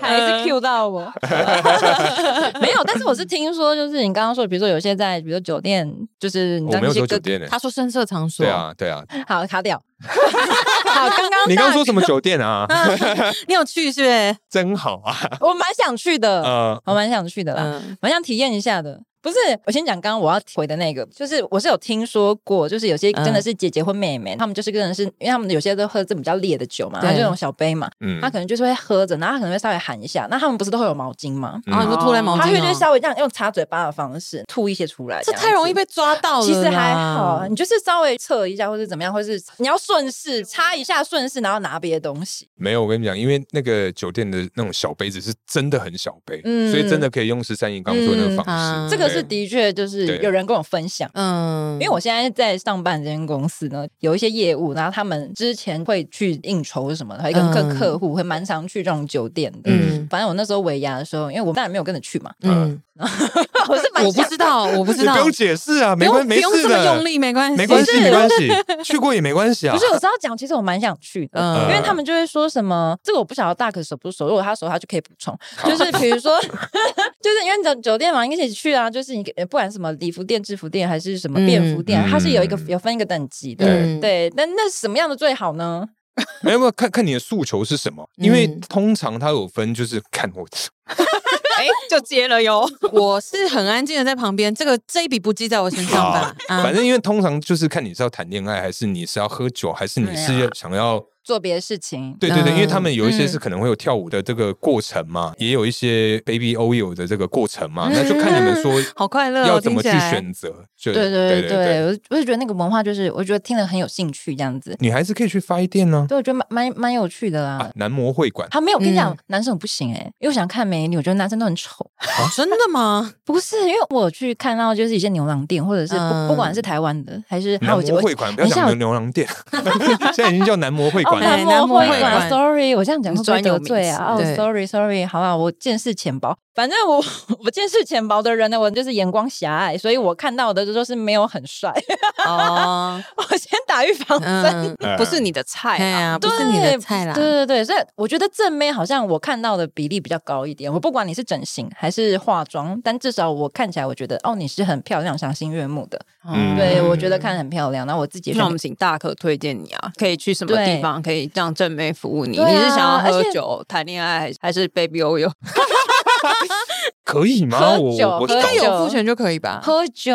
[SPEAKER 3] 还是 Q 到我。 没有，但是我是听说，就是你刚刚说，比如说有些在，比如说酒店，就是你
[SPEAKER 1] 我
[SPEAKER 3] 知道
[SPEAKER 1] 没
[SPEAKER 3] 那
[SPEAKER 1] 有
[SPEAKER 3] 些
[SPEAKER 1] 说
[SPEAKER 3] 歌
[SPEAKER 1] 酒，店呢、
[SPEAKER 4] 他嗯说嗯深色场所，
[SPEAKER 1] 对啊对啊，
[SPEAKER 3] 好卡掉。 好，刚刚
[SPEAKER 1] 你刚刚说什么酒店 啊？
[SPEAKER 4] 嗯你有去是不是？
[SPEAKER 1] 真好啊，
[SPEAKER 3] 我蛮想去的，
[SPEAKER 1] 呃，
[SPEAKER 3] 我蛮想去的啦，
[SPEAKER 4] 嗯，
[SPEAKER 3] 蛮想体验一下的。不是，我先讲刚刚我要回的那个，就是我是有听说过，就是有些真的是姐姐或妹妹，她们就是真的是，因为她们有些都喝这种比较烈的酒嘛，
[SPEAKER 4] 对
[SPEAKER 3] 然后这种小杯嘛，
[SPEAKER 1] 嗯
[SPEAKER 3] 她，可能就是会喝着，然后她可能会稍微喊一下，那她们不是都会有毛巾吗？
[SPEAKER 1] 嗯
[SPEAKER 4] 然后你说吐在毛巾哦，
[SPEAKER 3] 他会就是稍微这样用擦嘴巴的方式吐一些出来，
[SPEAKER 4] 这
[SPEAKER 3] 样
[SPEAKER 4] 太容易
[SPEAKER 3] 子。
[SPEAKER 4] 被抓到了啦。
[SPEAKER 3] 其实还
[SPEAKER 4] 啊
[SPEAKER 3] 好，你就是稍微测一下，或是怎么样，或是你要顺势擦一下顺势，然后拿别的东西。
[SPEAKER 1] 没有，我跟你讲，因为那个酒店的那种小杯子是真的很小杯，
[SPEAKER 3] 嗯
[SPEAKER 1] 所以真的可以用十三姨刚刚说的那个方
[SPEAKER 4] 嗯啊
[SPEAKER 1] 式。
[SPEAKER 3] 这个
[SPEAKER 1] 对
[SPEAKER 3] 是的确就是
[SPEAKER 1] 对
[SPEAKER 3] 有人跟我分享，
[SPEAKER 4] 嗯，
[SPEAKER 3] 因为我现在在上班这间公司呢，有一些业务，然后他们之前会去应酬什么的，还跟客
[SPEAKER 4] 嗯
[SPEAKER 3] 客户会蛮常去这种酒店的。
[SPEAKER 4] 嗯
[SPEAKER 3] 反正我那时候尾牙的时候，因为我当然没有跟着去嘛，
[SPEAKER 4] 嗯，
[SPEAKER 3] 我是蛮
[SPEAKER 4] 我不
[SPEAKER 3] 想
[SPEAKER 4] 知道，我不知
[SPEAKER 1] 你
[SPEAKER 4] 道
[SPEAKER 1] 不，用解释啊，
[SPEAKER 4] 不
[SPEAKER 1] 没
[SPEAKER 4] 用
[SPEAKER 1] 关
[SPEAKER 4] 不
[SPEAKER 1] 没
[SPEAKER 4] 用
[SPEAKER 1] 事
[SPEAKER 4] 这么用
[SPEAKER 1] 的，
[SPEAKER 4] 力，没关系，
[SPEAKER 1] 没关
[SPEAKER 3] 不
[SPEAKER 1] 系
[SPEAKER 3] 是
[SPEAKER 1] 没关系，去过也没关系啊
[SPEAKER 3] 不。 是，我是要讲，其实我蛮想去的，
[SPEAKER 4] 嗯
[SPEAKER 3] 因为他们就会说什么，这个我不晓得大可熟不熟，如果他熟，他就可以补充。就是比如说， 就是因为酒酒店嘛，一起去啊，就是你不管什么礼服店、制服店还是什么便服店，
[SPEAKER 1] 嗯
[SPEAKER 3] 它是有一个
[SPEAKER 1] 嗯
[SPEAKER 3] 有分一个等级的。
[SPEAKER 4] 嗯，
[SPEAKER 3] 对，那那什么样的最好呢？
[SPEAKER 1] 没有没有，看看你的诉求是什么，因为
[SPEAKER 4] 嗯
[SPEAKER 1] 通常它有分，就是 看我
[SPEAKER 2] 哎，就接了哟。
[SPEAKER 4] 我是很安静的在旁边，这个这一笔不记在我身上吧，啊
[SPEAKER 1] 反正因为通常就是看你是要谈恋爱，还是你是要喝酒，还是你是要想要。
[SPEAKER 3] 做别的事情。
[SPEAKER 1] 对对对，
[SPEAKER 4] 嗯
[SPEAKER 1] 因为他们有一些
[SPEAKER 3] 啊嗯
[SPEAKER 1] 是可能会有跳舞的这个过程嘛，也有一些 baby oil 的这个过程嘛，
[SPEAKER 4] 嗯
[SPEAKER 1] 那就看你们说
[SPEAKER 4] 好快乐哦
[SPEAKER 1] 要怎么去
[SPEAKER 4] 听起来
[SPEAKER 1] 选择。就
[SPEAKER 3] 对对
[SPEAKER 1] 对
[SPEAKER 3] 对对，我我就觉得那个文化就是，我觉得听了很有兴趣这样子。
[SPEAKER 1] 女孩子可以去发一店呢、
[SPEAKER 3] 对，我觉得蛮蛮蛮有趣的
[SPEAKER 1] 啊，
[SPEAKER 3] 啦。
[SPEAKER 1] 男模会馆。
[SPEAKER 3] 他没有，我跟你讲
[SPEAKER 4] 嗯，
[SPEAKER 3] 男生我不行哎、因为我想看美女，我觉得男生都很丑。
[SPEAKER 4] 真的吗？
[SPEAKER 3] 不是，因为我去看到就是一些牛郎店，或者是不、
[SPEAKER 4] 嗯
[SPEAKER 3] 不管是台湾的还是还
[SPEAKER 1] 男
[SPEAKER 3] 有
[SPEAKER 1] 模
[SPEAKER 3] 我
[SPEAKER 1] 会馆，不要
[SPEAKER 3] 等一下
[SPEAKER 1] 讲
[SPEAKER 3] 我
[SPEAKER 1] 牛郎 店，现在已经叫男模会
[SPEAKER 3] 哦，
[SPEAKER 1] 馆了。
[SPEAKER 4] 哎
[SPEAKER 3] 男模会
[SPEAKER 4] 男模会馆
[SPEAKER 3] 馆，sorry，我这样讲会不会得罪啊？
[SPEAKER 4] 专有
[SPEAKER 3] 哦
[SPEAKER 4] 名词
[SPEAKER 3] ，sorry，sorry，好吧，我见识浅薄。反正我我见识浅薄的人呢，我就是眼光狭隘，所以我看到的都是没有很帅。
[SPEAKER 4] 哦，
[SPEAKER 3] 我先打预防 针。
[SPEAKER 4] 嗯，
[SPEAKER 1] 哎
[SPEAKER 2] 不是你的菜
[SPEAKER 4] 哎
[SPEAKER 2] 啊。
[SPEAKER 4] 呀，不是你的菜啦
[SPEAKER 3] 对，对对，所以我觉得正妹好像我看到的比例比较高一点。我不管你是整形还是化妆，但至少我看起来，我觉得哦，你是很漂亮、赏心悦目的。
[SPEAKER 1] 嗯
[SPEAKER 3] 对我觉得看得很漂亮，那我自己也
[SPEAKER 2] 那我
[SPEAKER 3] 选
[SPEAKER 2] 们请大可推荐你啊，可以去什么
[SPEAKER 3] 对
[SPEAKER 2] 地方可以让正妹服务你？
[SPEAKER 3] 对啊
[SPEAKER 2] 你是想要喝
[SPEAKER 3] 而且
[SPEAKER 2] 酒、谈恋爱，还是还是 baby o 有？
[SPEAKER 1] 可以吗？
[SPEAKER 3] 喝
[SPEAKER 1] 我
[SPEAKER 3] 酒
[SPEAKER 1] 我我
[SPEAKER 3] 喝
[SPEAKER 4] 应该
[SPEAKER 3] 酒
[SPEAKER 4] 有付权就可以吧？
[SPEAKER 3] 喝酒，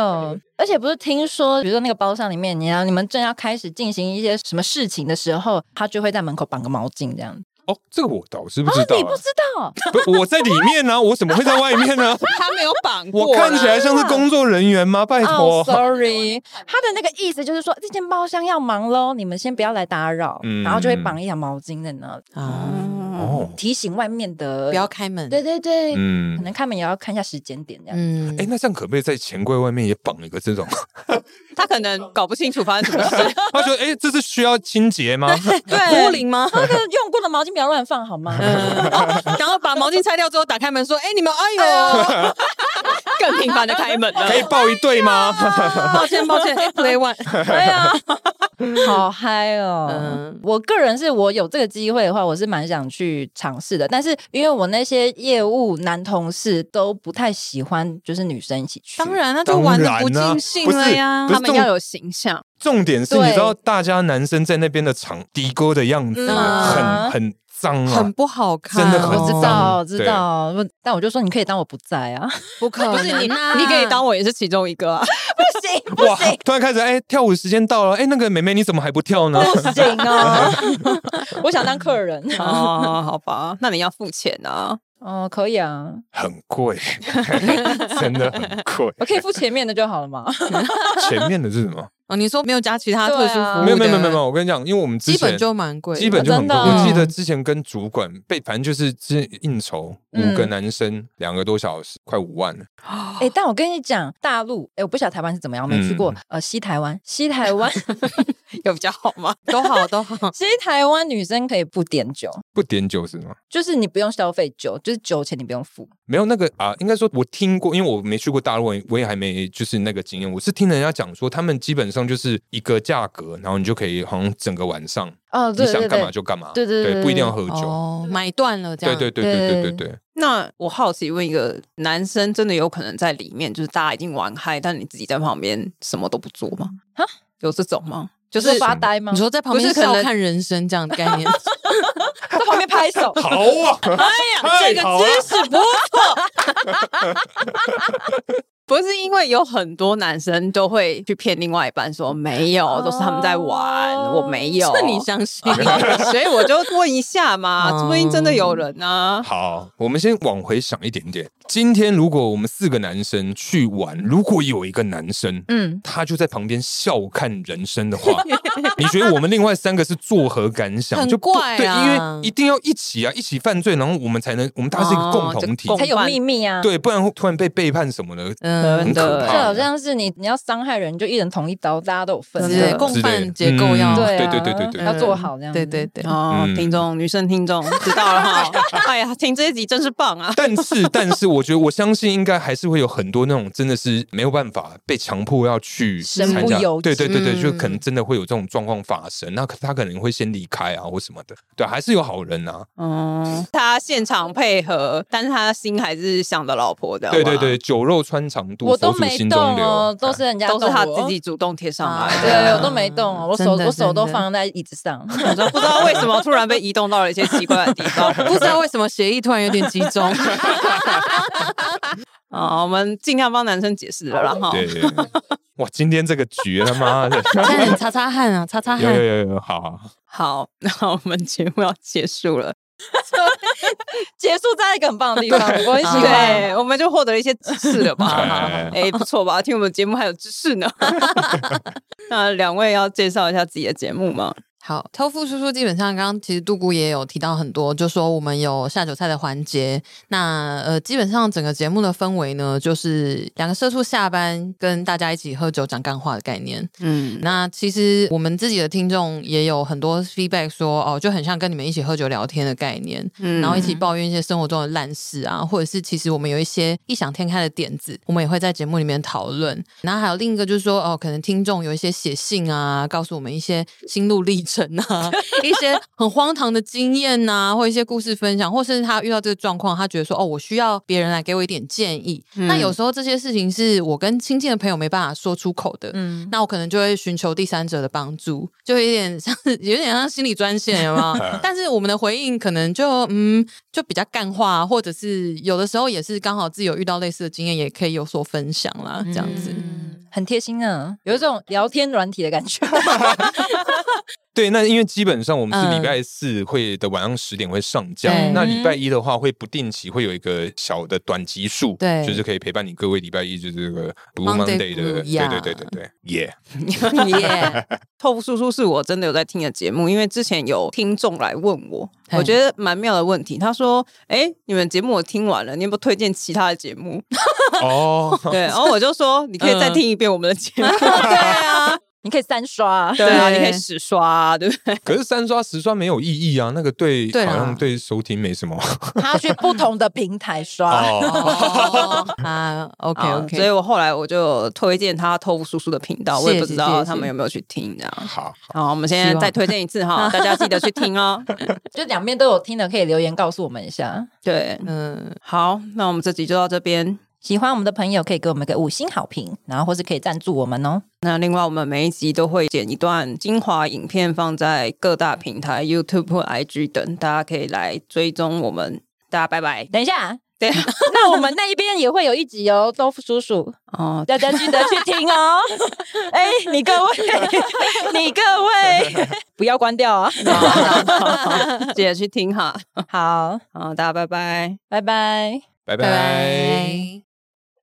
[SPEAKER 3] 而且不是听说，比如说那个包厢里面，你要你们正要开始进行一些什么事情的时候，他就会在门口绑个毛巾这样。哦
[SPEAKER 1] 哦，这个我倒是不知道、
[SPEAKER 3] 啊
[SPEAKER 1] 啊
[SPEAKER 3] 你不知道？
[SPEAKER 1] 不我在里面呢、我怎么会在外面 呢、
[SPEAKER 2] 他没有绑过
[SPEAKER 1] 我
[SPEAKER 2] 啦，
[SPEAKER 1] 看起来像是工作人员吗？拜 托
[SPEAKER 3] 哦、s，o r r y 他的那个意思就是说，这间包厢要忙喽，你们先不要来打扰，
[SPEAKER 1] 嗯
[SPEAKER 3] 然后就会绑一条毛巾在那里
[SPEAKER 4] 啊，
[SPEAKER 1] 哦，
[SPEAKER 3] 提醒外面的，
[SPEAKER 4] 不要开门，
[SPEAKER 3] 对对对，
[SPEAKER 1] 嗯
[SPEAKER 3] 可，能开门也要看一下时间点这样。
[SPEAKER 4] 嗯
[SPEAKER 1] 哎、，那这样可不可以在钱柜外面也绑一个 这种？
[SPEAKER 2] 他可能搞不清楚发生什么事。
[SPEAKER 1] 他觉得，哎、这是需要清洁 吗？
[SPEAKER 4] 对，玻璃吗？
[SPEAKER 3] 哦那个用过的毛巾不要乱放 好吗？
[SPEAKER 4] 然后把毛巾拆掉之后，打开门说：“哎，你们，哎呦，
[SPEAKER 2] 更频繁的开门了
[SPEAKER 1] 可。以抱一对
[SPEAKER 3] 啊
[SPEAKER 1] 吗？
[SPEAKER 4] 抱歉，抱歉哎，play one，
[SPEAKER 3] 对 呀，好嗨哦！
[SPEAKER 4] 嗯
[SPEAKER 3] 我个人是我有这个机会的话，我是蛮想去尝试的。但是因为我那些业务男同事都不太喜欢，就是女生一起去。
[SPEAKER 4] 当，然，那就玩的不尽兴了呀
[SPEAKER 1] 啊不。是
[SPEAKER 2] 他们要有形象，
[SPEAKER 1] 重点是，
[SPEAKER 3] 对
[SPEAKER 1] 你知道大家男生在那边的场的哥的样子，
[SPEAKER 4] 嗯啊
[SPEAKER 1] 很很脏啊，
[SPEAKER 4] 很不好看哦，
[SPEAKER 1] 真的很
[SPEAKER 3] 我知
[SPEAKER 1] 脏
[SPEAKER 3] 道，知道。我但我就说，你可以当我不在啊，
[SPEAKER 4] 不可能啊，
[SPEAKER 2] 不是 你，你可以当我也是其中一个啊。
[SPEAKER 3] 不行
[SPEAKER 1] 哇！突然开始，哎、跳舞时间到了，哎、那个妹妹你怎么还不跳呢？
[SPEAKER 3] 不行哦！ 我想当客人。
[SPEAKER 2] 哦，好吧，那你要付钱啊。
[SPEAKER 3] 哦，可以啊，
[SPEAKER 1] 很贵， 真的很贵。
[SPEAKER 3] 我可以付前面的就好了嘛。
[SPEAKER 1] 前面的是什么？
[SPEAKER 4] 哦，你说没有加其他特殊
[SPEAKER 3] 对啊
[SPEAKER 4] 服务？
[SPEAKER 1] 没有没有没有没有没有，，我跟你讲，因为我们之
[SPEAKER 4] 基
[SPEAKER 1] 前
[SPEAKER 4] 本就蛮贵的，
[SPEAKER 1] 基本就很贵。
[SPEAKER 3] 哦真的哦
[SPEAKER 1] 我记得之前跟主管被，反正就是之前应酬
[SPEAKER 3] 嗯
[SPEAKER 1] 五个男生两个多小时，快五万了。
[SPEAKER 3] 哎、但我跟你讲，大陆，哎、我不晓得台湾是怎么样，没去过。呃，西台湾，西台湾，。
[SPEAKER 2] 有比较好吗？
[SPEAKER 4] 都好都好
[SPEAKER 3] 西台湾女生可以不点酒，
[SPEAKER 1] 不点酒是吗？
[SPEAKER 3] 就是你不用消费酒，就是酒钱你不用付。
[SPEAKER 1] 没有那个啊，应该说我听过，因为我没去过大陆，我也还没就是那个经验。我是听人家讲说，他们基本上就是一个价格，然后你就可以好像整个晚上
[SPEAKER 3] 哦，
[SPEAKER 1] 你
[SPEAKER 3] 对
[SPEAKER 1] 想
[SPEAKER 3] 对
[SPEAKER 1] 干嘛
[SPEAKER 3] 对，
[SPEAKER 1] 就干嘛，
[SPEAKER 3] 对对对对
[SPEAKER 1] 不一定要喝酒。
[SPEAKER 4] 哦，买断了这
[SPEAKER 1] 对
[SPEAKER 4] 样。
[SPEAKER 1] 对对
[SPEAKER 3] 对
[SPEAKER 1] 对
[SPEAKER 3] 对
[SPEAKER 1] 对对对，，
[SPEAKER 2] 那我好奇问一个，男生真的有可能在里面，就是大家已经玩嗨，但你自己在旁边什么都不做吗？
[SPEAKER 3] 哈，
[SPEAKER 2] 有这种吗？就
[SPEAKER 3] 就是是发呆吗？
[SPEAKER 4] 你说在旁边
[SPEAKER 2] 嗯不是可
[SPEAKER 4] 笑
[SPEAKER 2] 能
[SPEAKER 4] 看人生这样 的概念，
[SPEAKER 3] 在旁边拍手
[SPEAKER 1] 好啊！哎呀，这个
[SPEAKER 2] 是不错。不是因为有很多男生都会去骗另外一半说没有，都是他们在玩，
[SPEAKER 3] 哦
[SPEAKER 2] 我没有。
[SPEAKER 4] 这你相信？
[SPEAKER 2] 所以我就问一下嘛，
[SPEAKER 4] 嗯
[SPEAKER 2] 说不定真的有人啊。
[SPEAKER 1] 好，我们先往回想一点点。今天如果我们四个男生去玩，如果有一个男生，
[SPEAKER 3] 嗯，
[SPEAKER 1] 他就在旁边笑看人生的 话，你觉得我们另外三个是作何感想？
[SPEAKER 4] 很
[SPEAKER 1] 就不
[SPEAKER 4] 怪啊
[SPEAKER 1] 对，因为一定要一起啊，一起犯罪，然后我们才能，我们大家是一个共同体，
[SPEAKER 2] 哦就共
[SPEAKER 3] 才有秘密啊。
[SPEAKER 1] 对，不然突然被背叛什么的，很
[SPEAKER 4] 嗯，
[SPEAKER 1] 可
[SPEAKER 3] 这
[SPEAKER 1] 怕。
[SPEAKER 3] 好像是你你要伤害人，就一人捅一刀，大家都有份
[SPEAKER 4] 对
[SPEAKER 3] 啊。
[SPEAKER 2] 真的
[SPEAKER 4] 共犯结构要
[SPEAKER 1] 嗯
[SPEAKER 3] 对
[SPEAKER 1] 对
[SPEAKER 3] 啊
[SPEAKER 1] 对对对对
[SPEAKER 3] 要做好这样子
[SPEAKER 4] 对对对，
[SPEAKER 2] 哦，
[SPEAKER 1] 嗯
[SPEAKER 2] 听众，女生听众知道了哈。哎呀，听这一集真是棒啊！
[SPEAKER 1] 但是，但是，我觉得我相信应该还是会有很多那种真的是没有办法被强迫要去
[SPEAKER 3] 身
[SPEAKER 1] 参
[SPEAKER 3] 不
[SPEAKER 1] 加
[SPEAKER 3] 由，
[SPEAKER 1] 对
[SPEAKER 3] 己
[SPEAKER 1] 对对对，就
[SPEAKER 4] 嗯
[SPEAKER 1] 可能真的会有这种状况发生。那可他可能会先离开啊，或什么的。对，还是有好人啊。
[SPEAKER 2] 嗯，他现场配合，但是他心还是想着老婆的。
[SPEAKER 1] 对对对，酒肉穿肠肚，
[SPEAKER 3] 我都
[SPEAKER 1] 佛祖
[SPEAKER 3] 没
[SPEAKER 1] 心
[SPEAKER 3] 动
[SPEAKER 1] 中留啊
[SPEAKER 3] 哦，都是人家
[SPEAKER 2] 都是
[SPEAKER 3] 动
[SPEAKER 2] 他
[SPEAKER 3] 我哦
[SPEAKER 2] 自己。主动贴上
[SPEAKER 4] 啊
[SPEAKER 2] 来
[SPEAKER 3] 对，
[SPEAKER 2] 的。
[SPEAKER 3] 我都没动哦，我手
[SPEAKER 4] 真的
[SPEAKER 3] 我手都
[SPEAKER 4] 真的
[SPEAKER 3] 放在椅子上。
[SPEAKER 2] 我说不知道为什么突然被移动到了一些奇怪的地 方。
[SPEAKER 4] 不知道为什么协议突然有点集 中，
[SPEAKER 2] 啊、我们尽量帮男生解释了啦哈。
[SPEAKER 1] 对对，对哇，今天这个局他妈 的，
[SPEAKER 4] 现在很擦擦汗啊，擦擦
[SPEAKER 1] 有有
[SPEAKER 4] 汗。
[SPEAKER 1] 有有，好好好，
[SPEAKER 2] 好，那我们节目要结束了。
[SPEAKER 3] 结束在一个很棒的地方，我很喜欢。
[SPEAKER 2] 对，我们就获得了一些知识了吧？
[SPEAKER 1] 哎
[SPEAKER 2] 哎、不错吧？听我们节目还有知识呢。 那两位要介绍一下自己的节目吗？
[SPEAKER 4] 好，偷富叔叔基本上刚刚其实杜姑也有提到很多，就说我们有下酒菜的环节。那呃，基本上整个节目的氛围呢，就是两个社畜下班跟大家一起喝酒讲干话的概念。
[SPEAKER 2] 嗯，
[SPEAKER 4] 那其实我们自己的听众也有很多 feedback 说，哦，就很像跟你们一起喝酒聊天的概念，然后一起抱怨一些生活中的烂事啊，或者是其实我们有一些异想天开的点子，我们也会在节目里面讨论。然后还有另一个就是说，哦，可能听众有一些写信啊，告诉我们一些心路历程啊， 一些很荒唐的经验呐、或一些故事分享，或甚至他遇到这个状况，他觉得说，哦，我需要别人来给我一点建议。那有时候这些事情是我跟亲近的朋友没办法说出口的，
[SPEAKER 3] 嗯，
[SPEAKER 4] 那我可能就会寻求第三者的帮助，就有点像是有点像心理专线，有没有？但是我们的回应可能就嗯，就比较干话，或者是有的时候也是刚好自己有遇到类似的经验，也可以有所分享啦，这样子。
[SPEAKER 3] 嗯很贴心啊，有一种聊天软体的感觉。
[SPEAKER 1] 对，那因为基本上我们是
[SPEAKER 4] 嗯
[SPEAKER 1] 礼拜四会的晚上十点会上架，
[SPEAKER 4] 对
[SPEAKER 1] 那礼拜一的话会不定期会有一个小的短集数，
[SPEAKER 4] 对
[SPEAKER 1] 就是可以陪伴你各位礼拜一就是这个 Blue
[SPEAKER 4] Monday
[SPEAKER 1] Monday 的，对
[SPEAKER 4] Blue，yeah
[SPEAKER 1] 对对对对，耶、
[SPEAKER 4] 耶，
[SPEAKER 2] 透夫叔叔是我真的有在听的节目，因为之前有听众来问我，
[SPEAKER 4] 嘿
[SPEAKER 2] 我觉得蛮妙的问题。他说：“哎、你们节目我听完了，你有没有推荐其他的节 目？”
[SPEAKER 1] 哦，
[SPEAKER 2] 对，然后我就说：“你可以再
[SPEAKER 4] 嗯
[SPEAKER 2] 听一遍我们的节目。” 对啊，
[SPEAKER 3] 你可以三刷啊，
[SPEAKER 2] 对啊，
[SPEAKER 4] 对
[SPEAKER 2] 你可以使刷、啊，对不对？
[SPEAKER 1] 可是三刷十刷没有意义啊，那个对
[SPEAKER 4] 对啦
[SPEAKER 1] 好像对收听没什么。
[SPEAKER 3] 他去不同的平台刷。
[SPEAKER 1] 哦，
[SPEAKER 4] 哦啊，OK
[SPEAKER 2] 好
[SPEAKER 4] OK，
[SPEAKER 2] 所以我后来我就推荐他偷富叔叔的频道，我也不知
[SPEAKER 4] 谢谢
[SPEAKER 2] 道
[SPEAKER 4] 谢谢
[SPEAKER 2] 他们有没有去听这样。
[SPEAKER 1] 好，
[SPEAKER 2] 好，我们现在
[SPEAKER 4] 希望
[SPEAKER 2] 再推荐一次 哈，大家记得去听哦。
[SPEAKER 3] 就两边都有听的，可以留言告诉我们一下。
[SPEAKER 2] 对，
[SPEAKER 4] 嗯，
[SPEAKER 2] 好，那我们这集就到这边。
[SPEAKER 3] 喜欢我们的朋友可以给我们个五星好评，然后或是可以赞助我们哦。
[SPEAKER 2] 那另外，我们每一集都会剪一段精华影片放在各大平台 YouTube 或 IG 等，大家可以来追踪我们。大家拜拜。
[SPEAKER 3] 等一下，
[SPEAKER 2] 对，
[SPEAKER 3] 那我们那一边也会有一集哦，豆腐叔叔，
[SPEAKER 2] 哦，
[SPEAKER 3] 大家记得去听哦。哎，你各位， 你各位，不要关掉啊！
[SPEAKER 2] 好好好 记得去听哈。
[SPEAKER 3] 好，
[SPEAKER 2] 好，大家拜拜。
[SPEAKER 3] 拜拜。
[SPEAKER 1] 拜
[SPEAKER 4] 拜
[SPEAKER 1] 拜。
[SPEAKER 4] 拜。